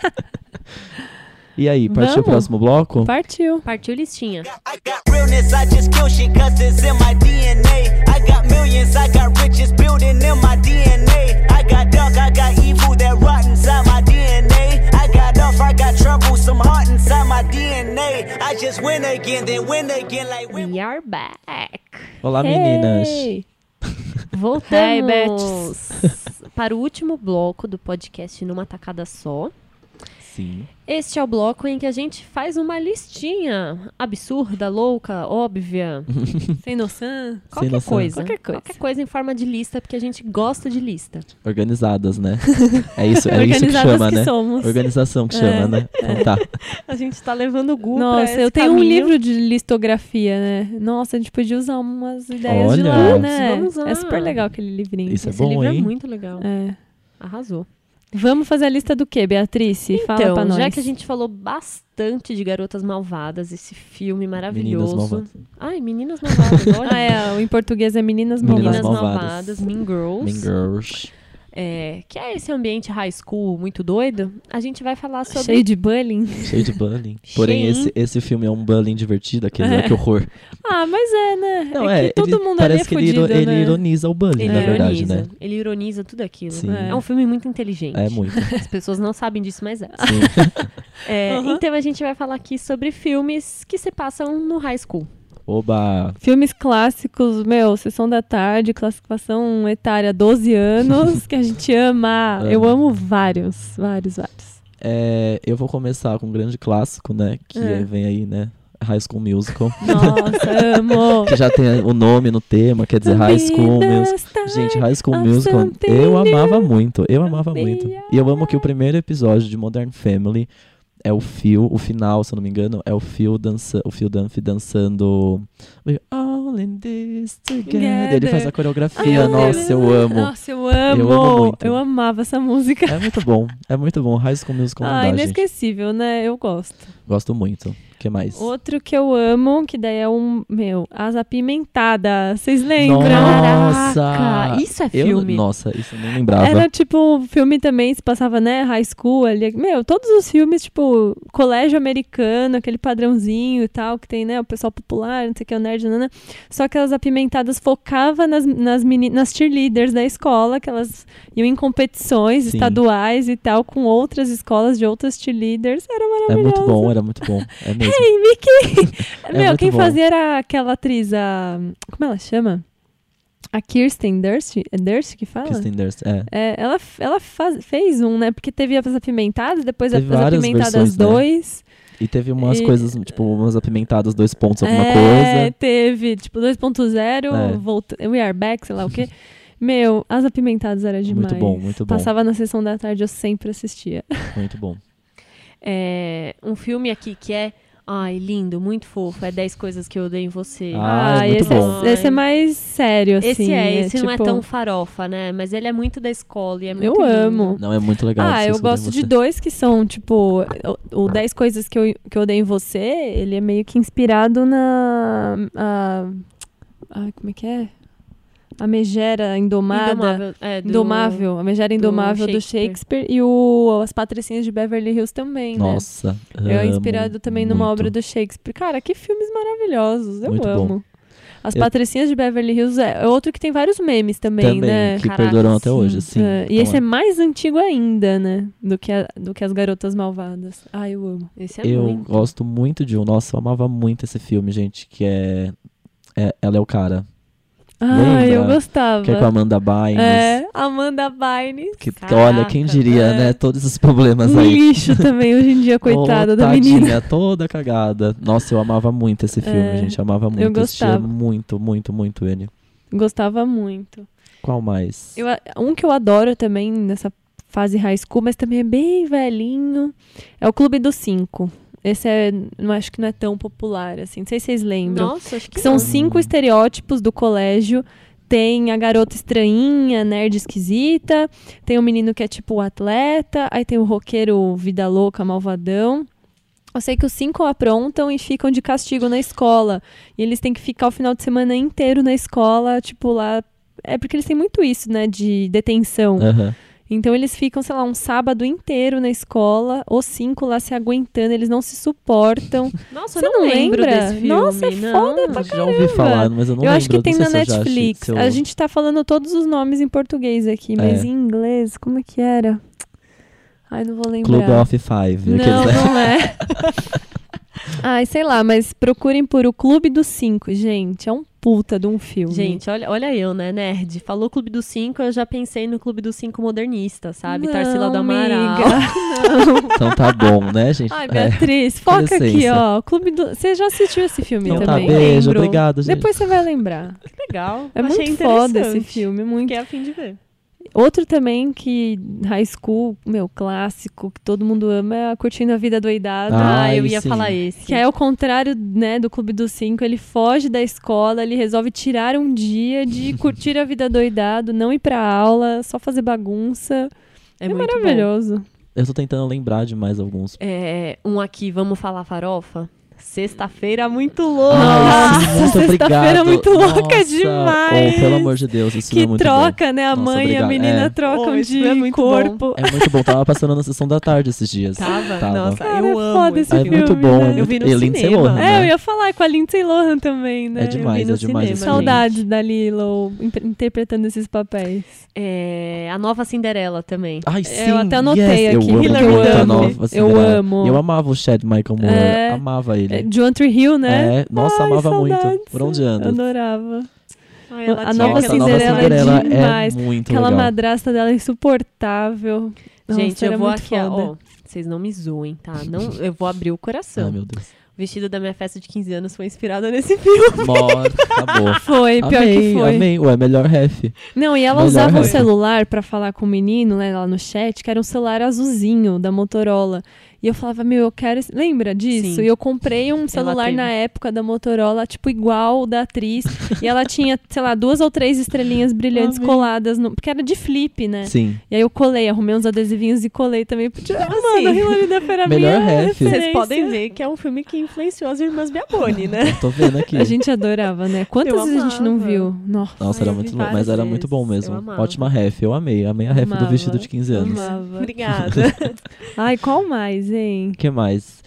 [SPEAKER 3] e aí, partiu o
[SPEAKER 2] Vamos?
[SPEAKER 3] próximo bloco?
[SPEAKER 2] Partiu.
[SPEAKER 1] Partiu listinha.
[SPEAKER 7] I got realness, I just kill shit cause it's in my DNA. I got millions, I got riches building in my DNA. I got dark, I got evil that rot inside my DNA. I got off, I got trouble, some heart inside my DNA. I just win again, then win again like when
[SPEAKER 1] We are back.
[SPEAKER 3] Olá, meninas.
[SPEAKER 2] Hey. Hey,
[SPEAKER 1] Voltamos para o último bloco do podcast Numa Tacada Só.
[SPEAKER 3] Sim.
[SPEAKER 1] Este é o bloco em que a gente faz uma listinha absurda, louca, óbvia,
[SPEAKER 2] Sem noção.
[SPEAKER 1] qualquer
[SPEAKER 3] Uhum. noção.
[SPEAKER 1] coisa.
[SPEAKER 2] Qualquer coisa.
[SPEAKER 1] coisa em forma de lista, porque a gente gosta de lista.
[SPEAKER 3] Organizadas, né? É isso, é isso que
[SPEAKER 2] Organizadas
[SPEAKER 3] chama, né?
[SPEAKER 2] somos.
[SPEAKER 3] Organização que chama,
[SPEAKER 2] É.
[SPEAKER 3] né? Então tá.
[SPEAKER 1] A gente está levando o Gu Uh, pra
[SPEAKER 2] Nossa,
[SPEAKER 1] esse
[SPEAKER 2] eu tenho um
[SPEAKER 1] caminho.
[SPEAKER 2] livro de listografia, né? Nossa, a gente podia usar umas ideias de
[SPEAKER 3] Olha.
[SPEAKER 2] lá,
[SPEAKER 3] Putz,
[SPEAKER 2] né?
[SPEAKER 1] vamos usar.
[SPEAKER 2] É super legal aquele livrinho.
[SPEAKER 3] Isso é
[SPEAKER 1] Esse livro
[SPEAKER 3] bom,
[SPEAKER 1] é
[SPEAKER 3] hein?
[SPEAKER 1] muito legal.
[SPEAKER 2] É.
[SPEAKER 1] Arrasou.
[SPEAKER 2] Vamos fazer a lista do quê, Beatrice? Fala pra
[SPEAKER 1] então,
[SPEAKER 2] nós.
[SPEAKER 1] já que a gente falou bastante de Garotas Malvadas, esse filme
[SPEAKER 3] Meninas
[SPEAKER 1] maravilhoso.
[SPEAKER 3] malvadas.
[SPEAKER 1] Ai, Meninas Malvadas, olha.
[SPEAKER 2] Ah, é, o em português é Meninas
[SPEAKER 3] Meninas
[SPEAKER 1] Meninas Malvadas,
[SPEAKER 2] Malvadas.
[SPEAKER 3] Malvadas.
[SPEAKER 1] Mean Girls.
[SPEAKER 3] Mean Girls.
[SPEAKER 1] é, que é esse ambiente high school muito doido, a gente vai falar sobre.
[SPEAKER 2] Cheio de bullying.
[SPEAKER 3] Cheio de bullying. Porém,
[SPEAKER 1] Cheio.
[SPEAKER 3] esse, esse filme é um bullying divertido, aquele né? que horror.
[SPEAKER 2] Ah, mas é, né?
[SPEAKER 3] Não,
[SPEAKER 2] é,
[SPEAKER 3] é,
[SPEAKER 2] que todo
[SPEAKER 3] ele-
[SPEAKER 2] mundo ali
[SPEAKER 3] parece
[SPEAKER 2] é
[SPEAKER 3] que ele, iro-
[SPEAKER 2] fudido,
[SPEAKER 3] ele
[SPEAKER 2] né?
[SPEAKER 3] ironiza o bullying,
[SPEAKER 1] Ele
[SPEAKER 3] na verdade,
[SPEAKER 1] ironiza.
[SPEAKER 3] né?
[SPEAKER 1] Ele ironiza tudo aquilo.
[SPEAKER 3] Sim.
[SPEAKER 1] É um filme muito inteligente.
[SPEAKER 3] É muito.
[SPEAKER 1] As pessoas não sabem disso, mas é.
[SPEAKER 3] Sim.
[SPEAKER 1] É,
[SPEAKER 2] Uhum.
[SPEAKER 1] Então a gente vai falar aqui sobre filmes que se passam no high school.
[SPEAKER 3] Oba!
[SPEAKER 2] Filmes clássicos, meu, Sessão da Tarde, classificação etária 12 anos, que a gente ama. Eu amo vários, vários, vários.
[SPEAKER 3] É, eu vou começar com um grande clássico, né? Que
[SPEAKER 2] É.
[SPEAKER 3] é- vem aí, né? High School Musical.
[SPEAKER 2] Nossa, amo.
[SPEAKER 3] que já tem o nome no tema, quer dizer High School
[SPEAKER 2] Be the
[SPEAKER 3] Musical.
[SPEAKER 2] star.
[SPEAKER 3] Gente, High School
[SPEAKER 2] of
[SPEAKER 3] Musical,
[SPEAKER 2] something
[SPEAKER 3] eu
[SPEAKER 2] new.
[SPEAKER 3] amava muito, eu amava
[SPEAKER 2] Something
[SPEAKER 3] muito. E eu amo que o primeiro episódio de Modern Family é o Phil, o final, se eu não me engano, é o Phil, dança, o Phil Dunphy dançando We're all in this together. Ele faz a
[SPEAKER 2] Ai,
[SPEAKER 3] coreografia,
[SPEAKER 2] eu
[SPEAKER 3] nossa, eu amo.
[SPEAKER 2] Nossa, eu amo.
[SPEAKER 3] Eu amo muito.
[SPEAKER 2] Eu amava essa música.
[SPEAKER 3] É muito bom, é muito bom. High School Musical
[SPEAKER 2] ah,
[SPEAKER 3] não dá, gente.
[SPEAKER 2] inesquecível, né? Eu gosto.
[SPEAKER 3] Gosto muito. O que mais?
[SPEAKER 2] Outro que eu amo, que daí é um, meu, Asa Pimentada. Vocês lembram?
[SPEAKER 3] Nossa!
[SPEAKER 1] Isso é
[SPEAKER 3] Eu,
[SPEAKER 1] filme.
[SPEAKER 3] nossa, isso eu nem lembrava.
[SPEAKER 2] Era tipo um filme também, se passava, né, high school ali. Meu, todos os filmes, tipo, colégio americano, aquele padrãozinho e tal, que tem, né, o pessoal popular, não sei o que, o nerd, nanana. Só que elas apimentadas focava nas, nas, meni- nas cheerleaders da escola, que elas iam em competições
[SPEAKER 3] Sim.
[SPEAKER 2] estaduais e tal, com outras escolas de outras cheerleaders. Era
[SPEAKER 3] É
[SPEAKER 2] maravilhoso.
[SPEAKER 3] muito bom, era muito bom. É mesmo.
[SPEAKER 2] Ei, Mickey! Meu,
[SPEAKER 3] muito
[SPEAKER 2] quem
[SPEAKER 3] bom.
[SPEAKER 2] fazia era aquela atriz, a... Como ela chama? A Kirsten Durst? É Durst que fala?
[SPEAKER 3] Kristen Durst, é.
[SPEAKER 2] É, ela ela faz- fez um, né? Porque teve as apimentadas, depois
[SPEAKER 3] Teve
[SPEAKER 2] as
[SPEAKER 3] várias
[SPEAKER 2] apimentadas
[SPEAKER 3] versões, né?
[SPEAKER 2] 2.
[SPEAKER 3] E teve umas
[SPEAKER 2] E-
[SPEAKER 3] coisas, tipo, umas apimentadas, dois pontos, alguma
[SPEAKER 2] é,
[SPEAKER 3] coisa.
[SPEAKER 2] teve, tipo, 2.0,
[SPEAKER 3] É.
[SPEAKER 2] volta- We Are Back, sei lá o quê. Meu, as apimentadas era demais.
[SPEAKER 3] Muito bom, muito bom,
[SPEAKER 2] Passava na sessão da tarde, eu sempre assistia.
[SPEAKER 3] muito bom.
[SPEAKER 1] É, um filme aqui que é. Ai, lindo, muito fofo. É 10 coisas que eu odeio em você.
[SPEAKER 3] Ah, é muito
[SPEAKER 2] esse,
[SPEAKER 3] bom.
[SPEAKER 2] É, esse é mais sério, assim.
[SPEAKER 1] esse é, esse não é
[SPEAKER 2] tipo,
[SPEAKER 1] tão farofa, né? Mas ele é muito da escola e é muito
[SPEAKER 2] Eu
[SPEAKER 1] lindo.
[SPEAKER 2] amo.
[SPEAKER 3] Não, é muito legal.
[SPEAKER 2] Ah,
[SPEAKER 3] se
[SPEAKER 2] eu
[SPEAKER 3] escutar
[SPEAKER 2] gosto de
[SPEAKER 3] você.
[SPEAKER 2] dois que são, tipo, o, o 10 Coisas que eu, que eu Odeio em Você, ele é meio que inspirado na. A, a- como é que é? A Megera Indomada.
[SPEAKER 1] Indomável. É, do-
[SPEAKER 2] Indomável, a Megera Indomável do Shakespeare,
[SPEAKER 1] Shakespeare.
[SPEAKER 2] e o As Patricinhas de Beverly Hills também,
[SPEAKER 3] Nossa.
[SPEAKER 2] né? É
[SPEAKER 3] amo
[SPEAKER 2] inspirado também numa
[SPEAKER 3] muito.
[SPEAKER 2] obra do Shakespeare. Cara, que filmes maravilhosos, eu
[SPEAKER 3] Muito bom.
[SPEAKER 2] amo. As
[SPEAKER 3] Eu-
[SPEAKER 2] Patricinhas de Beverly Hills é é outro que tem vários memes também,
[SPEAKER 3] Também,
[SPEAKER 2] né?
[SPEAKER 3] que
[SPEAKER 1] Caraca,
[SPEAKER 3] perduram até
[SPEAKER 1] sim.
[SPEAKER 3] hoje, sim.
[SPEAKER 2] É, e
[SPEAKER 3] Então,
[SPEAKER 2] esse é. mais antigo ainda, né? Do que, a- do que As Garotas Malvadas. Ai, eu amo.
[SPEAKER 1] Esse é
[SPEAKER 3] Então, Eu
[SPEAKER 1] muito.
[SPEAKER 3] gosto muito de um. Nossa, eu amava muito esse filme, gente, que é... é Ela é o Cara.
[SPEAKER 2] Ai, Ah, eu
[SPEAKER 3] Lembra?
[SPEAKER 2] gostava.
[SPEAKER 3] Que é com a Amanda Bynes.
[SPEAKER 2] Uhum. É, Amanda Bynes.
[SPEAKER 3] Que,
[SPEAKER 1] Caraca,
[SPEAKER 3] olha, quem diria,
[SPEAKER 2] é.
[SPEAKER 3] né? Todos esses problemas
[SPEAKER 2] Um
[SPEAKER 3] aí.
[SPEAKER 2] lixo também hoje em dia, coitada
[SPEAKER 3] Oh,
[SPEAKER 2] da
[SPEAKER 3] tadinha,
[SPEAKER 2] menina.
[SPEAKER 3] toda cagada. Nossa, eu amava muito esse filme,
[SPEAKER 2] É,
[SPEAKER 3] gente. Amava muito. assistia
[SPEAKER 2] gostava.
[SPEAKER 3] muito, muito, muito ele.
[SPEAKER 2] Gostava muito.
[SPEAKER 3] Qual mais?
[SPEAKER 2] Eu a- um que eu adoro também nessa fase high school, mas também é bem velhinho, é o Clube dos Cinco. Esse é, não acho que não é tão popular, assim. Não sei se vocês lembram.
[SPEAKER 1] Nossa, acho que
[SPEAKER 2] Que são
[SPEAKER 1] não.
[SPEAKER 2] cinco estereótipos do colégio. Tem a garota estranhinha, nerd esquisita. Tem o menino que é tipo o atleta. Aí tem o roqueiro vida louca, malvadão. Eu sei que os cinco aprontam e ficam de castigo na escola. E eles têm que ficar o final de semana inteiro na escola, tipo lá. É porque eles têm muito isso, né, de detenção.
[SPEAKER 3] Aham.
[SPEAKER 2] Então eles ficam, sei lá, um sábado inteiro na escola, os cinco lá se aguentando, eles não se suportam.
[SPEAKER 1] Nossa, eu
[SPEAKER 2] Você
[SPEAKER 1] não,
[SPEAKER 2] não
[SPEAKER 1] lembro
[SPEAKER 2] lembra?
[SPEAKER 1] desse filme.
[SPEAKER 2] Nossa, é foda
[SPEAKER 1] não.
[SPEAKER 2] pra
[SPEAKER 3] Eu já ouvi falar, mas eu não
[SPEAKER 2] eu
[SPEAKER 3] lembro.
[SPEAKER 2] acho que
[SPEAKER 3] não
[SPEAKER 2] tem
[SPEAKER 3] sei
[SPEAKER 2] na
[SPEAKER 3] se eu já achei-
[SPEAKER 2] Netflix.
[SPEAKER 3] se eu-
[SPEAKER 2] A gente tá falando todos os nomes em português aqui, mas
[SPEAKER 3] É.
[SPEAKER 2] em inglês, como é que era? Ai, não vou lembrar.
[SPEAKER 3] Club of Five.
[SPEAKER 2] Não,
[SPEAKER 3] aqueles, né?
[SPEAKER 2] não é. Ai, sei lá, mas procurem por O Clube dos Cinco, gente. É um puta de um filme.
[SPEAKER 1] Gente, olha, olha eu, né, nerd? Falou Clube dos Cinco, eu já pensei no Clube dos Cinco modernista, sabe?
[SPEAKER 2] Não,
[SPEAKER 1] Tarsila do Amaral.
[SPEAKER 2] amiga.
[SPEAKER 3] Então tá bom, né, gente?
[SPEAKER 2] Ai,
[SPEAKER 3] É.
[SPEAKER 2] Beatriz, foca aqui,
[SPEAKER 3] licença.
[SPEAKER 2] ó. Clube do... Você já assistiu esse filme
[SPEAKER 3] Então tá,
[SPEAKER 2] também?
[SPEAKER 3] beijo.
[SPEAKER 1] lembro.
[SPEAKER 3] Obrigado, gente.
[SPEAKER 2] Depois você vai lembrar.
[SPEAKER 1] Legal.
[SPEAKER 2] É
[SPEAKER 1] Achei
[SPEAKER 2] muito foda esse
[SPEAKER 1] interessante.
[SPEAKER 2] filme, muito.
[SPEAKER 1] Fiquei a fim de ver.
[SPEAKER 2] Outro também que high school, meu, clássico, que todo mundo ama é a Curtindo a Vida Doidada.
[SPEAKER 3] Ah,
[SPEAKER 1] Ah, eu
[SPEAKER 3] e
[SPEAKER 1] ia
[SPEAKER 3] sim.
[SPEAKER 1] falar esse.
[SPEAKER 2] Que é ao contrário, né, do Clube dos Cinco, ele foge da escola, ele resolve tirar um dia de curtir a vida doidado, não ir pra aula, só fazer bagunça. É,
[SPEAKER 1] muito bom.
[SPEAKER 2] maravilhoso.
[SPEAKER 3] Eu tô tentando lembrar de mais alguns.
[SPEAKER 1] É, um aqui, vamos falar farofa? Sexta-feira muito louca.
[SPEAKER 3] Ai, sim,
[SPEAKER 2] Nossa, sexta-feira é muito louca
[SPEAKER 3] Nossa,
[SPEAKER 2] demais.
[SPEAKER 3] oh, pelo amor de Deus, isso é
[SPEAKER 2] Que
[SPEAKER 3] muito bom.
[SPEAKER 2] troca, né? A
[SPEAKER 3] Nossa,
[SPEAKER 2] mãe e a
[SPEAKER 3] obrigado.
[SPEAKER 2] menina
[SPEAKER 3] É.
[SPEAKER 2] trocam
[SPEAKER 1] Oh, isso
[SPEAKER 2] de
[SPEAKER 1] é muito
[SPEAKER 2] corpo.
[SPEAKER 3] É muito bom. Tava passando na sessão da tarde esses dias.
[SPEAKER 1] Tava?
[SPEAKER 3] Tava.
[SPEAKER 1] Nossa,
[SPEAKER 2] Cara,
[SPEAKER 1] eu
[SPEAKER 2] é
[SPEAKER 1] amo
[SPEAKER 2] foda
[SPEAKER 1] esse
[SPEAKER 2] esse né?
[SPEAKER 3] É
[SPEAKER 1] filme.
[SPEAKER 3] muito bom. É
[SPEAKER 1] Eu
[SPEAKER 3] muito...
[SPEAKER 1] vi no
[SPEAKER 3] e Lindsay
[SPEAKER 1] cinema.
[SPEAKER 3] Lohan,
[SPEAKER 2] É, eu
[SPEAKER 3] né?
[SPEAKER 2] ia falar com a Lindsay Lohan também, né?
[SPEAKER 3] É demais,
[SPEAKER 1] no
[SPEAKER 3] é demais.
[SPEAKER 1] cinema,
[SPEAKER 3] esse filme.
[SPEAKER 2] Saudade da Lilo imp- interpretando esses papéis.
[SPEAKER 1] É, a nova Cinderela também.
[SPEAKER 3] Ai, sim,
[SPEAKER 2] eu até anotei
[SPEAKER 3] yes,
[SPEAKER 2] aqui,
[SPEAKER 3] Eu amo
[SPEAKER 2] Hilary
[SPEAKER 3] muito a
[SPEAKER 2] Duff.
[SPEAKER 3] nova
[SPEAKER 2] Eu
[SPEAKER 3] Cinderela.
[SPEAKER 2] amo.
[SPEAKER 3] Eu amava o Chad Michael Moore.
[SPEAKER 2] É.
[SPEAKER 3] Amava ele.
[SPEAKER 2] É, John Tree Hill, né?
[SPEAKER 3] É, nossa,
[SPEAKER 2] Ai,
[SPEAKER 3] amava muito.
[SPEAKER 2] saudades.
[SPEAKER 3] Por onde anda?
[SPEAKER 2] Adorava.
[SPEAKER 1] Ai,
[SPEAKER 2] ela A
[SPEAKER 3] Nossa,
[SPEAKER 2] nova
[SPEAKER 3] a
[SPEAKER 2] Cinderela é
[SPEAKER 3] Cinderela é,
[SPEAKER 2] demais.
[SPEAKER 3] muito
[SPEAKER 2] Aquela
[SPEAKER 3] legal.
[SPEAKER 2] madrasta dela é insuportável. Nossa,
[SPEAKER 1] Gente,
[SPEAKER 2] era
[SPEAKER 1] eu vou
[SPEAKER 2] muito
[SPEAKER 1] aqui, ó,
[SPEAKER 2] foda.
[SPEAKER 1] ó. Vocês não me zoem, tá? Não, eu vou abrir o
[SPEAKER 3] Ah,
[SPEAKER 1] coração.
[SPEAKER 3] meu Deus.
[SPEAKER 1] O vestido da minha festa de 15 anos foi inspirado nesse filme.
[SPEAKER 3] Mor, acabou.
[SPEAKER 2] Foi, pior
[SPEAKER 3] amei,
[SPEAKER 2] que foi.
[SPEAKER 3] amei. Ué, melhor ref.
[SPEAKER 2] Não, e ela
[SPEAKER 3] Melhor
[SPEAKER 2] usava um
[SPEAKER 3] coisa.
[SPEAKER 2] celular pra falar com o menino, né, lá no chat, que era um celular azulzinho da Motorola. E eu falava, meu, eu quero. esse- Lembra disso?
[SPEAKER 1] Sim.
[SPEAKER 2] E eu comprei um celular
[SPEAKER 1] teve.
[SPEAKER 2] na época da Motorola, tipo, igual o da atriz. e ela tinha, sei lá, duas ou três estrelinhas brilhantes coladas, no- porque era de flip, né?
[SPEAKER 3] Sim.
[SPEAKER 2] E aí eu colei, arrumei uns adesivinhos e colei também. Porque, ah, mano,
[SPEAKER 1] assim,
[SPEAKER 2] Hilary Duff era a
[SPEAKER 3] melhor
[SPEAKER 2] minha
[SPEAKER 3] ref. Vocês
[SPEAKER 1] Vocês
[SPEAKER 2] referência.
[SPEAKER 1] podem ver que é um filme que influenciou as irmãs Biaboni, né?
[SPEAKER 3] Tô vendo aqui.
[SPEAKER 2] A gente adorava, né? Quantas
[SPEAKER 1] Eu
[SPEAKER 2] vezes a gente não
[SPEAKER 1] amava.
[SPEAKER 2] viu? Nossa,
[SPEAKER 3] Nossa,
[SPEAKER 1] Ai,
[SPEAKER 3] era
[SPEAKER 1] eu
[SPEAKER 3] muito
[SPEAKER 1] vi
[SPEAKER 3] louco, mas
[SPEAKER 1] várias
[SPEAKER 3] era muito bom
[SPEAKER 1] vezes.
[SPEAKER 3] mesmo.
[SPEAKER 1] Eu amava.
[SPEAKER 3] Ótima ref, eu amei. Amei a ref do
[SPEAKER 2] Amava.
[SPEAKER 3] vestido de 15 anos.
[SPEAKER 2] amava.
[SPEAKER 1] Obrigada.
[SPEAKER 2] Ai, qual mais, hein?
[SPEAKER 3] O que mais?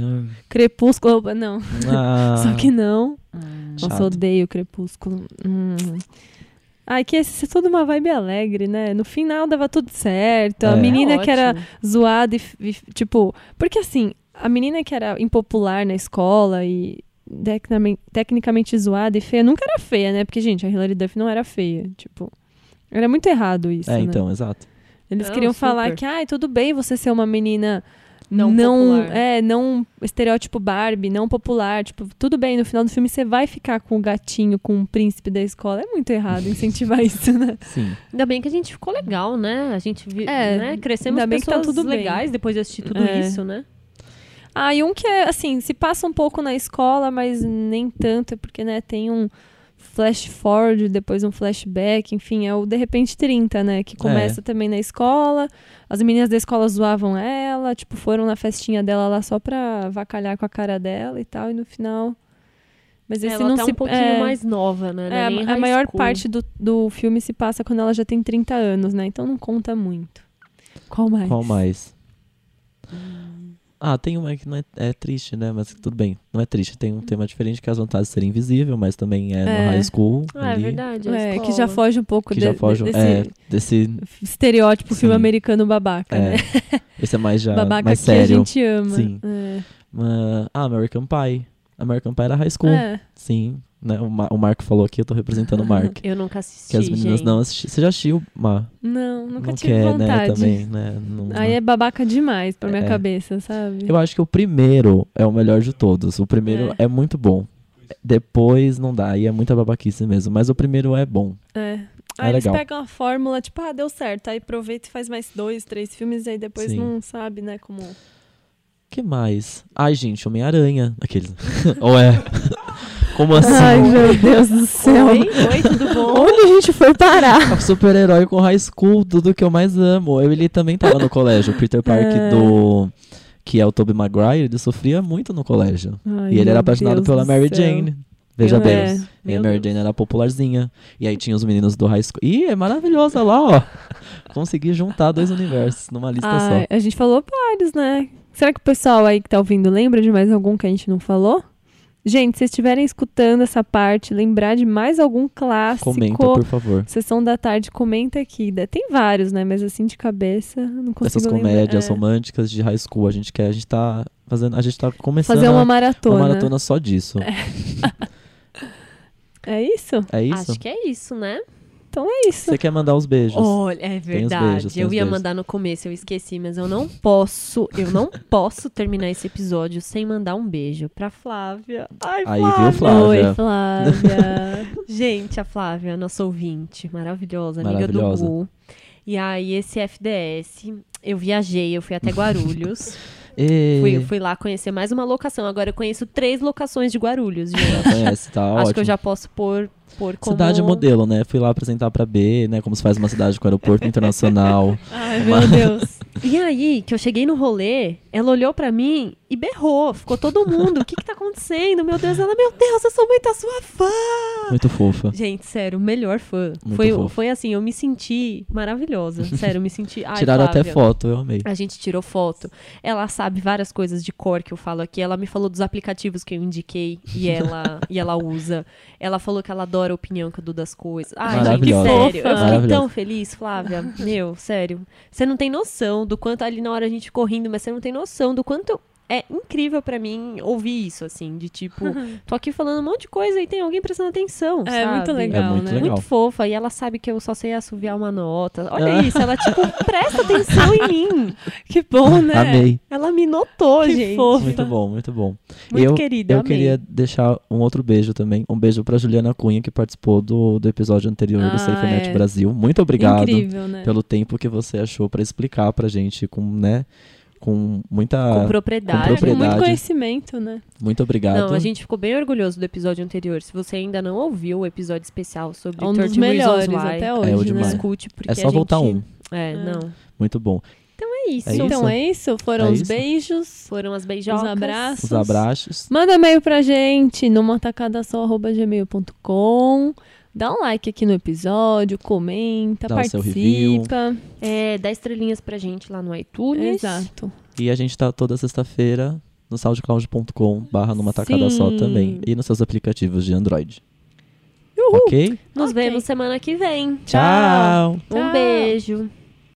[SPEAKER 3] Hum,
[SPEAKER 2] Crepúsculo. opa, Não.
[SPEAKER 3] ah,
[SPEAKER 2] Só que não.
[SPEAKER 3] chato.
[SPEAKER 1] Hum.
[SPEAKER 2] Nossa, odeio Crepúsculo. Hum. Ai, que esse é tudo uma vibe alegre, né? No final dava tudo certo. A
[SPEAKER 3] É.
[SPEAKER 2] menina
[SPEAKER 1] É
[SPEAKER 2] que era
[SPEAKER 1] ótimo.
[SPEAKER 2] zoada e, f- e f- tipo. Porque assim, a menina que era impopular na escola e tecnamen- tecnicamente zoada e feia, nunca era feia, né? Porque, gente, a Hilary Duff não era feia. Tipo. Era muito errado isso.
[SPEAKER 3] É,
[SPEAKER 2] né?
[SPEAKER 3] então, exato.
[SPEAKER 2] Eles
[SPEAKER 1] Não,
[SPEAKER 2] queriam falar
[SPEAKER 1] super.
[SPEAKER 2] que, ai, tudo bem você ser uma menina
[SPEAKER 1] Não
[SPEAKER 2] não,
[SPEAKER 1] popular.
[SPEAKER 2] é, não estereótipo Barbie, não popular, tipo, tudo bem, no final do filme você vai ficar com o gatinho, com o príncipe da escola. É muito errado incentivar isso, né?
[SPEAKER 3] Sim.
[SPEAKER 1] Ainda bem que a gente ficou legal, né? A gente vi,
[SPEAKER 2] É,
[SPEAKER 1] né? crescemos
[SPEAKER 2] ainda bem que tá
[SPEAKER 1] pessoas
[SPEAKER 2] tudo bem.
[SPEAKER 1] legais depois de assistir tudo
[SPEAKER 2] É.
[SPEAKER 1] isso, né?
[SPEAKER 2] Ah, e um que é, assim, se passa um pouco na escola, mas nem tanto, é porque, né, tem um flash forward, depois um flashback, enfim, é o De Repente 30, né,
[SPEAKER 3] É.
[SPEAKER 2] que começa também na escola, as meninas da escola zoavam ela, tipo, foram na festinha dela lá só pra vacalhar com a cara dela e tal, e no final... Mas esse
[SPEAKER 1] Ela
[SPEAKER 2] não
[SPEAKER 1] tá
[SPEAKER 2] se...
[SPEAKER 1] um pouquinho
[SPEAKER 2] é,
[SPEAKER 1] mais nova, né? Não
[SPEAKER 2] é, a-
[SPEAKER 1] nem
[SPEAKER 2] a,
[SPEAKER 1] high
[SPEAKER 2] maior
[SPEAKER 1] school.
[SPEAKER 2] parte do, do filme se passa quando ela já tem 30 anos, né, então não conta muito. Qual mais?
[SPEAKER 3] Qual mais?
[SPEAKER 2] Hum.
[SPEAKER 3] Ah, tem uma que não é, é triste, né? Mas tudo bem. Não é triste. Tem um tema diferente que é as vantagens de ser invisível, mas também é,
[SPEAKER 2] É.
[SPEAKER 3] no high school.
[SPEAKER 1] Ah, é
[SPEAKER 3] ali,
[SPEAKER 1] verdade. a
[SPEAKER 2] É, que
[SPEAKER 1] escola.
[SPEAKER 2] já foge um pouco
[SPEAKER 3] Que
[SPEAKER 2] de-
[SPEAKER 3] já foge.
[SPEAKER 2] desse,
[SPEAKER 3] É, desse.
[SPEAKER 2] estereótipo
[SPEAKER 3] Sim.
[SPEAKER 2] filme americano babaca, né?
[SPEAKER 3] É, esse é mais já.
[SPEAKER 2] babaca
[SPEAKER 3] mais
[SPEAKER 2] que
[SPEAKER 3] sério.
[SPEAKER 2] a gente ama.
[SPEAKER 3] Sim.
[SPEAKER 2] É.
[SPEAKER 3] Ah, American Pie. American Pie era high school.
[SPEAKER 2] É.
[SPEAKER 3] Sim. Né? O, Ma- o Marco falou aqui, eu tô representando o Marco.
[SPEAKER 1] Eu nunca assisti,
[SPEAKER 3] que as meninas
[SPEAKER 1] gente.
[SPEAKER 3] não assistiram. Você já assistiu, Mar?
[SPEAKER 2] Não, nunca
[SPEAKER 3] não
[SPEAKER 2] tive
[SPEAKER 3] quer, né?
[SPEAKER 2] vontade.
[SPEAKER 3] Também, né? Não-
[SPEAKER 2] Aí é babaca demais pra minha
[SPEAKER 3] É.
[SPEAKER 2] cabeça, sabe?
[SPEAKER 3] Eu acho que o primeiro é o melhor de todos. O primeiro é, muito bom. Depois não dá, aí é muita babaquice mesmo. Mas o primeiro é bom.
[SPEAKER 2] É.
[SPEAKER 3] É
[SPEAKER 2] Aí eles
[SPEAKER 3] legal.
[SPEAKER 2] pegam a fórmula, tipo, ah, deu certo. Aí aproveita e faz mais dois, três filmes, e aí depois
[SPEAKER 3] Sim.
[SPEAKER 2] não sabe, né, como...
[SPEAKER 3] que mais? Ai, gente, Homem-Aranha. Aqueles. Ou é? Como assim?
[SPEAKER 2] meu Deus do céu.
[SPEAKER 1] Oi, oi, tudo bom?
[SPEAKER 2] Onde a gente foi parar?
[SPEAKER 3] É um Super-herói com high school, tudo que eu mais amo. Eu, ele também tava no colégio. O Peter Park
[SPEAKER 2] É.
[SPEAKER 3] do. Que é o Tobey Maguire, ele sofria muito no colégio. e ele era apaixonado pela Mary Jane. Veja
[SPEAKER 2] Eu-
[SPEAKER 3] bem.
[SPEAKER 2] é,
[SPEAKER 3] E a
[SPEAKER 1] meu
[SPEAKER 3] Mary
[SPEAKER 1] Deus.
[SPEAKER 3] Jane era popularzinha. E aí tinha os meninos do high school. Ih, é maravilhosa lá, ó. Consegui juntar dois universos numa lista
[SPEAKER 2] Ai, a gente falou vários, né? Será que o pessoal aí que tá ouvindo lembra de mais algum que a gente não falou? Gente, se vocês estiverem escutando essa parte, lembrar de mais algum
[SPEAKER 3] só.
[SPEAKER 2] clássico,
[SPEAKER 3] Comenta, por favor.
[SPEAKER 2] Sessão da Tarde, comenta aqui. De- Tem vários, né? Mas assim de cabeça, eu não consigo
[SPEAKER 3] Essas
[SPEAKER 2] lembrar.
[SPEAKER 3] comédias
[SPEAKER 2] É.
[SPEAKER 3] românticas de high school. A gente quer, a gente tá fazendo. A gente tá começando
[SPEAKER 2] Fazer uma
[SPEAKER 3] a-
[SPEAKER 2] maratona.
[SPEAKER 3] uma maratona só disso.
[SPEAKER 2] É isso?
[SPEAKER 3] É isso?
[SPEAKER 1] Acho que é isso, né?
[SPEAKER 2] Então é isso.
[SPEAKER 3] Você quer mandar os beijos?
[SPEAKER 1] Olha, é
[SPEAKER 3] Tem os
[SPEAKER 1] verdade.
[SPEAKER 3] beijos, tem
[SPEAKER 1] eu
[SPEAKER 3] os
[SPEAKER 1] ia
[SPEAKER 3] beijos.
[SPEAKER 1] mandar no começo, eu esqueci, mas eu não posso, eu não posso terminar esse episódio sem mandar um beijo pra Flávia. Ai,
[SPEAKER 3] Aí,
[SPEAKER 1] Flávia.
[SPEAKER 3] viu, Flávia?
[SPEAKER 2] Oi, Flávia.
[SPEAKER 1] Gente, a Flávia, nossa ouvinte, maravilhosa, amiga
[SPEAKER 3] Maravilhosa.
[SPEAKER 1] do Gu. E aí, esse FDS, eu viajei, eu fui até Guarulhos.
[SPEAKER 3] E...
[SPEAKER 1] fui, fui lá conhecer mais uma locação. Agora eu conheço três locações de Guarulhos, gente.
[SPEAKER 3] Ela conhece, tá
[SPEAKER 1] Acho
[SPEAKER 3] ótimo.
[SPEAKER 1] que eu já posso pôr Por como...
[SPEAKER 3] Cidade modelo, né? Fui lá apresentar pra B, né? Como se faz uma cidade com aeroporto internacional.
[SPEAKER 1] Ai, meu Deus. E aí, que eu cheguei no rolê, ela olhou pra mim e berrou. Ficou todo mundo. O que que tá acontecendo? Meu Deus, ela, meu Deus, eu sou muito a sua fã.
[SPEAKER 3] Muito fofa.
[SPEAKER 1] Gente, sério, o melhor fã.
[SPEAKER 3] Muito
[SPEAKER 1] Foi,
[SPEAKER 3] fofo.
[SPEAKER 1] foi assim, eu me senti maravilhosa. Sério, eu me senti. Ai, É
[SPEAKER 3] Tiraram até
[SPEAKER 1] Flávia.
[SPEAKER 3] foto, eu amei.
[SPEAKER 1] A gente tirou foto. Ela sabe várias coisas de cor que eu falo aqui. Ela me falou dos aplicativos que eu indiquei e ela, e ela usa. Ela falou que ela adora a opinião que eu dou das coisas. Ai, gente,
[SPEAKER 3] Maravilhosa.
[SPEAKER 1] sério. Eu fiquei
[SPEAKER 3] Maravilhosa.
[SPEAKER 1] tão feliz, Flávia. Meu, sério. Você não tem noção do quanto ali na hora a gente ficou rindo, mas você não tem noção do quanto. É incrível pra mim ouvir isso, assim, de tipo, tô aqui falando um monte de coisa e tem alguém prestando atenção.
[SPEAKER 2] É muito
[SPEAKER 1] sabe?
[SPEAKER 2] legal,
[SPEAKER 3] É muito
[SPEAKER 2] né?
[SPEAKER 3] legal. Ah.
[SPEAKER 1] Muito fofa. E ela sabe que eu só sei assoviar uma nota. Olha isso, ela, tipo, presta atenção em mim.
[SPEAKER 2] Que bom, né?
[SPEAKER 3] Amei.
[SPEAKER 1] Ela me notou,
[SPEAKER 2] Que
[SPEAKER 1] gente.
[SPEAKER 2] fofa.
[SPEAKER 3] Muito bom, muito bom.
[SPEAKER 1] Muito
[SPEAKER 3] eu,
[SPEAKER 1] querida,
[SPEAKER 3] Eu
[SPEAKER 1] amei.
[SPEAKER 3] queria deixar um outro beijo também. Um beijo pra Juliana Cunha, que participou do, do episódio anterior
[SPEAKER 2] Ah,
[SPEAKER 3] do Safe Net
[SPEAKER 2] é.
[SPEAKER 3] Brasil. Muito obrigado
[SPEAKER 2] Incrível, né?
[SPEAKER 3] pelo tempo que você achou pra explicar pra gente com, né, Ah, com muita...
[SPEAKER 1] Com propriedade.
[SPEAKER 3] Com
[SPEAKER 2] É, com muito
[SPEAKER 3] propriedade.
[SPEAKER 2] conhecimento, né?
[SPEAKER 3] Muito obrigado.
[SPEAKER 1] Não, a gente ficou bem orgulhoso do episódio anterior. Se você ainda não ouviu o episódio especial sobre
[SPEAKER 2] É um dos
[SPEAKER 1] 13
[SPEAKER 2] melhores
[SPEAKER 1] Reasons Why,
[SPEAKER 2] até
[SPEAKER 3] É, o
[SPEAKER 2] hoje, né?
[SPEAKER 3] demais.
[SPEAKER 1] escute, porque
[SPEAKER 3] É
[SPEAKER 1] a
[SPEAKER 3] só
[SPEAKER 1] gente...
[SPEAKER 3] voltar um.
[SPEAKER 1] É,
[SPEAKER 2] É.
[SPEAKER 1] não.
[SPEAKER 3] Muito bom.
[SPEAKER 1] É isso.
[SPEAKER 3] É isso?
[SPEAKER 2] Então é isso. Foram
[SPEAKER 3] É
[SPEAKER 2] os
[SPEAKER 3] isso?
[SPEAKER 2] beijos,
[SPEAKER 1] Foram as beijocas.
[SPEAKER 2] os abraços.
[SPEAKER 3] Os abraços.
[SPEAKER 2] Manda e-mail pra gente numa tacada só arroba gmail.com. Dá um like aqui no episódio, comenta,
[SPEAKER 3] Dá o seu review.
[SPEAKER 2] participa.
[SPEAKER 1] É, dá estrelinhas pra gente lá no iTunes.
[SPEAKER 2] Exato.
[SPEAKER 3] E a gente tá toda sexta-feira no soundcloud.com barra numa tacada
[SPEAKER 2] Sim.
[SPEAKER 3] só também. E nos seus aplicativos de Android.
[SPEAKER 2] Uhul.
[SPEAKER 3] Ok?
[SPEAKER 1] Nos
[SPEAKER 2] Ok.
[SPEAKER 1] vemos semana que vem.
[SPEAKER 3] Tchau!
[SPEAKER 1] Um
[SPEAKER 2] Tchau.
[SPEAKER 1] beijo.